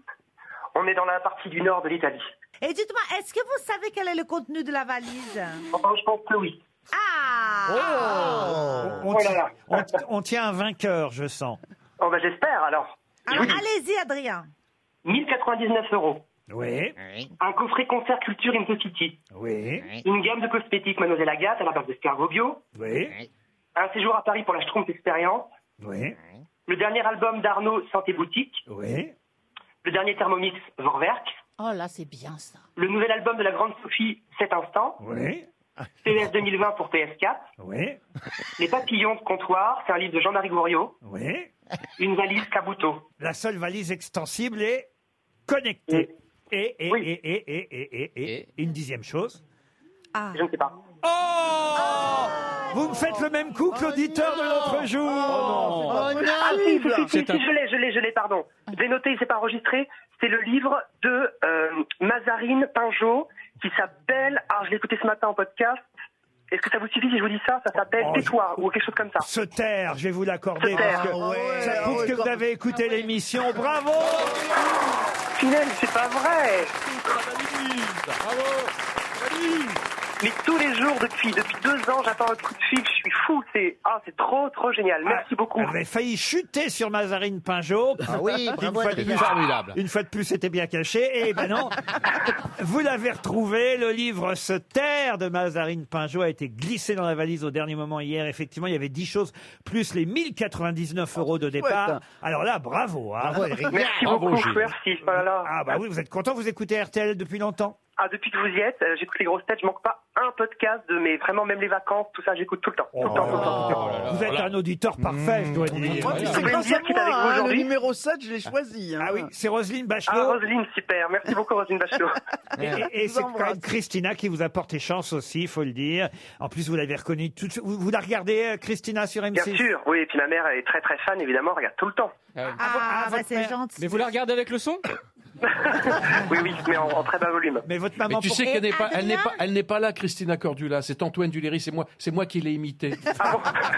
Speaker 15: On est dans la partie du nord de l'Italie.
Speaker 5: Et dites-moi, est-ce que vous savez quel est le contenu de la valise
Speaker 15: Enfin, je pense que oui.
Speaker 5: Ah
Speaker 1: On,
Speaker 15: Oh là
Speaker 1: tient,
Speaker 15: là.
Speaker 1: on- on tient un vainqueur, je sens.
Speaker 15: Oh, ben, j'espère, alors. Je
Speaker 5: Alors,
Speaker 15: vous dis,
Speaker 5: allez-y, Adrien.
Speaker 15: 1099 euros.
Speaker 1: Oui,
Speaker 15: Un coffret concert culture in the city.
Speaker 1: oui,
Speaker 15: Une gamme de cosmétiques Mademoiselle Agathe à la base d'escargot bio.
Speaker 1: oui,
Speaker 15: Un séjour à Paris pour la Schtroumpf Experience.
Speaker 1: oui,
Speaker 15: Le dernier album d'Arnaud Santé Boutique.
Speaker 1: oui.
Speaker 15: Le dernier Thermomix Vorwerk.
Speaker 8: Oh là, c'est bien ça.
Speaker 15: Le nouvel album de la grande Sophie Cet Instant.
Speaker 1: Oui,
Speaker 15: PS 2020 pour PS4.
Speaker 1: oui,
Speaker 15: Les papillons de comptoir. C'est un livre de Jean-Marie Gouriot.
Speaker 1: oui.
Speaker 15: Une valise Cabuto.
Speaker 1: La seule valise extensible est connectée. Et, et,
Speaker 15: Oui.
Speaker 1: et, et, et, et, et, et, une dixième chose.
Speaker 5: Ah.
Speaker 15: Je ne sais pas.
Speaker 1: Oh Vous me faites le même coup que l'auditeur de l'autre jour.
Speaker 3: Oh
Speaker 15: Ah si, si, si,
Speaker 3: non
Speaker 15: si,
Speaker 4: C'est
Speaker 15: si,
Speaker 4: un-
Speaker 15: je l'ai, je l'ai, je l'ai, pardon. Je l'ai noté, c'est pas enregistré. C'est le livre de euh, Mazarine Pinjot qui s'appelle, alors je l'ai écouté ce matin en podcast, est-ce que ça vous suffit si je vous dis ça Ça s'appelle
Speaker 1: Oh, je-
Speaker 15: Tais-toi ou quelque chose comme ça.
Speaker 1: Se taire, je vais vous l'accorder.
Speaker 15: Se taire.
Speaker 1: parce que
Speaker 3: Ah ouais,
Speaker 1: ça
Speaker 3: ah
Speaker 1: prouve
Speaker 3: ouais,
Speaker 1: que vous
Speaker 3: comme-
Speaker 1: avez écouté l'émission. Bravo
Speaker 15: Finel, c'est pas vrai
Speaker 3: Ah,
Speaker 15: Mais tous les jours depuis depuis deux ans, j'attends un coup de fil, je suis fou, c'est ah, c'est trop trop génial. Merci beaucoup.
Speaker 1: Vous avez failli chuter sur Mazarine Pinjot.
Speaker 3: Ah oui,
Speaker 1: Une
Speaker 3: bravo
Speaker 1: fois, de
Speaker 3: Adrien.
Speaker 1: plus,
Speaker 7: Formidable.
Speaker 1: une fois de plus, c'était bien caché. Et ben non, vous l'avez retrouvé. Le livre Se taire de Mazarine Pinjot a été glissé dans la valise au dernier moment hier. Effectivement, il y avait 10 choses, plus les 1099 euros de départ.
Speaker 2: chouette.
Speaker 1: Alors là, bravo. hein.
Speaker 3: Bravo Adrien.
Speaker 15: Merci
Speaker 7: Bravo,
Speaker 15: beaucoup,
Speaker 7: Gilles.
Speaker 15: merci. Oh là là.
Speaker 1: Ah bah oui, vous êtes content, vous écoutez RTL depuis longtemps
Speaker 15: Ah, depuis que vous y êtes, euh, j'écoute les grosses têtes, je manque pas un podcast de mes, vraiment même les vacances, tout ça, j'écoute tout le temps. Tout le temps, tout le temps, tout le temps.
Speaker 1: Vous êtes un auditeur parfait, je dois dire.
Speaker 2: Moi, puis
Speaker 15: Vous
Speaker 2: c'est grâce
Speaker 15: voulez
Speaker 2: à
Speaker 15: me dire qu'il est
Speaker 2: moi,
Speaker 15: avec vous
Speaker 2: hein, le
Speaker 15: aujourd'hui
Speaker 2: numéro 7, je l'ai choisi. hein.
Speaker 1: Ah oui, c'est Roselyne
Speaker 15: Ah,
Speaker 1: Bachelot.
Speaker 15: Roselyne, super. Merci beaucoup, Roselyne Bachelot.
Speaker 1: Et, et- et
Speaker 2: vous
Speaker 1: c'est quand
Speaker 2: embrasse.
Speaker 1: même Christina qui vous a porté chance aussi, il faut le dire. En plus, vous l'avez reconnue tout de suite. Vous, vous la regardez, euh, Christina, sur
Speaker 15: Bien
Speaker 1: M6
Speaker 15: sûr, oui. Et puis ma mère est très très fan, évidemment, elle regarde tout le temps.
Speaker 5: Ah, bah,
Speaker 1: votre
Speaker 5: c'est
Speaker 1: mère.
Speaker 5: gentil.
Speaker 4: Mais vous la regardez avec le son
Speaker 15: oui, oui, mais en, en très bas volume.
Speaker 1: Mais votre
Speaker 5: Ah,
Speaker 7: Mais tu sais qu'elle n'est pas, elle n'est pas, elle n'est pas là, Christina Cordula. C'est Antoine Duléry, c'est moi, c'est moi qui l'ai imité.
Speaker 15: Ah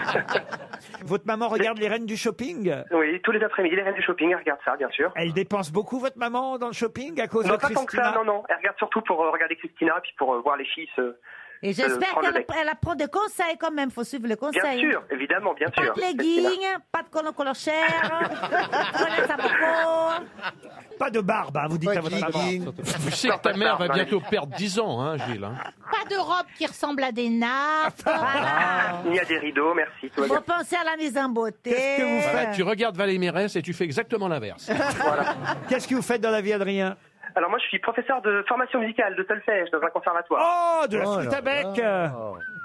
Speaker 1: Votre maman regarde les reines du shopping
Speaker 15: Ah, Oui, tous les après-midi, les reines du shopping, elle regarde ça, bien sûr.
Speaker 1: Elle dépense beaucoup, votre maman, dans le shopping à cause
Speaker 15: non,
Speaker 1: de
Speaker 15: pas tant que ça,
Speaker 1: Christina
Speaker 15: non, non. Elle regarde surtout pour euh, regarder Christina, puis pour euh, voir les filles se.
Speaker 5: Et
Speaker 15: se
Speaker 5: j'espère
Speaker 15: prendre le
Speaker 5: qu'elle
Speaker 15: bec.
Speaker 5: elle apprend des conseils quand même. faut suivre les conseils.
Speaker 15: Euh, Bien sûr, évidemment, bien
Speaker 5: Pas
Speaker 15: sûr.
Speaker 5: de
Speaker 15: Christina.
Speaker 5: leggings, pas de collant collant cher. prenez sa
Speaker 1: Pas de barbe, hein, vous dites à votre maman.
Speaker 7: Tu sais que ta mère va bientôt perdre 10 ans, hein, Gilles. hein.
Speaker 8: Pas de robe qui ressemble à des nappes.
Speaker 15: Ah, Il y a des rideaux, merci. tout va
Speaker 5: Faut
Speaker 15: bien.
Speaker 5: penser à la mise en beauté. Ah Qu'est-ce
Speaker 7: Voilà, tu regardes Valérie Mérès et tu fais exactement l'inverse.
Speaker 1: Qu'est-ce que vous faites dans la vie, Adrien
Speaker 15: Alors moi, je suis professeur de formation musicale, de solfège, dans un conservatoire.
Speaker 1: Oh, de la flûte à bec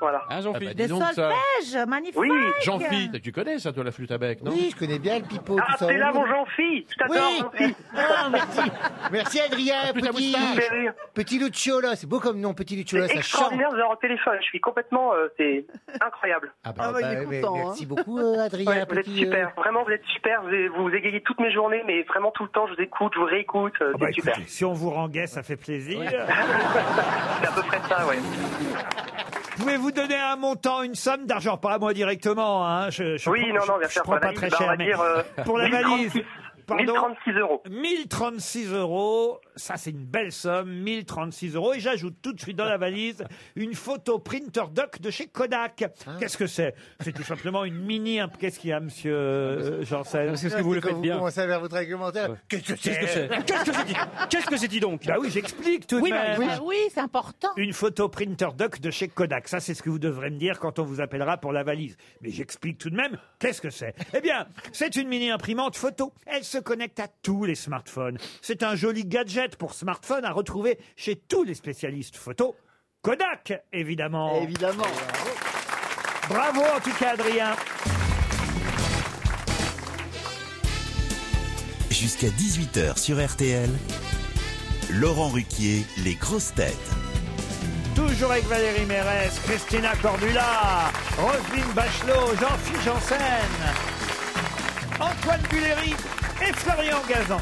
Speaker 15: Voilà.
Speaker 7: Ah bah, dis
Speaker 5: euh, Des
Speaker 7: donc, ça.
Speaker 5: solfèges, magnifique.
Speaker 7: Oui, Jean-Philippe, tu connais ça, toi, la flûte à bec, non
Speaker 3: Oui, je connais bien le pipeau.
Speaker 15: Ah,
Speaker 3: tout ça.
Speaker 15: t'es là, mon Jean-Phi Je t'adore, Jean-Phi
Speaker 3: Ah, merci. Merci,
Speaker 1: Ah,
Speaker 3: Adrien.
Speaker 15: plus, t'as
Speaker 3: Petit,
Speaker 15: moustache. Fait rire.
Speaker 3: petit Lucciola, c'est beau comme nom, petit Lucciola,
Speaker 15: C'est
Speaker 3: ça chante.
Speaker 15: extraordinaire de l'avoir au téléphone. Je suis complètement. euh, c'est incroyable.
Speaker 3: Ah bah, Ah bah, il est bah, mais content, merci hein. beaucoup, euh, Adrien,
Speaker 15: Ouais, vous êtes
Speaker 3: petit, euh,
Speaker 15: super. Vraiment, vous êtes super. Vous, avez- vous égayez toutes mes journées, mais vraiment tout le temps, je vous écoute, je vous réécoute. euh,
Speaker 1: Ah bah,
Speaker 15: c'est super.
Speaker 1: écoutez, Si on vous renguait, ça fait plaisir.
Speaker 12: Ah.
Speaker 15: C'est à peu près ça, ouais.
Speaker 1: Pouvez-vous donner un montant, une somme d'argent Pas à moi directement. Hein. Je, je
Speaker 15: Oui,
Speaker 1: prends-
Speaker 15: non,
Speaker 1: je-
Speaker 15: non, bien
Speaker 1: je
Speaker 15: sûr,
Speaker 1: prends
Speaker 15: pour la
Speaker 1: pas très
Speaker 15: valise, bah, on
Speaker 1: cher.
Speaker 15: va
Speaker 1: mais
Speaker 15: dire, euh,
Speaker 1: pour la valise.
Speaker 15: 1036
Speaker 1: Pardon
Speaker 15: 1036 euros.
Speaker 1: 1036 euros, ça c'est une belle somme, 1036 euros. Et j'ajoute tout de suite dans la valise une photo printer doc de chez Kodak. Qu'est-ce que c'est C'est tout simplement une mini. imp- Qu'est-ce qu'il y a, monsieur euh, Janssen Euh,
Speaker 3: Ah, quand vous commencez à faire votre argumentaire. Qu'est-ce que
Speaker 1: Qu'est-ce que
Speaker 3: c'est
Speaker 1: c'est Qu'est-ce que j'ai dit Qu'est-ce que j'ai dit donc Bah oui, j'explique tout de
Speaker 8: Oui,
Speaker 1: même.
Speaker 8: bah, oui, c'est important.
Speaker 1: Une photo printer doc de chez Kodak. Ça, c'est ce que vous devrez me dire quand on vous appellera pour la valise. Mais j'explique tout de même qu'est-ce que c'est. Eh bien, c'est une mini imprimante photo. Elle se connecte à tous les smartphones. C'est un joli gadget pour smartphone à retrouver chez tous les spécialistes photo. Kodak, évidemment.
Speaker 2: Évidemment.
Speaker 1: Bravo en tout cas, Adrien.
Speaker 16: Jusqu'à 18h sur RTL, Laurent Ruquier, les grosses têtes.
Speaker 1: Toujours avec Valérie Mérès, Christina Cordula, Roselyne Bachelot, Jean-Philippe Janssen, Antoine Duléry et Florian Gazan.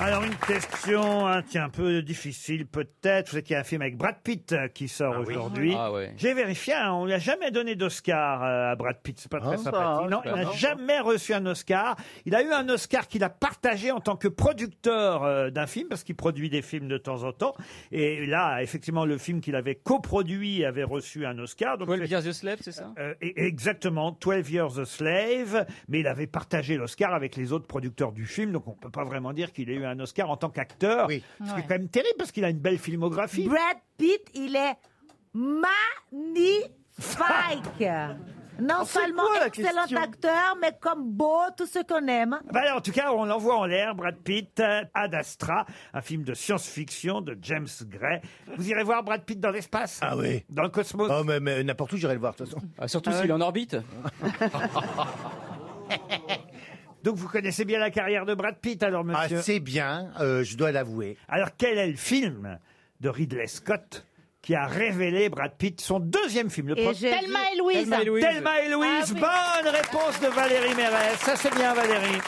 Speaker 1: Alors une question, hein, tiens, un peu difficile peut-être. Vous savez qu'il y a un film avec Brad Pitt euh, qui sort aujourd'hui.
Speaker 4: Ah ouais.
Speaker 1: J'ai vérifié, hein, on lui a jamais donné d'Oscar euh, à Brad Pitt. C'est pas très
Speaker 4: Ah, ça,
Speaker 1: sympathique. Non,
Speaker 4: c'est
Speaker 1: il
Speaker 4: pas
Speaker 1: n'a
Speaker 4: grave.
Speaker 1: jamais reçu un Oscar. Il a eu un Oscar qu'il a partagé en tant que producteur euh, d'un film parce qu'il produit des films de temps en temps. Et là, effectivement, le film qu'il avait coproduit avait reçu un Oscar. Donc, c'est-
Speaker 4: Pierre Slave, c'est ça
Speaker 1: euh, et- exactement, 12 Years a Slave, mais il avait partagé l'Oscar avec les autres producteurs du film, donc on peut pas vraiment dire qu'il ait eu un Oscar en tant qu'acteur. Ce qui est
Speaker 5: Ouais.
Speaker 1: quand même terrible parce qu'il a une belle filmographie.
Speaker 5: Brad Pitt, il est magnifique.
Speaker 2: Ah,
Speaker 5: Non seulement excellent acteur, mais comme beau, tout ce qu'on aime.
Speaker 1: Bah alors, en tout cas, on l'envoie en l'air, Brad Pitt, euh, Ad Astra, un film de science-fiction de James Gray. Vous irez voir Brad Pitt dans l'espace
Speaker 3: Ah oui.
Speaker 1: Dans le cosmos.
Speaker 3: Oh, mais, mais n'importe où, j'irai le voir, de toute façon.
Speaker 4: Ah, Surtout
Speaker 15: Ah
Speaker 4: s'il est en orbite.
Speaker 1: Donc vous connaissez bien la carrière de Brad Pitt alors, monsieur
Speaker 3: Ah, c'est bien, euh, je dois l'avouer.
Speaker 1: Alors quel est le film de Ridley Scott qui a révélé Brad Pitt, son deuxième film le
Speaker 8: Et
Speaker 1: pro-
Speaker 8: j'ai dit- Thelma et Louise.
Speaker 1: Thelma et Louise, Thelma et Louise.
Speaker 8: Ah
Speaker 1: bonne réponse de Valérie Mérès. Ça c'est bien Valérie.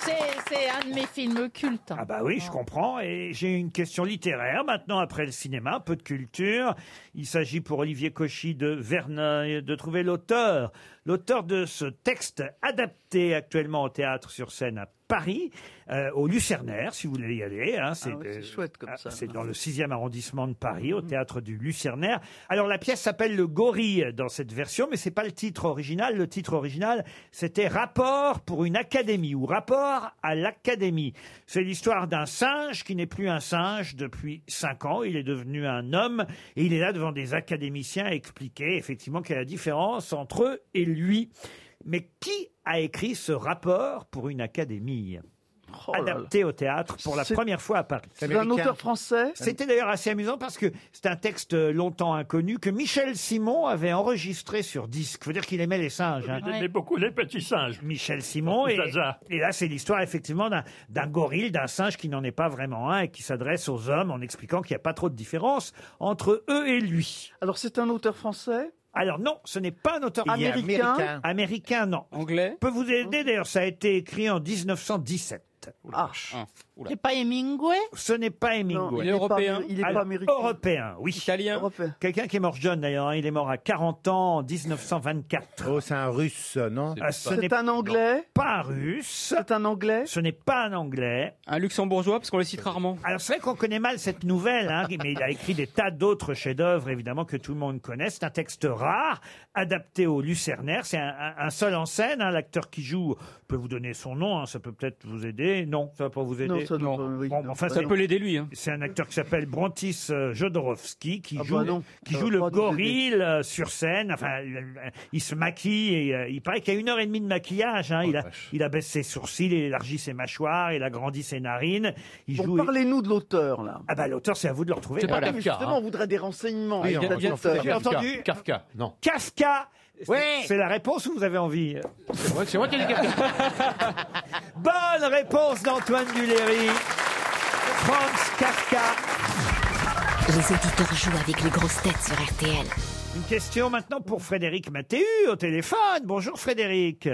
Speaker 8: C'est c'est un de mes films cultes.
Speaker 1: Ah bah oui, je comprends. Et j'ai une question littéraire maintenant, après le cinéma, un peu de culture. Il s'agit pour Olivier Cauchy de Verneuil de trouver l'auteur. L'auteur de ce texte adapté actuellement au théâtre sur scène à Paris, euh, au Lucernaire, si vous voulez y aller. hein. c'est euh, ah, C'est dans le 6e arrondissement de Paris, au théâtre du Lucernaire. Alors la pièce s'appelle Le Gorille euh, dans cette version, mais c'est pas le titre original. Le titre original, c'était Rapport pour une académie ou Rapport à l'académie. C'est l'histoire d'un singe qui n'est plus un singe depuis 5 ans. Il est devenu un homme et il est là devant des académiciens à expliquer effectivement quelle est la différence entre eux et lui. Mais qui a écrit ce rapport pour une académie
Speaker 2: Oh là là.
Speaker 1: adapté au théâtre pour la
Speaker 2: C'est-
Speaker 1: première fois à Paris.
Speaker 2: C'est un auteur français
Speaker 1: C'était d'ailleurs assez amusant parce que c'est un texte euh, longtemps inconnu que Michel Simon avait enregistré sur disque. Faut dire qu'il aimait les singes. hein.
Speaker 17: Il aimait beaucoup les petits singes.
Speaker 1: Michel Simon. Et,
Speaker 17: Zaza.
Speaker 1: et là, c'est l'histoire effectivement d'un- d'un gorille, d'un singe qui n'en est pas vraiment un et qui s'adresse aux hommes en expliquant qu'il n'y a pas trop de différence entre eux et lui.
Speaker 2: Alors, c'est un auteur français
Speaker 1: Alors non, ce n'est pas un auteur
Speaker 3: Il est Américain américain.
Speaker 1: Américain, non. Anglais Peut vous aider d'ailleurs, ça a été écrit en 1917. Ah.
Speaker 8: C'est pas Hemingway
Speaker 1: Ce n'est pas Hemingway.
Speaker 8: il est Il est pas européen. amé- il est pas
Speaker 1: Alors,
Speaker 8: américain.
Speaker 1: Européen, oui. Italien. Quelqu'un qui est mort jeune d'ailleurs. hein. Il est mort à 40 ans en 1924. Oh, c'est un russe, non
Speaker 2: C'est un anglais
Speaker 1: Pas un russe. C'est
Speaker 2: un anglais
Speaker 1: Ce n'est pas un anglais.
Speaker 4: Un luxembourgeois, parce qu'on le cite rarement.
Speaker 1: Alors c'est vrai qu'on connaît mal cette nouvelle, hein, mais il a écrit des tas d'autres chefs-d'œuvre évidemment que tout le monde connaît. C'est un texte rare, adapté au Lucernaire. C'est un, un- un seul en scène. hein. L'acteur qui joue je peux vous donner son nom. hein, ça peut peut-être vous aider. Non, ça va pas vous aider.
Speaker 2: Non, ça nous- oui,
Speaker 1: Bon,
Speaker 2: non,
Speaker 1: enfin,
Speaker 2: bah
Speaker 1: ça
Speaker 2: non.
Speaker 1: peut l'aider lui. hein. C'est un acteur qui s'appelle Brontis euh, Jodorowsky qui
Speaker 2: Ah
Speaker 1: joue,
Speaker 2: bah non,
Speaker 1: qui
Speaker 2: ça
Speaker 1: joue
Speaker 2: va
Speaker 1: le
Speaker 2: pas nous
Speaker 1: gorille euh, sur scène. Enfin, il, euh, il se maquille et euh, il paraît qu'il y a une heure et demie de maquillage. hein. il, a, il abaisse ses sourcils, il élargit ses mâchoires, il agrandit ses narines. Il joue. Parlez-nous de l'auteur là. Ah bah l'auteur, c'est à vous de le retrouver.
Speaker 2: C'est pas hein. Kafka, Justement, on voudrait des renseignements.
Speaker 1: Oui,
Speaker 2: Vous
Speaker 1: on
Speaker 2: êtes
Speaker 1: vient de
Speaker 2: auteur.
Speaker 1: faire
Speaker 2: J'ai
Speaker 1: Kafka.
Speaker 2: entendu.
Speaker 7: Kafka. Non.
Speaker 1: Kafka. C'est- C'est la réponse ou vous avez envie
Speaker 7: C'est moi qui ai dit
Speaker 1: Bonne réponse d'Antoine Duléry. Franz Kafka.
Speaker 9: Les auditeurs jouent avec les grosses têtes sur RTL.
Speaker 1: Une question maintenant pour Frédéric Mathéu au téléphone. Bonjour Frédéric.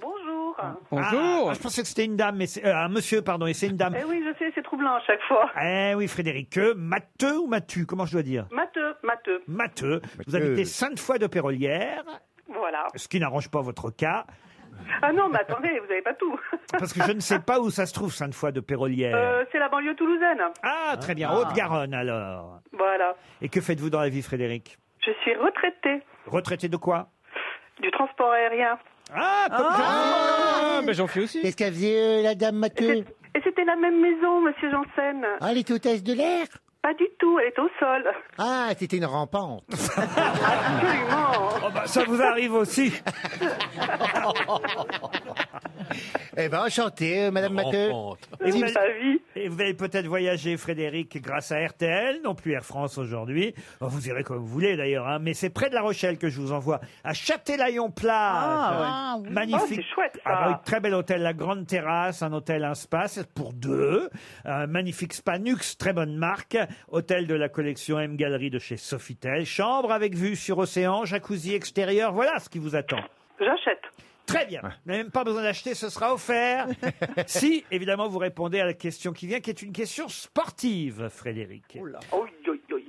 Speaker 10: Bonjour.
Speaker 18: Ah.
Speaker 1: Bonjour. Ah, je pensais que c'était une dame, mais c'est- euh, un monsieur, pardon, et c'est une dame.
Speaker 10: Eh oui, je sais, c'est troublant à chaque fois.
Speaker 1: Eh oui, Frédéric, euh, Matteux ou Mathieu, comment je dois dire
Speaker 10: Matheux, Matheux.
Speaker 1: Matteux. Vous habitez Sainte-Foy de Pérolière,
Speaker 10: Voilà.
Speaker 1: ce qui n'arrange pas votre cas,
Speaker 10: Ah non, mais attendez, vous n'avez pas tout.
Speaker 1: parce que je ne sais pas où ça se trouve Sainte-Foy de Pérolière.
Speaker 10: Euh, c'est la banlieue toulousaine.
Speaker 1: Ah, très bien, Haute-Garonne alors.
Speaker 10: Voilà.
Speaker 1: Et que faites-vous dans la vie, Frédéric
Speaker 10: Je suis retraitée
Speaker 1: Retraité de quoi
Speaker 10: du transport aérien.
Speaker 1: Ah, bah,
Speaker 10: comme
Speaker 4: Ah, ben j'en fais aussi.
Speaker 17: Qu'est-ce qu'elle faisait euh, la dame Mathieu
Speaker 10: Et c'était la même maison, monsieur Janssen.
Speaker 17: Ah, elle était hôtesse de l'air
Speaker 10: Pas du tout, elle est au sol.
Speaker 17: Ah, c'était une rampante.
Speaker 18: Ah,
Speaker 10: Absolument.
Speaker 1: Ça vous arrive aussi.
Speaker 3: Eh ben, enchanté, euh, Madame Matteux.
Speaker 1: Et vous, allez- et vous allez peut-être voyager, Frédéric, grâce à RTL, non plus Air France aujourd'hui. Oh, Vous irez comme vous voulez d'ailleurs, hein, mais c'est près de La Rochelle que je vous envoie, à Châtelaillon-Plage.
Speaker 10: Ah, ouais.
Speaker 1: Magnifique.
Speaker 10: Oh, c'est chouette, ça.
Speaker 1: Ah, bah oui, très bel hôtel, la grande terrasse, un hôtel, un spa, c'est pour deux. Un magnifique spa Nux, très bonne marque. Hôtel de la collection M Galerie de chez Sofitel. Chambre avec vue sur océan, jacuzzi extérieur, voilà ce qui vous attend.
Speaker 10: J'achète.
Speaker 1: Très bien. Vous n'avez même pas besoin d'acheter, ce sera offert. si, évidemment, vous répondez à la question qui vient, qui est une question sportive, Frédéric.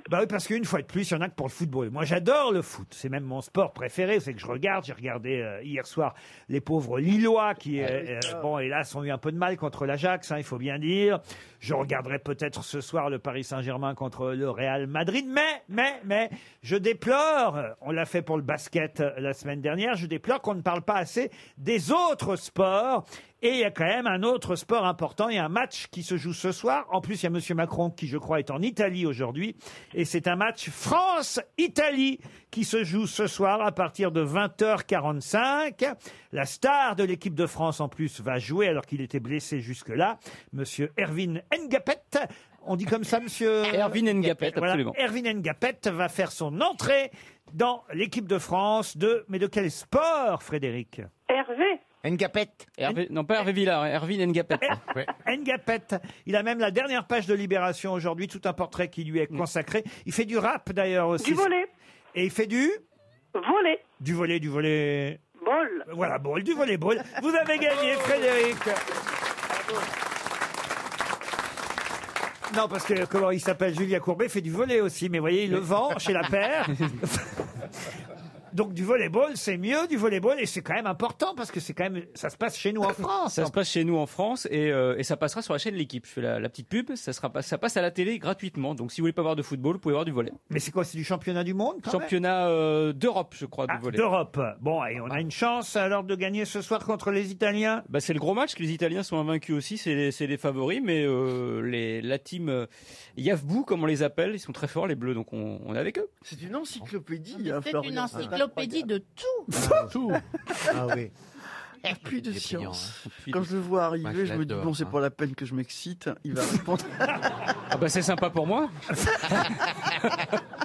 Speaker 1: Bah oui, parce qu'une fois de plus, il y en a que pour le football. Moi, j'adore le foot. C'est même mon sport préféré. C'est que je regarde. J'ai regardé euh, hier soir les pauvres Lillois qui, euh, euh, bon, hélas, ont eu un peu de mal contre l'Ajax, hein, il faut bien dire. Je regarderai peut-être ce soir le Paris Saint-Germain contre le Real Madrid. Mais, mais, mais, je déplore, euh, on l'a fait pour le basket euh, la semaine dernière, je déplore qu'on ne parle pas assez des autres sports. Et il y a quand même un autre sport important. Il y a un match qui se joue ce soir. En plus, il y a Monsieur Macron qui, je crois, est en Italie aujourd'hui. Et c'est un match France-Italie qui se joue ce soir à partir de 20h45. La star de l'équipe de France, en plus, va jouer alors qu'il était blessé jusque-là. Monsieur Erwin Ngapet. On dit comme ça, monsieur
Speaker 4: Erwin Ngapet,
Speaker 1: Voilà.
Speaker 4: absolument.
Speaker 1: Erwin Ngapet va faire son entrée dans l'équipe de France de... Mais de quel sport, Frédéric
Speaker 10: Hervé.
Speaker 1: Ngapet.
Speaker 4: Hervé- non, pas Hervé Villard, hein, Hervé Ngapet.
Speaker 1: Ngapet. Il a même la dernière page de Libération aujourd'hui, tout un portrait qui lui est consacré. Il fait du rap d'ailleurs aussi. Du volet. Et il fait du
Speaker 10: Volet.
Speaker 1: Du volet, du volet.
Speaker 10: Bol.
Speaker 1: Voilà, bol, du volet, bol. Vous avez gagné, Frédéric. Non, parce que comment il s'appelle Julia Courbet fait du volet aussi, mais voyez, il le vend chez la paire. Donc du volleyball, c'est mieux du volleyball et c'est quand même important parce que c'est quand même ça se passe chez nous en France.
Speaker 4: Ça se passe chez nous en France et, euh, et ça passera sur la chaîne de l'équipe. Je fais la, la petite pub, ça, sera pas, ça passe à la télé gratuitement. Donc si vous voulez pas voir de football, vous pouvez voir du volet.
Speaker 1: Mais c'est quoi C'est du championnat du monde quand même Ah,
Speaker 4: Championnat euh, d'Europe, je crois, du volet.
Speaker 1: D'Europe. Bon, et on a une chance alors de gagner ce soir contre les Italiens.
Speaker 4: Bah, c'est le gros match, les Italiens sont invaincus aussi, c'est les, c'est les favoris, mais euh, les, la team euh, Yavbou, comme on les appelle, ils sont très forts, les Bleus, donc on, on est avec eux.
Speaker 2: C'est une encyclopédie. hein,
Speaker 8: C'est une
Speaker 2: Florian.
Speaker 8: encyclopédie de tout.
Speaker 2: Tout.
Speaker 4: Ah oui.
Speaker 2: Puits de science. Quand je le vois
Speaker 4: Moi,
Speaker 2: arriver,
Speaker 4: je
Speaker 2: je me dis,
Speaker 4: l'adore,
Speaker 2: bon, c'est
Speaker 4: hein.
Speaker 2: pas la peine que je m'excite. Il va répondre.
Speaker 4: Ah bah c'est sympa pour moi.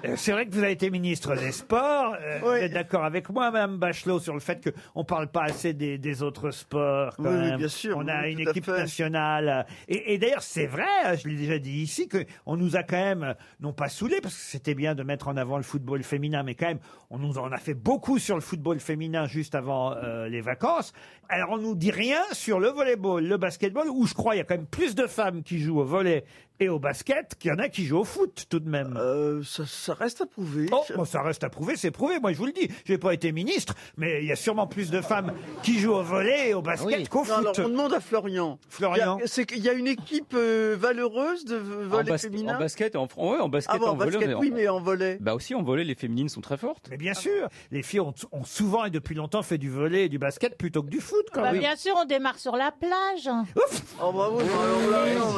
Speaker 1: Euh, C'est vrai que vous avez été ministre des Sports. Euh, Vous êtes d'accord avec moi, Madame Bachelot, sur le fait qu'on ne parle pas assez des, des autres sports. quand
Speaker 2: Oui, oui,
Speaker 1: même.
Speaker 2: bien sûr,
Speaker 1: On a
Speaker 2: oui,
Speaker 1: une
Speaker 2: tout à
Speaker 1: équipe
Speaker 2: fait.
Speaker 1: nationale. Et, et d'ailleurs, c'est vrai, hein, je l'ai déjà dit ici, qu'on nous a quand même, euh, non pas saoulés, parce que c'était bien de mettre en avant le football féminin, mais quand même, on nous en a fait beaucoup sur le football féminin juste avant euh, les vacances. Alors, on nous dit rien sur le volleyball, le basketball, où je crois il y a quand même plus de femmes qui jouent au volley et au basket qu'il y en a qui jouent au foot, tout de même.
Speaker 2: Euh, ça, reste à prouver.
Speaker 1: Oh, bon, ça reste à prouver, c'est prouvé. Moi, je vous le dis, j'ai pas été ministre, mais il y a sûrement plus de femmes qui jouent au volley et au basket qu'au
Speaker 2: Ah Non,
Speaker 1: foot.
Speaker 2: alors, on demande à Florian.
Speaker 1: Florian.
Speaker 2: Il y a, c'est qu'il y a une équipe euh, valeureuse de v-
Speaker 4: En,
Speaker 2: volley
Speaker 4: bas-
Speaker 2: féminin.
Speaker 4: en basket, en, fr- ouais, en basket,
Speaker 2: Ah bon,
Speaker 4: en
Speaker 2: en
Speaker 4: volley,
Speaker 2: basket,
Speaker 4: on est-
Speaker 2: oui, mais en volley.
Speaker 4: Bah aussi en volley, les féminines sont très fortes.
Speaker 1: Mais bien sûr, les filles ont, ont souvent et depuis longtemps fait du volley et du basket plutôt que du foot, quand
Speaker 8: Bah,
Speaker 1: même.
Speaker 8: Bien sûr, on démarre sur la plage.
Speaker 2: Oh, bah oui,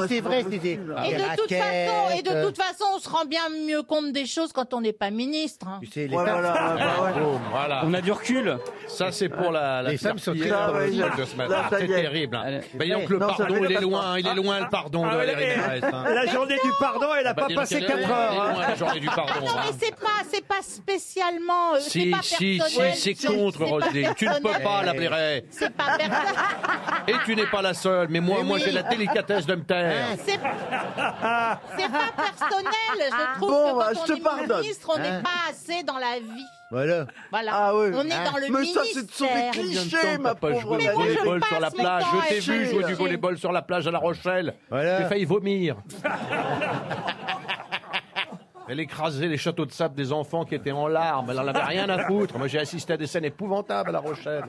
Speaker 3: C'est vrai, c'est
Speaker 8: Et
Speaker 3: des. des
Speaker 8: de, toute
Speaker 3: raquettes,
Speaker 8: façon, et de
Speaker 3: euh,
Speaker 8: toute façon, on se rend bien mieux compte des choses quand on n'est pas ministre. hein.
Speaker 3: tu sais, les
Speaker 4: Ouais,
Speaker 3: femmes-
Speaker 4: voilà, bah ouais.
Speaker 7: Boum, voilà.
Speaker 4: On a du recul.
Speaker 7: Ça, c'est pour la, la
Speaker 3: Les femmes sont
Speaker 7: pierre
Speaker 3: très
Speaker 7: dans le
Speaker 3: heureuses.
Speaker 7: truc de ce matin.
Speaker 3: Là, ça
Speaker 7: C'est
Speaker 3: y est.
Speaker 7: terrible. hein.
Speaker 3: Allez.
Speaker 7: Voyons que le
Speaker 3: Non, ça
Speaker 7: pardon,
Speaker 3: fait
Speaker 7: il est
Speaker 3: pas
Speaker 7: loin.
Speaker 3: pardon.
Speaker 7: Il est loin, le pardon
Speaker 1: Ah,
Speaker 7: de
Speaker 1: ouais,
Speaker 7: Valérie
Speaker 1: et-
Speaker 7: Mérès, hein.
Speaker 1: La journée du pardon, elle n'a
Speaker 7: Bah,
Speaker 1: pas
Speaker 7: dis donc,
Speaker 1: passé
Speaker 7: elle est-
Speaker 1: 4
Speaker 7: elle
Speaker 1: heures.
Speaker 7: est loin,
Speaker 1: hein.
Speaker 7: la journée du pardon.
Speaker 8: Ah Non, mais
Speaker 7: hein.
Speaker 8: c'est pas, c'est pas spécialement. euh, c'est
Speaker 7: Si,
Speaker 8: pas
Speaker 7: si,
Speaker 8: personnel,
Speaker 7: si, c'est
Speaker 8: c'est-
Speaker 7: contre,
Speaker 8: c'est pas
Speaker 7: Roselyne. Tu ne peux
Speaker 8: personnel.
Speaker 7: pas l'appeler Ray.
Speaker 8: C'est pas personnel.
Speaker 7: Et tu n'es pas la seule. Mais moi,
Speaker 8: Mais
Speaker 7: moi
Speaker 8: oui. Ah,
Speaker 7: j'ai la délicatesse de me
Speaker 8: C'est
Speaker 7: taire.
Speaker 8: c'est pas personnel. Je trouve
Speaker 2: Bon, bah,
Speaker 8: que
Speaker 2: je
Speaker 8: quand
Speaker 2: te
Speaker 8: on est
Speaker 2: pardonne.
Speaker 8: ministre, on n'est
Speaker 2: Hein.
Speaker 8: pas assez dans la vie.
Speaker 3: Voilà.
Speaker 8: Voilà.
Speaker 2: Ah ouais.
Speaker 8: On est
Speaker 2: Hein.
Speaker 8: dans le
Speaker 2: Mais ça,
Speaker 8: ministère.
Speaker 2: ce sont des clichés, ma pauvre
Speaker 7: Jouer
Speaker 2: Valérie.
Speaker 7: au volleyball sur la plage. Je t'ai vu jouer du
Speaker 8: volleyball.
Speaker 7: volleyball sur la plage à La Rochelle. J'ai failli vomir. Elle écrasait les châteaux de sable des enfants qui étaient en larmes. Elle n'en avait rien à foutre. Moi, j'ai assisté à des scènes épouvantables à La Rochelle.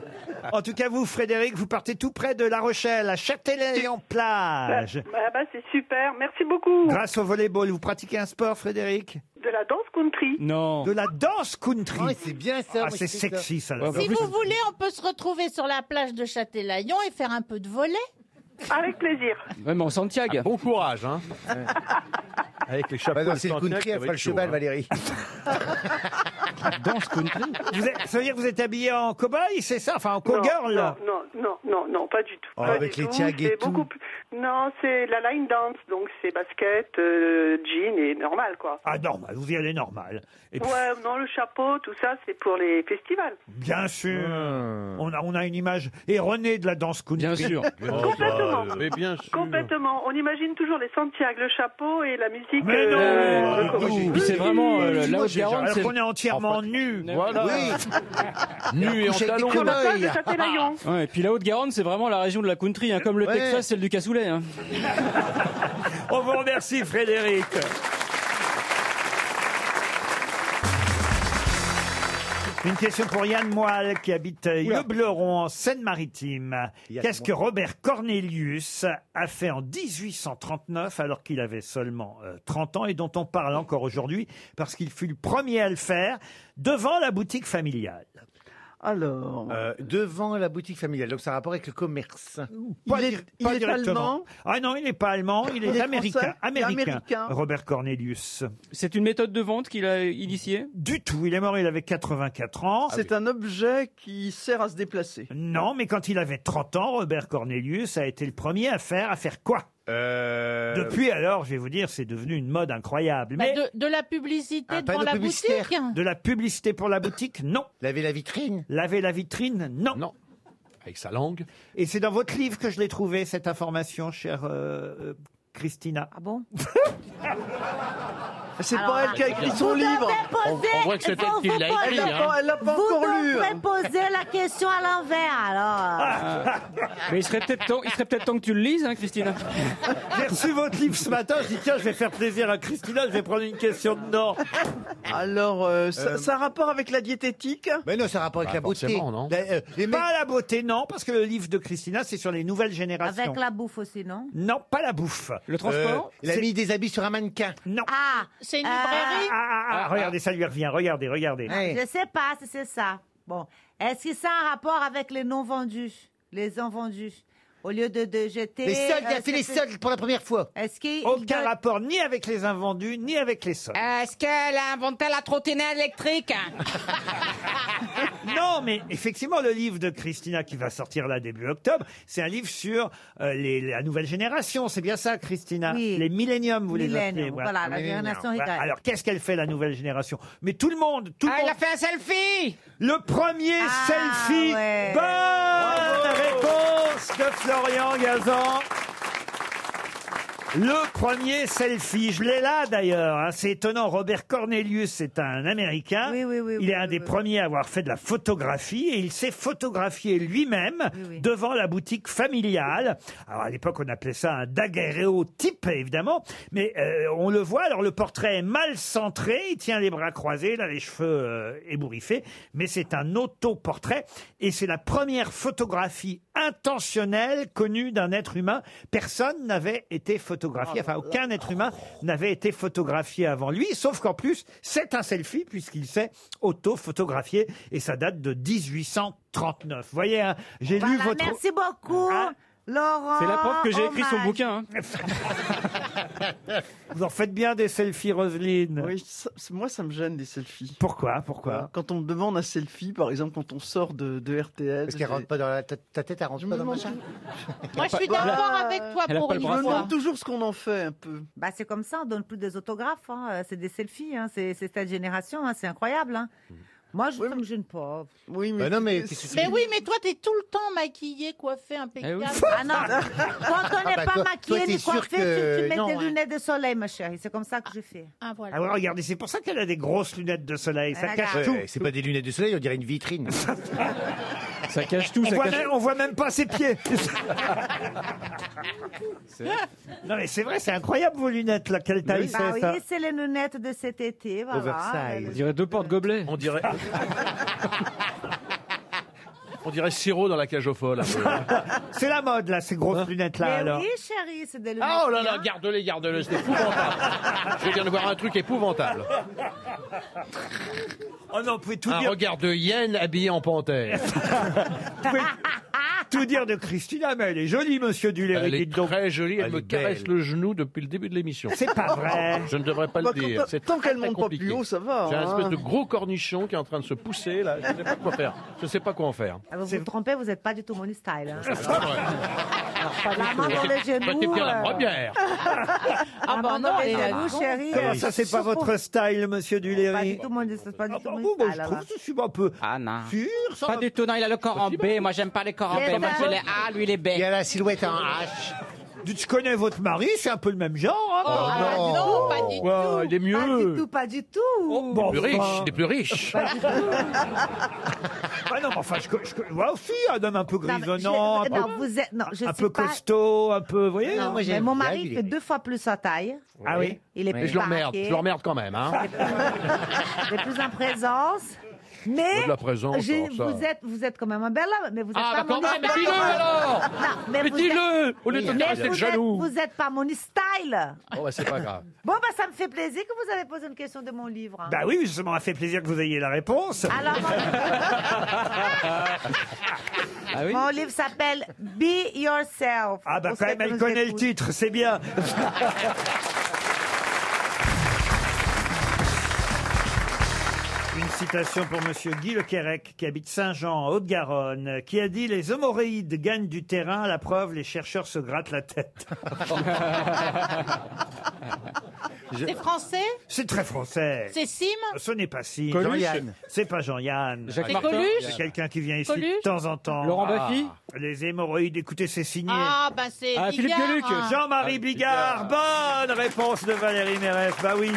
Speaker 1: En tout cas, vous, Frédéric, vous partez tout près de La Rochelle, à Châtelet-en-Plage.
Speaker 15: Ah bah, c'est super, merci beaucoup.
Speaker 1: Grâce au volleyball, vous pratiquez un sport, Frédéric
Speaker 15: De la danse country.
Speaker 4: Non.
Speaker 1: De la danse country.
Speaker 3: c'est bien
Speaker 1: Ah, c'est sexy, ça.
Speaker 7: bah,
Speaker 1: la
Speaker 8: Si
Speaker 1: danse
Speaker 8: vous voulez, on peut se retrouver sur la plage de Châtelaillon et faire un peu de volet.
Speaker 15: Avec plaisir.
Speaker 4: Même en Santiago.
Speaker 7: bon courage, hein. Avec les chapeaux.
Speaker 19: c'est le country, elle fera le cheval,
Speaker 7: hein.
Speaker 19: Valérie.
Speaker 4: Danse country.
Speaker 1: Vous êtes- ça veut dire que vous êtes habillé en cow-boy, c'est ça Enfin, en
Speaker 15: Non,
Speaker 1: cowgirl
Speaker 15: non, non, non, non, non, pas du tout.
Speaker 1: Oh,
Speaker 15: pas
Speaker 1: avec
Speaker 15: du
Speaker 1: les
Speaker 15: tout,
Speaker 1: tiags et
Speaker 15: c'est
Speaker 1: tout.
Speaker 15: beaucoup plus- Non, c'est la line dance, donc c'est basket, euh, jean et normal, quoi.
Speaker 1: Ah, normal, vous y allez normal. Et puis,
Speaker 15: Ouais, non, le chapeau, tout ça, c'est pour les festivals.
Speaker 1: Bien sûr. On, a, on a une image erronée de la danse country. Bien
Speaker 4: sûr.
Speaker 15: Complètement.
Speaker 7: Oh, bah, euh, Mais bien sûr.
Speaker 15: Complètement. On imagine toujours les Santiago, le chapeau et la musique.
Speaker 1: Mais non
Speaker 15: euh,
Speaker 1: Moi, j'ai-
Speaker 4: Puis c'est vraiment euh, la
Speaker 1: Moi,
Speaker 4: haute
Speaker 1: j'ai-
Speaker 4: Garonne.
Speaker 1: Alors qu'on est entièrement nus.
Speaker 4: Voilà.
Speaker 7: Nu et en talons.
Speaker 15: Sur la plage de Châtelaillon.
Speaker 4: Ouais, et puis la Haute-Garonne, c'est vraiment la région de la country, hein, comme le
Speaker 1: Ouais.
Speaker 4: Texas, celle du cassoulet. hein.
Speaker 1: On vous remercie, Frédéric. Une question pour Yann Moelle qui habite Le Bleuron en Seine-Maritime.
Speaker 19: Yann
Speaker 1: Qu'est-ce que
Speaker 19: Moelle.
Speaker 1: Robert Cornelius a fait en 1839 alors qu'il avait seulement euh, 30 ans et dont on parle encore aujourd'hui parce qu'il fut le premier à le faire devant la boutique familiale
Speaker 2: Alors.
Speaker 19: Euh, devant la boutique familiale, donc ça a rapport avec le commerce.
Speaker 1: Pas
Speaker 2: est-
Speaker 1: dir-
Speaker 2: il
Speaker 1: pas
Speaker 2: est
Speaker 1: directement.
Speaker 2: allemand
Speaker 1: Ah non, il n'est pas allemand, il,
Speaker 2: Il
Speaker 1: est,
Speaker 2: est
Speaker 1: américain,
Speaker 2: français Il est
Speaker 1: américain.
Speaker 2: américain.
Speaker 1: Robert Cornelius.
Speaker 4: C'est une méthode de vente qu'il a initiée
Speaker 1: Du tout. Il est mort, il avait 84 ans.
Speaker 3: Ah
Speaker 2: C'est un objet qui sert à se déplacer.
Speaker 1: Non, mais quand il avait 30 ans, Robert Cornelius a été le premier à faire, à faire quoi
Speaker 7: Euh,
Speaker 1: Depuis alors, je vais vous dire, c'est devenu une mode incroyable.
Speaker 8: Bah,
Speaker 1: Mais
Speaker 8: de, de la
Speaker 7: Ah,
Speaker 8: publicité devant la boutique.
Speaker 1: de la publicité pour la boutique, non.
Speaker 19: Laver la vitrine
Speaker 1: Laver la vitrine, non.
Speaker 7: Non. Avec sa langue.
Speaker 1: Et c'est dans votre livre que je l'ai trouvé, cette information, chère euh, euh, Christina.
Speaker 5: Ah bon
Speaker 2: C'est
Speaker 5: Alors,
Speaker 2: pas elle qui a écrit son
Speaker 5: vous
Speaker 2: livre.
Speaker 5: devez poser-
Speaker 7: On- on voit que c'est
Speaker 5: vous-
Speaker 7: elle qui
Speaker 5: vous
Speaker 7: l'a
Speaker 5: posez-
Speaker 7: écrit, hein. Elle l'a pas-
Speaker 2: elle l'a pas
Speaker 5: vous
Speaker 2: encore lu,
Speaker 5: devrez
Speaker 2: hein.
Speaker 5: poser la question à l'envers, alors.
Speaker 4: Mais il serait peut-être temps, il serait peut-être temps que tu le lises, hein, Christina.
Speaker 1: J'ai reçu votre livre ce matin, je dis tiens, je vais faire plaisir à Christina, je vais prendre une question dedans.
Speaker 2: Alors, euh, ça, ça a rapport avec la diététique
Speaker 19: Mais non, ça a rapport avec
Speaker 7: Bah,
Speaker 19: la beauté.
Speaker 7: forcément, non
Speaker 19: La- euh, les mecs-
Speaker 1: Pas la beauté, non, parce que le livre de Christina, c'est sur les nouvelles générations.
Speaker 5: Avec la bouffe aussi, non
Speaker 1: Non, pas la bouffe.
Speaker 4: Le
Speaker 19: euh,
Speaker 4: transport
Speaker 19: il a
Speaker 1: C'est-
Speaker 19: mis des habits sur un mannequin.
Speaker 1: Non.
Speaker 5: Ah,
Speaker 8: C'est une
Speaker 5: euh,
Speaker 8: librairie
Speaker 1: Ah, ah, ah, regardez, ça lui revient. Regardez, regardez.
Speaker 5: Ah, Je sais pas si c'est ça. Bon. Est-ce que ça a un rapport avec les non vendus Les invendus Au lieu de, de jeter. euh,
Speaker 1: Les soldes,
Speaker 4: euh,
Speaker 1: il a fait les
Speaker 5: soldes
Speaker 3: pour la première fois.
Speaker 5: Est-ce qu'il. il
Speaker 1: Aucun
Speaker 5: donne-
Speaker 1: rapport ni avec les invendus, ni avec les soldes.
Speaker 6: Est-ce qu'elle a inventé la trottinette électrique
Speaker 1: Non, mais effectivement, le livre de Christina qui va sortir là début octobre, c'est un livre sur euh, les- la nouvelle génération. C'est bien ça, Christina
Speaker 5: Oui.
Speaker 1: Les milléniums, vous les
Speaker 5: Millennium,
Speaker 1: appelez.
Speaker 5: voilà, la
Speaker 1: Millennium.
Speaker 5: génération
Speaker 1: Voilà.
Speaker 5: Y.
Speaker 1: Alors, qu'est-ce qu'elle fait, la nouvelle génération Mais tout le monde, tout le
Speaker 6: Ah,
Speaker 1: monde.
Speaker 6: elle a fait un selfie Ah,
Speaker 1: Le premier selfie Bonne réponse de Florian Gazan le premier selfie, je l'ai là d'ailleurs, hein. c'est étonnant, Robert Cornelius est un Américain, il est un des premiers à avoir fait de la photographie et il s'est photographié lui-même devant la boutique familiale. Alors à l'époque on appelait ça un daguerréotype évidemment, mais euh, on le voit, alors le portrait est mal centré, il tient les bras croisés, il a les cheveux euh, ébouriffés, mais c'est un autoportrait et c'est la première photographie intentionnelle connue d'un être humain. Personne n'avait été photographié, enfin aucun être humain n'avait été photographié avant lui, sauf qu'en plus c'est un selfie puisqu'il s'est auto-photographié et ça date de 1839. Vous voyez, hein, j'ai lu
Speaker 5: Voilà,
Speaker 1: votre...
Speaker 5: Oh Merci Oh beaucoup,
Speaker 2: Ah.
Speaker 5: Laurent. hommage.
Speaker 2: hein.
Speaker 1: Vous en faites bien des selfies, Roselyne.
Speaker 2: Oui, ça- c'est- moi ça me gêne les selfies.
Speaker 1: Pourquoi Pourquoi
Speaker 2: Quand on me demande un selfie, par exemple, quand on sort de, de RTL. Parce
Speaker 3: qu'elle rentre pas dans la, ta, tête, elle rentre pas dans le machin.
Speaker 8: Moi, je suis d'accord avec toi
Speaker 2: Elle a pour pas le une bras
Speaker 8: fois. droit.
Speaker 2: toujours ce qu'on en fait un peu.
Speaker 5: Bah, c'est comme ça, on donne plus des autographes. hein. Euh, C'est des selfies, hein. c'est c'est cette génération, hein. c'est incroyable. hein. Moi, je ne me gêne pas.
Speaker 2: Oui,
Speaker 3: mais- Bah non, mais qu'est-ce que tu-
Speaker 8: Mais oui, mais toi, t'es tout le temps maquillé, coiffé, impeccable.
Speaker 3: Eh oui.
Speaker 5: Ah non, quand on n'est
Speaker 3: Ah bah,
Speaker 5: pas
Speaker 3: toi-
Speaker 5: maquillé
Speaker 3: toi, t'es
Speaker 5: ni
Speaker 3: sûr
Speaker 5: coiffé, tu-
Speaker 3: que-
Speaker 5: tu, mets
Speaker 3: non,
Speaker 5: des
Speaker 3: hein.
Speaker 5: lunettes de soleil, ma chérie. C'est comme ça que je fais.
Speaker 8: Ah
Speaker 1: Ah ouais, regardez, c'est pour ça qu'elle a des grosses lunettes de soleil, ça cache tout.
Speaker 3: C'est pas des lunettes de soleil, on dirait une vitrine.
Speaker 1: Ça cache
Speaker 3: tout,
Speaker 1: on
Speaker 3: ça
Speaker 1: voit
Speaker 3: cache-
Speaker 1: même- on voit même pas ses pieds. non mais c'est vrai, c'est incroyable vos lunettes là, quelle taille
Speaker 5: Bah
Speaker 1: c'est
Speaker 5: oui,
Speaker 1: ça
Speaker 5: c'est les lunettes de cet été. Voilà.
Speaker 7: On dirait deux portes gobelets. On dirait. On dirait sirop dans la cage aux folles.
Speaker 1: C'est la mode là, ces grosses lunettes là
Speaker 5: Mais
Speaker 1: alors.
Speaker 5: oui, chérie, c'est des lunettes.
Speaker 18: Ah, oh là là,
Speaker 5: bien.
Speaker 18: garde-les, garde-les, c'est épouvantable. Je viens de voir un truc épouvantable.
Speaker 1: Oh non, vous pouvez tout
Speaker 18: un
Speaker 1: dire.
Speaker 18: regard de hyène habillé en panthère.
Speaker 1: Vous pouvez tout dire de Christina, mais elle est jolie, monsieur Duléry.
Speaker 18: Elle est
Speaker 1: dites donc.
Speaker 18: très jolie, elle,
Speaker 1: Elle
Speaker 18: me
Speaker 1: est belle.
Speaker 18: caresse le genou depuis le début de l'émission.
Speaker 1: C'est pas vrai.
Speaker 18: Je ne devrais pas
Speaker 2: Bah,
Speaker 18: le
Speaker 2: quand-
Speaker 18: dire. C'est
Speaker 2: tant
Speaker 18: très,
Speaker 2: qu'elle
Speaker 18: très
Speaker 2: monte pas
Speaker 18: compliqué.
Speaker 2: plus haut, ça va,
Speaker 18: J'ai un
Speaker 2: hein.
Speaker 18: espèce de gros cornichon qui est en train de se pousser, là. Je ne sais pas quoi faire. Je ne sais pas quoi en faire.
Speaker 5: Ah, Vous vous trompez, vous n'êtes pas du tout mon style. hein. La
Speaker 18: du
Speaker 5: main
Speaker 18: tout.
Speaker 5: dans les
Speaker 18: Bah,
Speaker 5: genoux.
Speaker 18: t'es bien la
Speaker 5: euh,
Speaker 18: première.
Speaker 5: Ah bah non, elle est là. chérie.
Speaker 1: Comment ça, c'est pas votre style, monsieur Duléry
Speaker 5: Pas du tout mon c'est pas du tout mon
Speaker 1: bah, je
Speaker 5: style, hein.
Speaker 1: trouve
Speaker 5: alors.
Speaker 1: que je suis un peu.
Speaker 6: Ah non.
Speaker 1: Sûr, ça
Speaker 6: Pas du tout, non, il a le
Speaker 1: Bah,
Speaker 6: corps en B. Moi, j'aime pas les corps en
Speaker 5: Mais
Speaker 6: B. Moi,
Speaker 5: ça-
Speaker 6: j'ai les A, lui, les B.
Speaker 3: Il y a la silhouette en H.
Speaker 1: Dites, je connais votre mari, c'est un peu le même genre. hein.
Speaker 5: Oh, ah, non. non, pas du
Speaker 18: Ouais, il est mieux.
Speaker 5: Pas du tout, pas du tout.
Speaker 1: Oh, bon,
Speaker 18: Plus riche,
Speaker 1: enfin.
Speaker 18: il est plus riche.
Speaker 5: Pas du tout.
Speaker 1: Ah non, mais enfin, je, co- je co- moi aussi, un homme un peu
Speaker 5: Non, mais je-
Speaker 1: grisonnant,
Speaker 5: non,
Speaker 1: un peu,
Speaker 5: vous êtes, non, je
Speaker 1: un
Speaker 5: suis
Speaker 1: peu
Speaker 5: pas-
Speaker 1: costaud, un peu, vous voyez hein.
Speaker 5: Non, mais mon mari fait deux fois plus sa taille.
Speaker 1: Ah oui
Speaker 5: Il est
Speaker 18: Mais
Speaker 5: plus
Speaker 18: je l'emmerde,
Speaker 5: baraqué.
Speaker 18: je l'emmerde quand même. Hein.
Speaker 5: Il est plus en présence.
Speaker 18: Il y
Speaker 5: Mais
Speaker 18: a de la présence,
Speaker 5: j'ai-
Speaker 18: alors, ça.
Speaker 5: vous êtes, vous êtes quand même un bel homme, mais vous êtes
Speaker 18: Ah,
Speaker 5: pas
Speaker 18: bah,
Speaker 5: mon
Speaker 18: quand même, mais
Speaker 5: style.
Speaker 18: dis-le, alors
Speaker 5: Non, mais
Speaker 18: Mais
Speaker 5: vous
Speaker 18: dis-le,
Speaker 5: êtes-
Speaker 18: au lieu de te
Speaker 5: Mais
Speaker 18: rester
Speaker 5: vous
Speaker 18: de jaloux.
Speaker 5: êtes- Vous n'êtes pas mon style.
Speaker 18: Bon, bah, c'est pas grave.
Speaker 5: Bon, bah, ça me fait plaisir que vous avez posé une question de mon livre. hein.
Speaker 1: Bah oui, justement, ça m'a fait plaisir que vous ayez la réponse.
Speaker 5: Alors,
Speaker 1: Ah oui
Speaker 5: Mon livre s'appelle Be Yourself.
Speaker 1: Ah bah
Speaker 5: Pour
Speaker 1: quand
Speaker 5: ceux
Speaker 1: même,
Speaker 5: qui
Speaker 1: elle
Speaker 5: nous
Speaker 1: connaît le
Speaker 5: écoutent.
Speaker 1: titre, c'est bien. Une citation pour Monsieur Guy Le Quérec, qui habite Saint-Jean, en Haute-Garonne, qui a dit Les homoréides gagnent du terrain, à la preuve, les chercheurs se grattent la tête.
Speaker 8: C'est français
Speaker 1: C'est très français.
Speaker 8: C'est Sim
Speaker 1: Ce n'est pas si.
Speaker 3: Coluche Jean-Yann.
Speaker 1: C'est pas Jean-Yann.
Speaker 3: Jacques
Speaker 8: C'est Martin. Coluche
Speaker 1: C'est quelqu'un qui vient ici
Speaker 8: Coluche
Speaker 1: de temps en temps. Ah.
Speaker 3: Laurent Baffy
Speaker 1: Les hémorroïdes, écoutez, c'est signé.
Speaker 8: Ah, bah c'est.
Speaker 1: Ah, Philippe
Speaker 8: Bigard,
Speaker 1: Gueluc.
Speaker 8: hein.
Speaker 1: Jean-Marie Ah, Bigard. Bonne réponse de Valérie Mérès. Bah oui.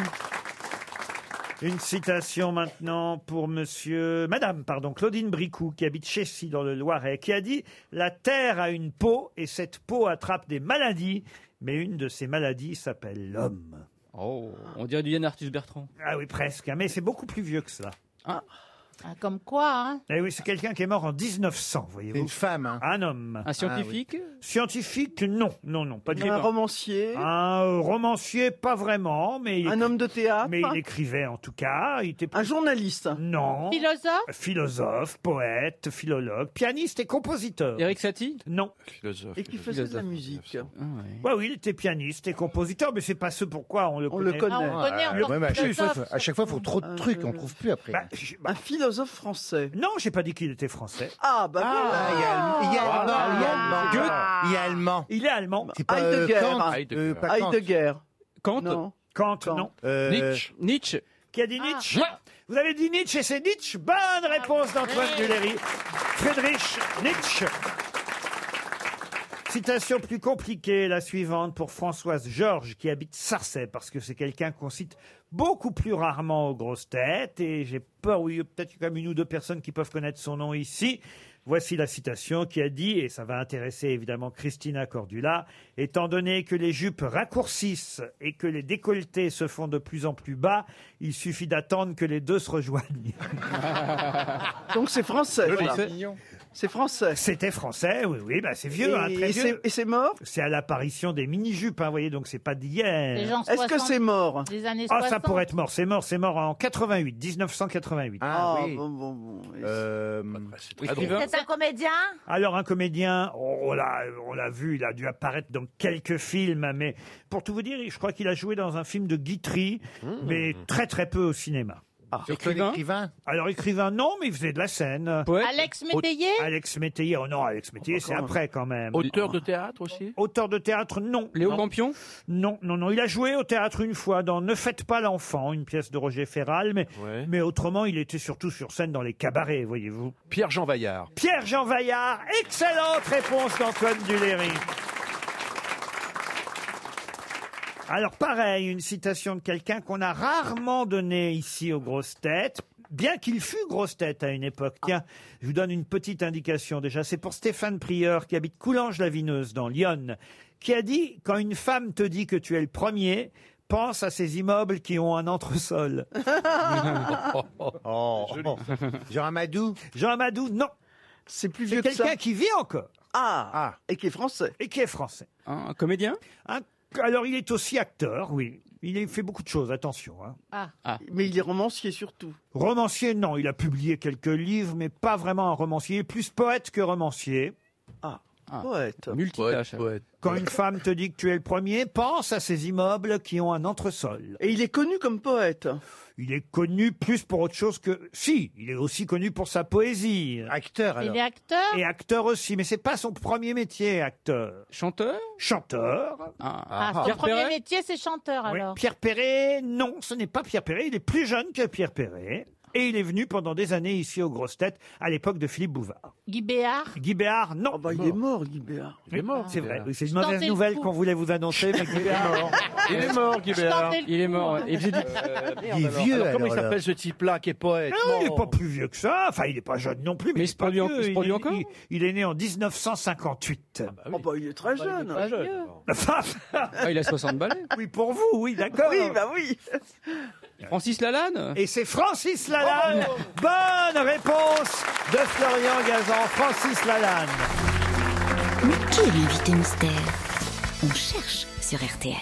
Speaker 1: Une citation maintenant pour monsieur, madame, pardon, Claudine Bricou, qui habite Chessy dans le Loiret, qui a dit La terre a une peau et cette peau attrape des maladies, mais une de ces maladies s'appelle l'homme.
Speaker 4: Oh, on dirait du Yann Arthus Bertrand.
Speaker 1: Ah oui, presque, hein, mais c'est beaucoup plus vieux que cela.
Speaker 8: Ah, Comme quoi, hein
Speaker 1: Eh oui, c'est quelqu'un qui est mort en 1900, voyez-vous. Une
Speaker 3: femme.
Speaker 2: hein.
Speaker 1: Un homme.
Speaker 4: Un scientifique
Speaker 1: Ah oui. Scientifique, non, non, non, pas du
Speaker 2: Un
Speaker 1: tout.
Speaker 2: romancier.
Speaker 1: Un euh, romancier, pas vraiment, mais un homme
Speaker 2: de théâtre.
Speaker 1: Mais il écrivait en tout cas. Il était un
Speaker 2: journaliste.
Speaker 1: Non.
Speaker 8: Philosophe
Speaker 1: Philosophe, poète, philologue, pianiste et compositeur.
Speaker 4: Eric Satie
Speaker 1: Non.
Speaker 7: Philosophe.
Speaker 2: Et qui faisait de la musique.
Speaker 3: Ah,
Speaker 1: Ouais, oui, il était pianiste et compositeur, mais c'est pas ce pourquoi on le
Speaker 2: On
Speaker 1: connaît.
Speaker 2: le connaît. Ah, on le connaît en tant que
Speaker 3: Ouais, mais à chaque fois,
Speaker 2: philosophe.
Speaker 3: à chaque fois, faut trop
Speaker 2: Ah,
Speaker 3: de trucs, on trouve plus après.
Speaker 2: Un philosophe français.
Speaker 1: Bah, Non, j'ai pas dit qu'il était français.
Speaker 2: Ah, bah voilà.
Speaker 3: il y a- il y a allemand, Ah, il y a allemand.
Speaker 2: Ah,
Speaker 3: Goethe. Il est allemand.
Speaker 1: Ah, Il est allemand.
Speaker 3: C'est pas, euh,
Speaker 2: Heidegger.
Speaker 3: Kant, euh, pas Kant.
Speaker 2: Heidegger.
Speaker 4: Kant
Speaker 2: Non.
Speaker 1: Kant, non.
Speaker 3: Euh,
Speaker 4: Nietzsche. Nietzsche.
Speaker 1: Qui a dit Nietzsche
Speaker 2: Ah.
Speaker 1: Vous avez dit Nietzsche et c'est Nietzsche. Bonne réponse d'Antoine Duléry. Friedrich Nietzsche. Citation plus compliquée, la suivante pour Françoise Georges qui habite Sarcey, parce que c'est quelqu'un qu'on cite beaucoup plus rarement aux grosses têtes, et j'ai peur, oui, peut-être qu'il y a quand même une ou deux personnes qui peuvent connaître son nom ici. Voici la citation qui a dit, et ça va intéresser évidemment Christina Cordula, étant donné que les jupes raccourcissent et que les décolletés se font de plus en plus bas, il suffit d'attendre que les deux se rejoignent.
Speaker 2: Donc c'est français.
Speaker 1: Joli,
Speaker 2: voilà.
Speaker 1: c'est-
Speaker 2: C'est français.
Speaker 1: C'était français, oui, oui, bah c'est vieux,
Speaker 2: Et-
Speaker 1: hein, très
Speaker 2: et
Speaker 1: vieux.
Speaker 2: c'est- Et c'est mort
Speaker 1: C'est à l'apparition des mini-jupes, hein, vous voyez, donc c'est pas d'hier.
Speaker 8: Des gens
Speaker 2: Est-ce que
Speaker 8: 60,
Speaker 2: c'est mort
Speaker 8: Des années
Speaker 1: Ah,
Speaker 8: 60.
Speaker 1: ça pourrait être mort, c'est mort, c'est mort en 88, 1988.
Speaker 2: Ah, bon, bon, bon.
Speaker 5: C'est un comédien
Speaker 1: Alors, un comédien, on, on l'a, on l'a vu, il a dû apparaître dans quelques films, mais pour tout vous dire, je crois qu'il a joué dans un film de Guitry, mais très très peu au cinéma.
Speaker 3: Écrivain Écrivain
Speaker 1: Alors, écrivain, non, mais il faisait de la scène.
Speaker 8: Alex Métayer
Speaker 1: Alex Métayer, oh non, Alex Métayer, c'est après quand même.
Speaker 7: Auteur de théâtre aussi
Speaker 1: Auteur de théâtre, non.
Speaker 4: Léo
Speaker 1: Non.
Speaker 4: Campion
Speaker 1: Non, non, non. Il a joué au théâtre une fois dans Ne faites pas l'enfant, une pièce de Roger Ferral, mais, mais autrement, il était surtout sur scène dans les cabarets, voyez-vous.
Speaker 18: Pierre-Jean Vaillard.
Speaker 1: Pierre-Jean Vaillard, excellente réponse d'Antoine Duléry. Alors pareil, une citation de quelqu'un qu'on a rarement donné ici aux grosses têtes, bien qu'il fût grosse tête à une époque. Tiens, je vous donne une petite indication déjà. C'est pour Stéphane Prieur qui habite Coulanges-la-Vineuse dans l'Yonne, qui a dit quand une femme te dit que tu es le premier, pense à ces immeubles qui ont un entresol.
Speaker 2: Oh.
Speaker 3: Jean Amadou
Speaker 1: Jean Amadou, non.
Speaker 2: C'est plus
Speaker 1: C'est
Speaker 2: vieux que ça.
Speaker 1: quelqu'un qui vit encore.
Speaker 2: Ah, et qui est français.
Speaker 1: Et qui est français.
Speaker 4: Un comédien
Speaker 1: Un- Alors, il est aussi acteur, oui. Il est- fait beaucoup de choses, attention. hein.
Speaker 8: Ah.
Speaker 2: Mais il est romancier surtout.
Speaker 1: Romancier, non. Il a publié quelques livres, mais pas vraiment un romancier. Il est Plus poète que romancier.
Speaker 2: Ah,
Speaker 4: Ah.
Speaker 2: poète.
Speaker 4: Multitâche.
Speaker 1: Quand une femme te dit que tu es le premier, pense à ces immeubles qui ont un entresol.
Speaker 2: Et il est connu comme poète.
Speaker 1: Il est connu plus pour autre chose que... Si, il est aussi connu pour sa poésie.
Speaker 3: Acteur,
Speaker 8: Il est acteur
Speaker 1: Et acteur aussi, mais c'est pas son premier métier, acteur.
Speaker 4: Chanteur
Speaker 1: Chanteur.
Speaker 8: Ah, son premier métier, c'est chanteur,
Speaker 1: Oui.
Speaker 8: alors.
Speaker 1: Pierre Perret, non, ce n'est pas Pierre Perret. Il est plus jeune que Pierre Perret. Et il est venu pendant des années ici aux grosses têtes, à l'époque de Philippe Bouvard.
Speaker 8: Guy Béard
Speaker 1: Guy Béard, non.
Speaker 2: Il est mort, Guy Béard.
Speaker 1: Il est mort. C'est vrai. Oui, c'est une
Speaker 8: Je
Speaker 1: mauvaise
Speaker 8: tentais le
Speaker 1: nouvelle
Speaker 8: coup.
Speaker 1: qu'on voulait vous annoncer, mais Guy Béard.
Speaker 18: Il est mort, Guy
Speaker 8: Je
Speaker 18: Béard.
Speaker 8: tentais le
Speaker 4: Il est mort. ouais. Et j'ai dit-
Speaker 3: Il est vieux,
Speaker 18: Euh, Alors, comment il
Speaker 3: alors, là.
Speaker 18: s'appelle ce type-là qui est poète
Speaker 1: Non, il n'est pas plus vieux que ça. Enfin, il n'est pas jeune non plus. Mais, il se
Speaker 4: produit en- il se produit encore
Speaker 1: il, il est né en 1958.
Speaker 2: Oh, bah, il est très jeune.
Speaker 1: Enfin,
Speaker 4: Ah, il a 60 balais.
Speaker 1: oui, pour vous, oui, d'accord.
Speaker 2: Oui, bah oui.
Speaker 4: Francis Lalanne
Speaker 1: Et c'est Francis Lalanne.
Speaker 2: Oh.
Speaker 1: Bonne réponse de Florian Gazan. Francis Lalanne.
Speaker 9: Mais qui est l'invité mystère On cherche sur RTL.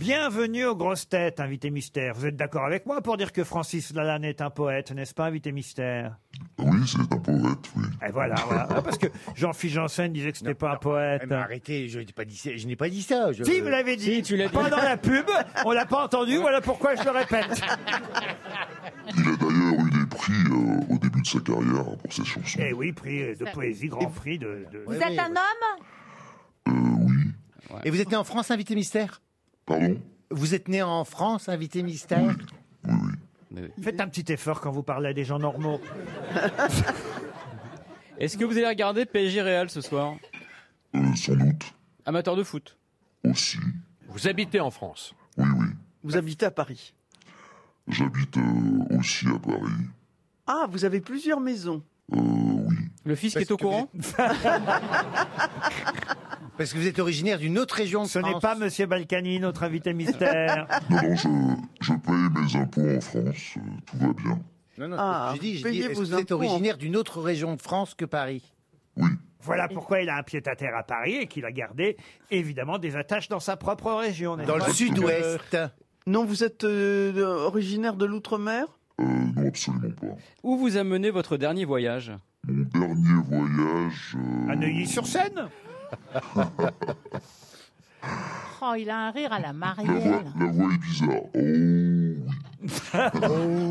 Speaker 1: Bienvenue aux grosses têtes, invité mystère. Vous êtes d'accord avec moi pour dire que Francis Lalanne est un poète, n'est-ce pas, invité mystère
Speaker 20: Oui, c'est un poète, oui.
Speaker 1: Et voilà, voilà. Ah, Parce que Jean-Philippe Janssen disait que c'était pas un poète.
Speaker 3: Mais arrêtez, je n'ai pas dit ça. Je n'ai pas dit ça. je-
Speaker 1: Si, vous l'avez dit.
Speaker 4: Si, tu l'as dit.
Speaker 1: Pendant la pub, on l'a pas entendu, voilà pourquoi je le répète.
Speaker 20: Il a d'ailleurs eu des prix euh, au début de sa carrière pour ses chansons.
Speaker 1: Eh oui, prix de poésie, grand prix de... de-
Speaker 5: Vous
Speaker 3: Oui, oui,
Speaker 5: êtes un homme
Speaker 3: Et vous êtes né en France, invité mystère
Speaker 20: Pardon
Speaker 3: Vous êtes né en France, invité mystère
Speaker 1: Faites un petit effort quand vous parlez à des gens normaux.
Speaker 4: Est-ce que vous allez regarder PSG Real ce soir
Speaker 20: Euh, sans doute
Speaker 4: Amateur de foot
Speaker 20: aussi.
Speaker 18: Vous habitez en France.
Speaker 2: Vous habitez à Paris.
Speaker 20: J'habite euh, aussi à Paris.
Speaker 2: Ah, vous avez plusieurs maisons.
Speaker 20: Euh,
Speaker 4: Le fisc
Speaker 3: Parce
Speaker 4: est au
Speaker 3: que vous
Speaker 4: courant
Speaker 3: Parce que vous êtes originaire d'une autre région de
Speaker 1: Ce
Speaker 3: France.
Speaker 1: n'est pas Monsieur Balkany, notre invité mystère.
Speaker 20: Non, non, je, je paye mes impôts en France, euh, tout va bien.
Speaker 3: Non, non,
Speaker 2: Ah,
Speaker 3: j'ai dit, j'ai dit,
Speaker 2: payez
Speaker 3: est-ce
Speaker 2: vos
Speaker 3: que vous êtes
Speaker 2: impôts en-
Speaker 3: originaire d'une autre région de France que Paris
Speaker 1: Voilà pourquoi il a un pied à terre à Paris et qu'il a gardé évidemment des attaches dans sa propre région. n'est-ce
Speaker 3: Dans
Speaker 1: pas
Speaker 3: le sud-ouest.
Speaker 2: Euh, Non, vous êtes euh, de- originaire de l'outre-mer
Speaker 20: Non, absolument pas.
Speaker 4: Où vous a mené votre dernier voyage
Speaker 20: Mon dernier voyage. euh,
Speaker 1: À Neuilly-sur-Seine
Speaker 8: Oh, il a un rire à la
Speaker 20: La voix,
Speaker 8: Marielle.
Speaker 20: la voix est bizarre. Oh oui.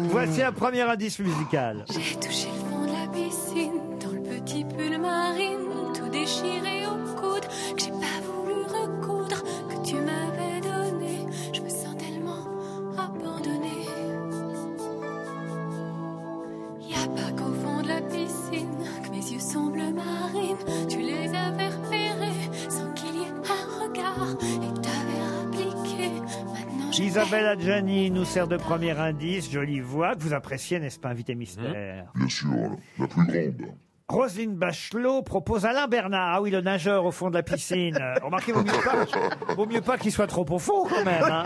Speaker 1: Voici un premier indice musical.
Speaker 21: J'ai touché le fond de la piscine, dans le petit pull marine, tout déchiré au coude, que j'ai pas voulu recoudre, que tu m'avais donné. Je me sens tellement abandonnée. Y a pas qu'au fond de la piscine que mes yeux semblent marines. Tu les avais repérés sans qu'il y ait un regard et que t'avais appliqué. Maintenant, je
Speaker 1: Isabelle Adjani nous sert de premier indice, jolie voix que vous appréciez, n'est-ce pas, invité mystère
Speaker 20: Bien sûr, la plus grande.
Speaker 1: Roselyne Bachelot propose Alain Bernard. Ah oui, le nageur au fond de la piscine. Euh, Remarquez, vaut mieux pas, vaut mieux pas qu'il soit trop au fond quand même. hein.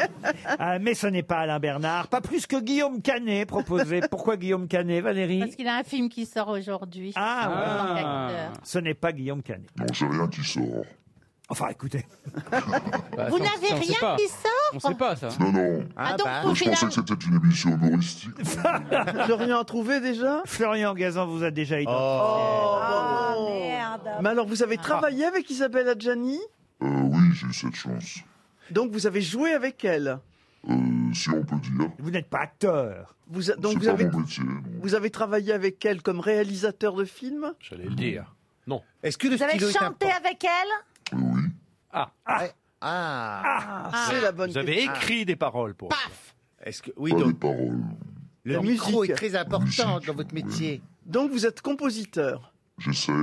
Speaker 1: Euh, mais ce n'est pas Alain Bernard, pas plus que Guillaume Canet proposé. Pourquoi Guillaume Canet,
Speaker 8: Parce
Speaker 1: Valérie
Speaker 8: qu'il a un film qui sort aujourd'hui.
Speaker 1: Ah,
Speaker 8: Ah, En tant qu'acteur.
Speaker 1: Ce n'est pas Guillaume Canet.
Speaker 20: Non, j'ai rien qui sort.
Speaker 1: Enfin, écoutez.
Speaker 4: Bah,
Speaker 8: Vous n'avez rien qui sort
Speaker 4: ça.
Speaker 20: Non, non.
Speaker 8: Ah, donc, bah. faut
Speaker 20: Moi, je
Speaker 8: faire-
Speaker 20: pensais que c'était une émission humoristique.
Speaker 2: Florian a trouvé déjà
Speaker 1: Florian Gazan vous a déjà identifié.
Speaker 20: Oh.
Speaker 2: Ah, merde. Mais alors, vous
Speaker 5: Ah.
Speaker 2: avez travaillé avec Isabelle Adjani
Speaker 20: Euh, oui, j'ai eu cette chance.
Speaker 2: Donc, vous avez joué avec elle
Speaker 20: Euh, si on peut dire.
Speaker 1: Vous n'êtes pas acteur.
Speaker 2: Vous a- donc,
Speaker 20: C'est
Speaker 2: vous
Speaker 20: pas
Speaker 2: avez,
Speaker 20: mon métier. non.
Speaker 2: vous avez travaillé avec elle comme réalisateur de films
Speaker 18: J'allais le dire. Non.
Speaker 3: Est-ce que
Speaker 5: Vous avez chanté avec elle
Speaker 18: Ah.
Speaker 1: Ah.
Speaker 3: Ah.
Speaker 2: C'est la bonne
Speaker 18: Vous avez
Speaker 3: question.
Speaker 18: écrit des paroles pour.
Speaker 3: Est-ce que oui donc le
Speaker 2: La
Speaker 3: micro
Speaker 2: musique.
Speaker 3: est très important dans votre métier.
Speaker 2: Donc, vous êtes compositeur.
Speaker 20: J'essaye.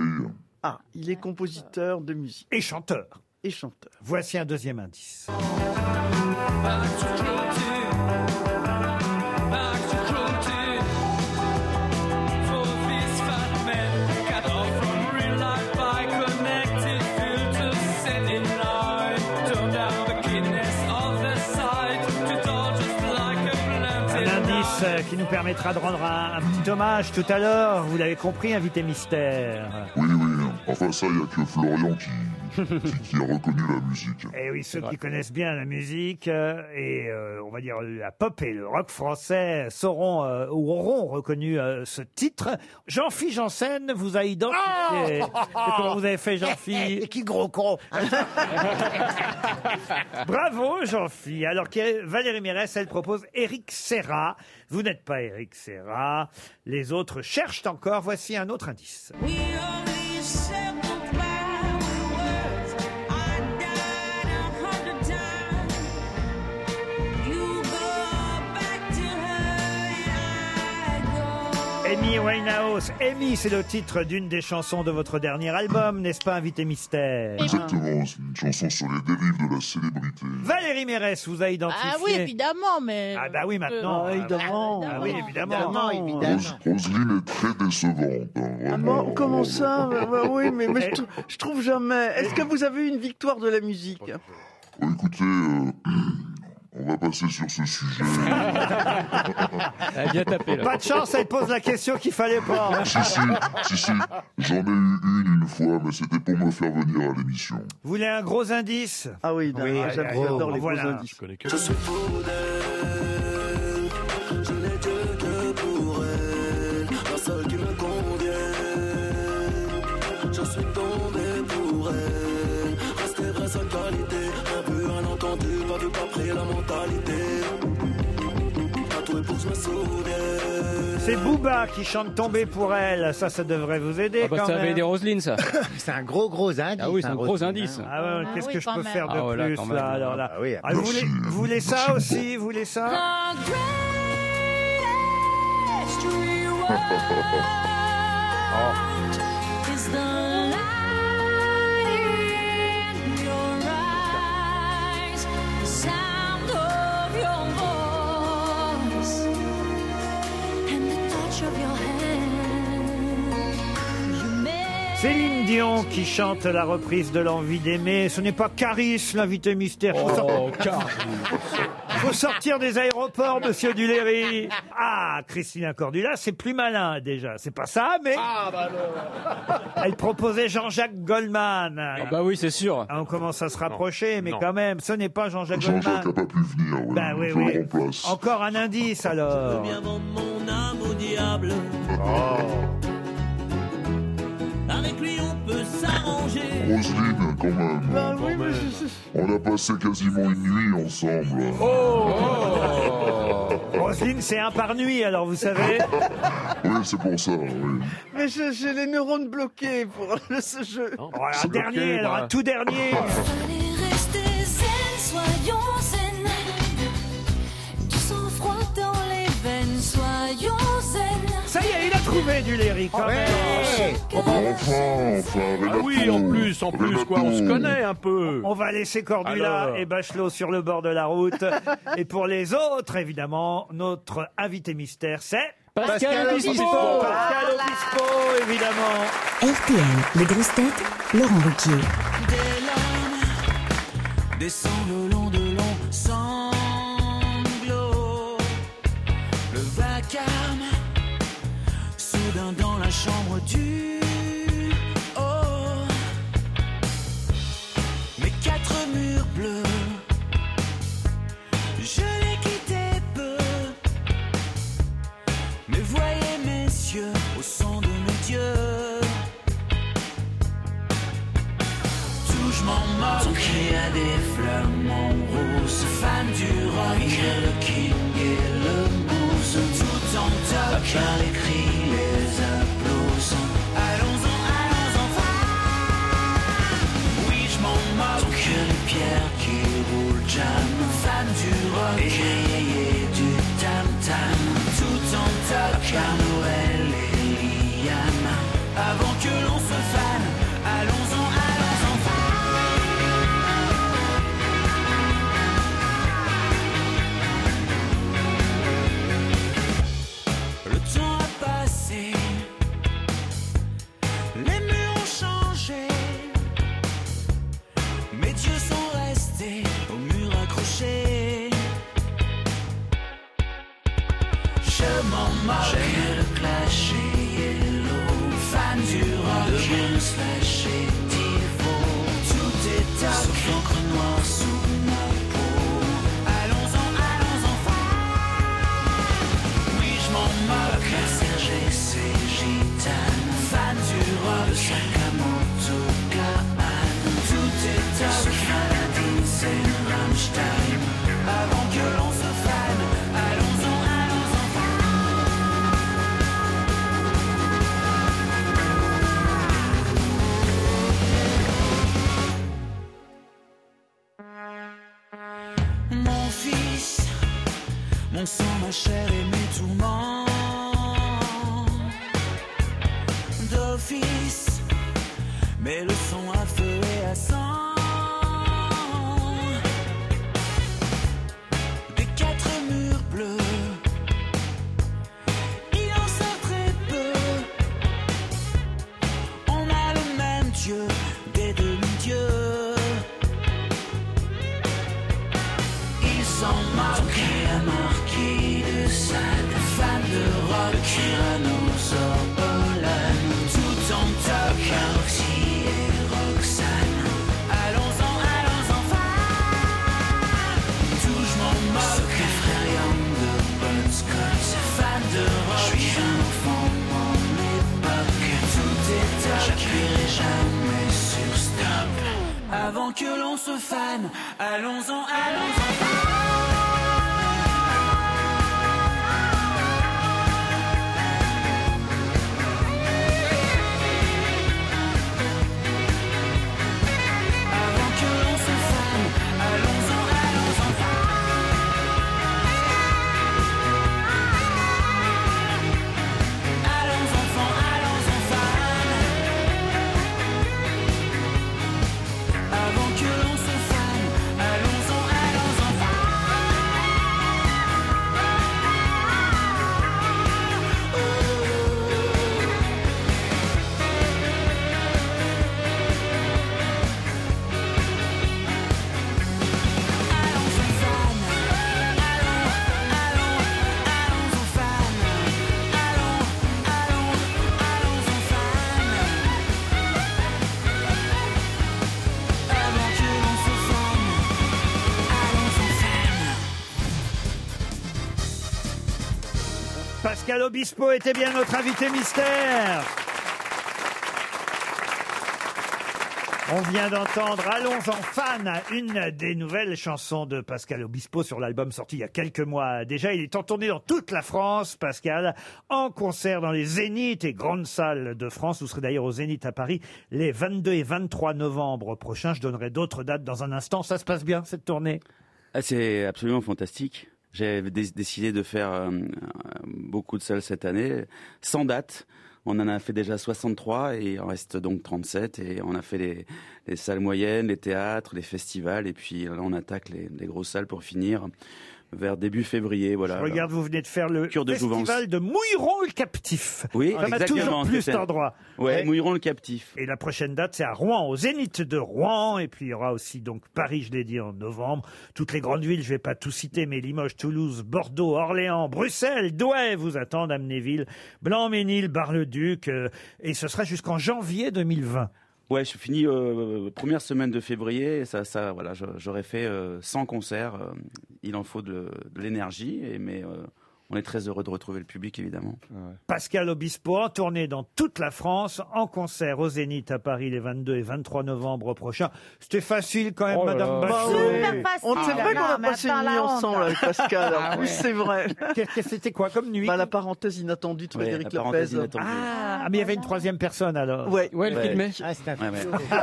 Speaker 2: Ah, il est compositeur de musique.
Speaker 1: Et chanteur.
Speaker 2: Et chanteur.
Speaker 1: Voici un deuxième indice. Un indice euh, qui nous permettra de rendre un, un petit hommage tout à l'heure. Vous l'avez compris, invité mystère.
Speaker 20: Oui, oui. Enfin, ça, il n'y a que Florian qui, qui, qui a reconnu la musique.
Speaker 1: Et Eh oui, ceux qui connaissent bien la musique euh, et euh, on va dire la pop et le rock français sauront euh, ou auront reconnu euh, ce titre. Jean-Phi Janssen vous a identifié. Et comment vous avez fait, Jean-Phi
Speaker 3: Ah Qui gros con
Speaker 1: Bravo, Jean-Phi. Alors que Valérie Mérès, elle propose Eric Serra. Vous n'êtes pas Eric Serra. Les autres cherchent encore. Voici un autre indice. Amy Winehouse. Amy, c'est le titre d'une des chansons de votre dernier album, n'est-ce pas, Invité Mystère
Speaker 20: Exactement,
Speaker 8: Ah.
Speaker 20: c'est une chanson sur les dérives de la célébrité.
Speaker 1: Valérie Mérès vous a identifié.
Speaker 8: Ah oui, évidemment, mais.
Speaker 1: Ah bah oui, maintenant.
Speaker 8: Euh,
Speaker 2: Oh,
Speaker 1: évidemment. Ah oui, évidemment.
Speaker 20: Rose- Roselyne est très décevante. hein, vraiment.
Speaker 2: Comment, comment ça Bah, bah Oui, mais, mais je, trou- je trouve jamais. Est-ce que vous avez eu une victoire de la musique
Speaker 20: Bon, écoutez, euh, on va passer sur ce sujet.
Speaker 4: bien tapé
Speaker 1: Pas de chance, elle pose la question qu'il fallait pas.
Speaker 20: Si, si, si, si. J'en ai eu une une fois, mais c'était pour me faire venir à l'émission.
Speaker 1: Vous voulez un gros indice
Speaker 2: Ah oui, d'un- ah, j'adore j'adore les
Speaker 1: Voilà.
Speaker 2: beaux indices.
Speaker 11: Je suis fou d'elle, je n'ai Dieu que pour elle, la seule qui me convienne. Je suis tombé pour elle, rester vrai sa qualité, un peu à l'entendu, pas vu, pas pris la mentalité. Tatoué pour que je me souvienne.
Speaker 1: C'est Booba qui chante Tomber pour elle. Ça, ça devrait vous aider
Speaker 4: Ah bah,
Speaker 1: quand
Speaker 4: ça avait
Speaker 1: même.
Speaker 4: des Roselines, ça.
Speaker 3: C'est un gros gros indice.
Speaker 4: Ah oui, c'est un gros
Speaker 3: Roselyne,
Speaker 4: indice.
Speaker 3: hein.
Speaker 1: Ah ouais,
Speaker 8: Ah
Speaker 1: qu'est-ce
Speaker 8: oui,
Speaker 1: que je
Speaker 8: quand
Speaker 1: peux
Speaker 8: même.
Speaker 1: faire de
Speaker 4: Ah ouais, là,
Speaker 1: plus
Speaker 4: quand
Speaker 1: là,
Speaker 4: même.
Speaker 1: alors là.
Speaker 3: Ah oui,
Speaker 1: Ah, vous, voulez, vous voulez ça aussi Vous voulez ça Ah. Céline Dion qui chante la reprise de l'envie d'aimer. Ce n'est pas Caris, l'invité mystère. Je trouve ça-
Speaker 4: Oh, car.
Speaker 1: Faut sortir des aéroports, monsieur Duléry. Ah, Christina Cordula, c'est plus malin déjà. C'est pas ça, mais
Speaker 12: Ah.
Speaker 1: elle proposait Jean-Jacques Goldman. bah
Speaker 4: oui, c'est sûr.
Speaker 1: on commence à se rapprocher, mais
Speaker 20: Non.
Speaker 1: quand même, ce n'est pas Jean-Jacques
Speaker 20: Jean-Jacques n'a pas
Speaker 1: Goldman.
Speaker 20: pu venir, ouais,
Speaker 1: Bah oui,
Speaker 20: je
Speaker 1: oui.
Speaker 20: le remplace.
Speaker 1: Encore un indice alors.
Speaker 12: Mon âme au diable, avec lui on peut s'arranger.
Speaker 20: Roselyne, quand même.
Speaker 12: Bah oui, mais
Speaker 20: On a passé quasiment une nuit ensemble.
Speaker 1: Oh. Roselyne, c'est un par nuit, alors vous savez.
Speaker 20: Oui, c'est pour ça, oui.
Speaker 2: Mais je- j'ai les neurones bloqués pour le- ce jeu.
Speaker 1: un dernier, bloqué, Oh, alors, un bah. tout dernier.
Speaker 21: Allez, restez zen, soyons zen. Du sang-froid dans les veines, soyons zen.
Speaker 1: Ça y est, il a trouvé du Léry quand même.
Speaker 20: Ah bah enfin, enfin, Renato.
Speaker 1: Ah oui, en plus, en plus, quoi, on se connaît
Speaker 18: un peu.
Speaker 1: On va laisser Cordula
Speaker 18: Alors.
Speaker 1: et Bachelot sur le bord de la route. et pour les autres, évidemment, notre invité mystère, c'est...
Speaker 4: Pascal Obispo.
Speaker 1: Pascal Obispo, évidemment
Speaker 9: RTL, les grosses têtes, Laurent Ruquier.
Speaker 12: Des larmes, des sanglots longs de longs sanglots. Le vacarme, soudain dans la chambre du haut. Mes quatre murs bleus, je les quittais peu. Mais voyez mes yeux au son de mes dieux. Tout je m'en moque, il y a des fleurs, mon rose, fan du rock, le king et le blues, tout en toc, car les cris, les applaudissements, allons-en, allons-en, va. Oui, je m'en moque, les pierres qui roulent jam, fan du rock, et crier du tam-tam, tout en toc, car Noël et Liam, avant que l'on se fane, allons-en, allons-en, va. Le temps a passé, les murs ont changé, mes dieux sont restés au mur accrochés. Je m'en moque, j'ai le clash et yellow, fan du rock, de Bruce slash et Divo, tout est tac, sauf l'encre noire sous ma peau. Allons-en, allons-en, oui, je m'en moque. Serge et ses gitanes, fan du rock, de Sakamoto Kahan. Tout est à Aladdin, c'est Rammstein. Avant que l'on se fane, allons-en, allons-en. Mon fils, mon sang, ma chair et mes tourments. D'office, mais le son à feu et à sang. Des quatre murs bleus, il en sort très peu. On a le même Dieu, des demi-dieux. Ils sont marqués à marquis de Sade, fan de rock, tyrannosaure Polan, tout en toc, Roxy et Roxane. Allons-en, allons-en, fan. Tout je m'en moque, frère Young de Bon Scott, fan de rock, je suis un enfant, mon époque. Tout est toc, j'appuierai jamais sur stop. Avant que l'on se fane, allons-en, allons-en. Avant que l'on se fane, allons-en, allons-en, Allons enfants, allons enfants Avant que l'on se fane, allons-en, allons enfants
Speaker 1: Pascal Obispo était bien notre invité mystère. On vient d'entendre Allons en fan, une des nouvelles chansons de Pascal Obispo sur l'album sorti il y a quelques mois déjà. Il est en tournée dans toute la France, Pascal, en concert dans les Zéniths et grandes salles de France. Vous serez d'ailleurs au Zénith à Paris les 22 et 23 novembre prochains. Je donnerai d'autres dates dans un instant. Ça se passe bien, cette tournée
Speaker 22: Ah, c'est absolument fantastique. J'ai dé- décidé de faire euh, euh, beaucoup de salles cette année, sans date. On en a fait déjà 63 et il en reste donc 37. Et on a fait les, les salles moyennes, les théâtres, les festivals. Et puis là, on attaque les, les grosses salles pour finir vers début février. Voilà.
Speaker 1: Je regarde, vous venez de faire le
Speaker 22: Cure de
Speaker 1: festival
Speaker 22: Jouvence.
Speaker 1: de Mouilleron le Captif.
Speaker 22: Oui,
Speaker 1: ça m'a
Speaker 22: exactement,
Speaker 1: toujours plus cet
Speaker 22: Stéphane.
Speaker 1: endroit.
Speaker 22: Ouais, Mouilleron le Captif.
Speaker 1: Et la prochaine date, c'est à Rouen, au Zénith de Rouen. Et puis il y aura aussi donc Paris, je l'ai dit, en novembre. Toutes les grandes villes, je vais pas tout citer, mais Limoges, Toulouse, Bordeaux, Orléans, Bruxelles, Douai vous attendent, Amnéville, Blanc-Ménil, Bar-le-Duc. euh, et ce sera jusqu'en janvier 2020.
Speaker 22: Ouais, je finis euh, première semaine de février. et Ça, ça, voilà, je- j'aurais fait euh, 100 concerts. euh, il en faut de, de l'énergie, et- mais euh, on est très heureux de retrouver le public, évidemment.
Speaker 1: Ah Pascal Obispo en tournée dans toute la France, en concert au Zénith à Paris les 22 et 23 novembre prochains. C'était facile quand même,
Speaker 2: Oh là
Speaker 1: Madame
Speaker 2: là. Bah
Speaker 1: Bachelot.
Speaker 2: oui. Super On- c'est facile. vrai qu'on a Non, mais passé une attends, nuit la honte. ensemble avec Pascal. Ah Oui, ouais. c'est vrai. Bah,
Speaker 1: C'était quoi comme nuit
Speaker 2: La parenthèse inattendue de
Speaker 1: Ouais,
Speaker 2: Frédéric Lopez.
Speaker 1: la parenthèse inattendue. Ah, mais il y avait une troisième personne alors.
Speaker 2: Ouais.
Speaker 1: Ouais, elle filmait.
Speaker 3: Ah, c'est un
Speaker 1: Ouais, ouais.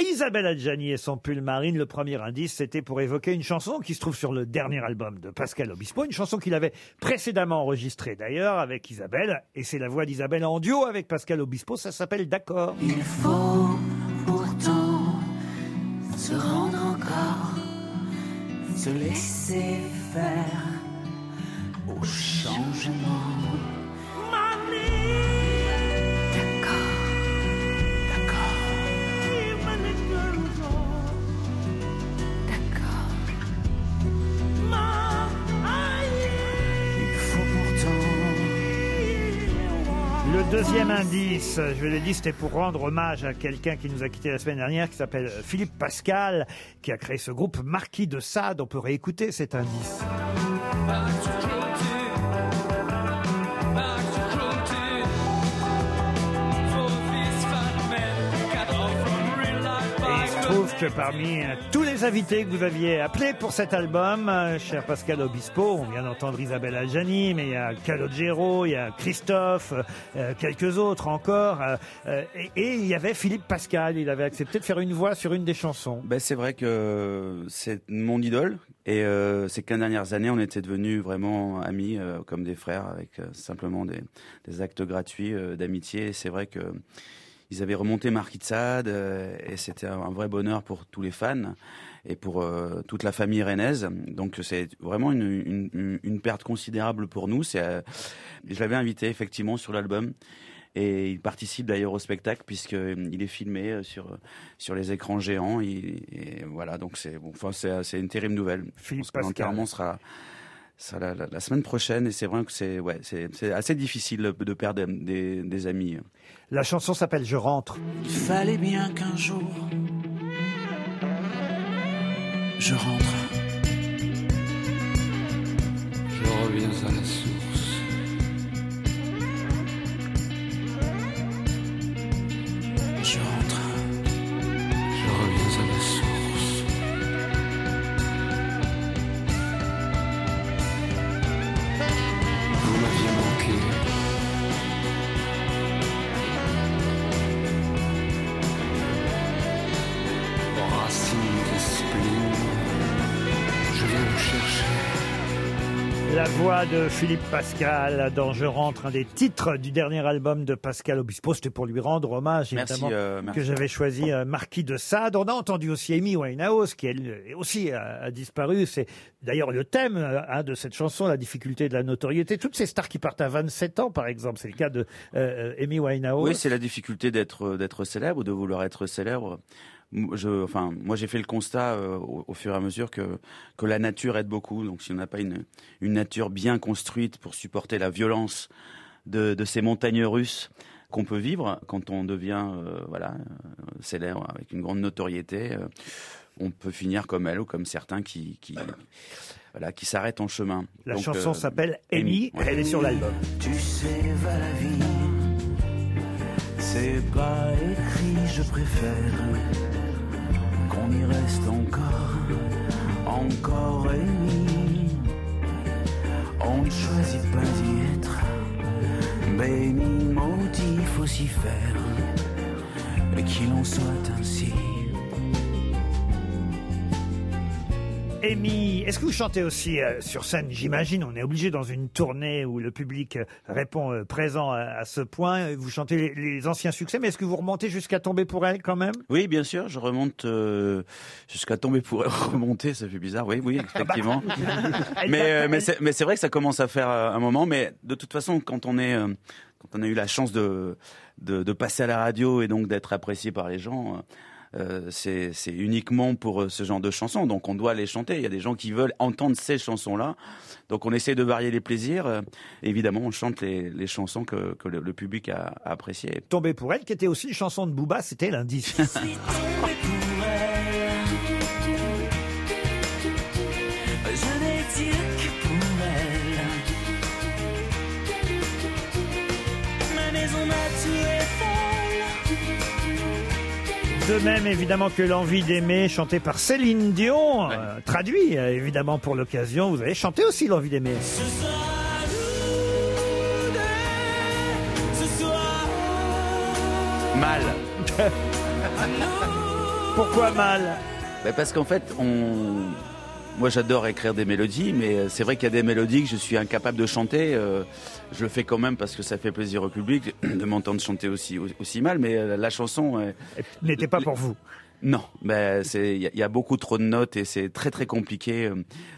Speaker 1: Isabelle Adjani et son pull marine, le premier indice, c'était pour évoquer une chanson qui se trouve sur le dernier album de Pascal Obispo, une chanson qu'il avait précédemment enregistrée d'ailleurs avec Isabelle, et c'est la voix d'Isabelle en duo avec Pascal Obispo, ça s'appelle D'accord.
Speaker 12: Il faut pourtant se rendre encore, se laisser faire au changement.
Speaker 1: Le deuxième indice, je vais le dire, c'était pour rendre hommage à quelqu'un qui nous a quitté la semaine dernière, qui s'appelle Philippe Pascal, qui a créé ce groupe Marquis de Sade. On peut réécouter cet indice. Et il se trouve que parmi euh, tous les invités que vous aviez appelés pour cet album, euh, cher Pascal Obispo, on vient d'entendre Isabelle Aljani, mais il y a Calogero, il y a Christophe, euh, quelques autres encore, euh, euh, et, et il y avait Philippe Pascal, il avait accepté de faire une voix sur une des chansons.
Speaker 22: Ben, c'est vrai que euh, c'est mon idole, et euh, ces 15 dernières années, on était devenus vraiment amis, euh, comme des frères, avec euh, simplement des, des actes gratuits euh, d'amitié. Et C'est vrai que ils avaient remonté Marquis de Sade, euh, et c'était un un vrai bonheur pour tous les fans et pour euh, toute la famille rennaise. Donc c'est vraiment une, une- une- une perte considérable pour nous. C'est, euh, je l'avais invité effectivement sur l'album. Et il participe d'ailleurs au spectacle puisqu'il est filmé euh, sur, sur les écrans géants. Il- et voilà, donc c'est bon, enfin, c'est- c'est une terrible nouvelle.
Speaker 1: Philippe
Speaker 22: que
Speaker 1: Pascal.
Speaker 22: l'enterrement sera, sera la, la- la semaine prochaine et c'est vrai que c'est ouais, c'est- c'est assez difficile de perdre des, des amis.
Speaker 1: La chanson s'appelle Je rentre.
Speaker 12: Il fallait bien qu'un jour je rentre.
Speaker 23: Je reviens à la source.
Speaker 12: Je rentre.
Speaker 23: Je reviens à la source. Vous m'aviez manqué. Racine des splines. Je viens vous chercher.
Speaker 1: La voix de Philippe Pascal dans Je rentre, un des titres du dernier album de Pascal Obispo. C'était pour lui rendre hommage,
Speaker 22: Merci,
Speaker 1: évidemment,
Speaker 22: euh, merci.
Speaker 1: que j'avais choisi euh, Marquis de Sade. On a entendu aussi Amy Winehouse, qui elle euh, aussi a, a disparu. C'est d'ailleurs le thème euh, hein, de cette chanson, la difficulté de la notoriété. Toutes ces stars qui partent à 27 ans, par exemple, c'est le cas de euh, euh, Amy Winehouse.
Speaker 22: Oui, c'est la difficulté d'être euh, d'être célèbre, de vouloir être célèbre. M- Je, enfin, moi, j'ai fait le constat euh, au, au fur et à mesure que que la nature aide beaucoup. Donc, si on n'a pas une une nature bien construite pour supporter la violence de, de ces montagnes russes qu'on peut vivre quand on devient euh, voilà euh, célèbre avec une grande notoriété, euh, on peut finir comme elle ou comme certains qui, qui, voilà, qui s'arrêtent en chemin.
Speaker 1: La
Speaker 22: Donc,
Speaker 1: chanson
Speaker 22: euh,
Speaker 1: s'appelle Amy,
Speaker 22: ouais.
Speaker 1: elle est sur l'album.
Speaker 12: Tu sais, va la vie, c'est pas écrit, je préfère qu'on y reste encore, encore émis. On ne choisit pas d'y être, béni, maudit, faut s'y faire, et qu'il en soit ainsi.
Speaker 1: Amy, est-ce que vous chantez aussi euh, sur scène J'imagine, on est obligé dans une tournée où le public euh, répond euh, présent à, à ce point. Vous chantez les, les anciens succès, mais est-ce que vous remontez jusqu'à tomber pour elle quand même
Speaker 22: Oui, bien sûr, je remonte euh, jusqu'à tomber pour remonter, ça fait bizarre. Oui, oui, effectivement. mais euh, mais c'est mais c'est vrai que ça commence à faire euh, un moment. Mais de toute façon, quand on est euh, quand on a eu la chance de de, de passer à la radio et donc d'être apprécié par les gens. euh, euh, c'est c'est uniquement pour euh, ce genre de chansons, donc on doit les chanter. Il y a des gens qui veulent entendre ces chansons-là, donc on essaie de varier les plaisirs. Euh, évidemment, on chante les, les chansons que, que le, le public a, a appréciées.
Speaker 1: Tomber pour elle, qui était aussi une chanson de Booba, c'était lundi.
Speaker 12: Je n'existe que pour elle. Ma maison m'a tué folle.
Speaker 1: De même, évidemment, que l'envie d'aimer, chantée par Céline Dion, euh, traduit euh, évidemment pour l'occasion. Vous avez chanté aussi l'envie d'aimer.
Speaker 12: Ce soir nous deux, ce soir
Speaker 22: Mal.
Speaker 1: Pourquoi mal
Speaker 22: Ben, Parce qu'en fait, on... moi j'adore écrire des mélodies, mais euh, c'est vrai qu'il y a des mélodies que je suis incapable de chanter. euh, Je le fais quand même parce que ça fait plaisir au public de m'entendre chanter aussi, aussi mal, mais euh, la chanson... euh,
Speaker 1: N'était pas pour vous.
Speaker 22: non, ben c'est il y a- il y, a beaucoup trop de notes et c'est très très compliqué euh,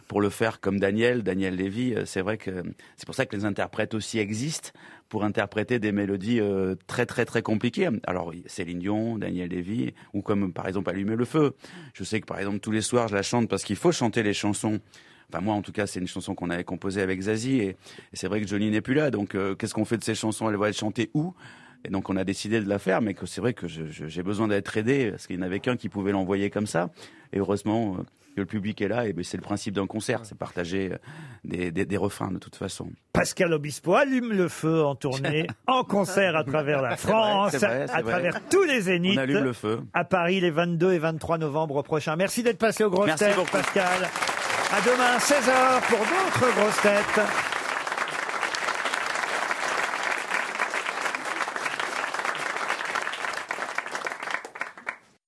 Speaker 22: pour le faire comme Daniel, Daniel Lévy. euh, C'est vrai que euh, c'est pour ça que les interprètes aussi existent pour interpréter des mélodies euh, très très très compliquées. Alors oui, Céline Dion, Daniel Lévy, ou comme par exemple Allumer le feu. Je sais que par exemple tous les soirs je la chante parce qu'il faut chanter les chansons. Enfin moi en tout cas c'est une chanson qu'on avait composée avec Zazie et, et c'est vrai que Johnny n'est plus là. Donc euh, qu'est-ce qu'on fait de ces chansons Elles vont être chantées où et donc on a décidé de la faire, mais que c'est vrai que je- je- j'ai besoin d'être aidé, parce qu'il n'y en avait qu'un qui pouvait l'envoyer comme ça. Et heureusement euh, que le public est là, et ben, c'est le principe d'un concert, c'est partager euh, des, des- des refrains de toute façon.
Speaker 1: Pascal Obispo allume le feu en tournée, en concert à travers la
Speaker 22: C'est vrai,
Speaker 1: France,
Speaker 22: c'est vrai, c'est
Speaker 1: à
Speaker 22: vrai.
Speaker 1: travers tous les zéniths.
Speaker 22: On allume le feu.
Speaker 1: À Paris les 22 et 23 novembre prochains. Merci d'être passé aux grosses
Speaker 22: Merci
Speaker 1: têtes,
Speaker 22: beaucoup.
Speaker 1: Pascal. À demain 16h pour d'autres grosses têtes.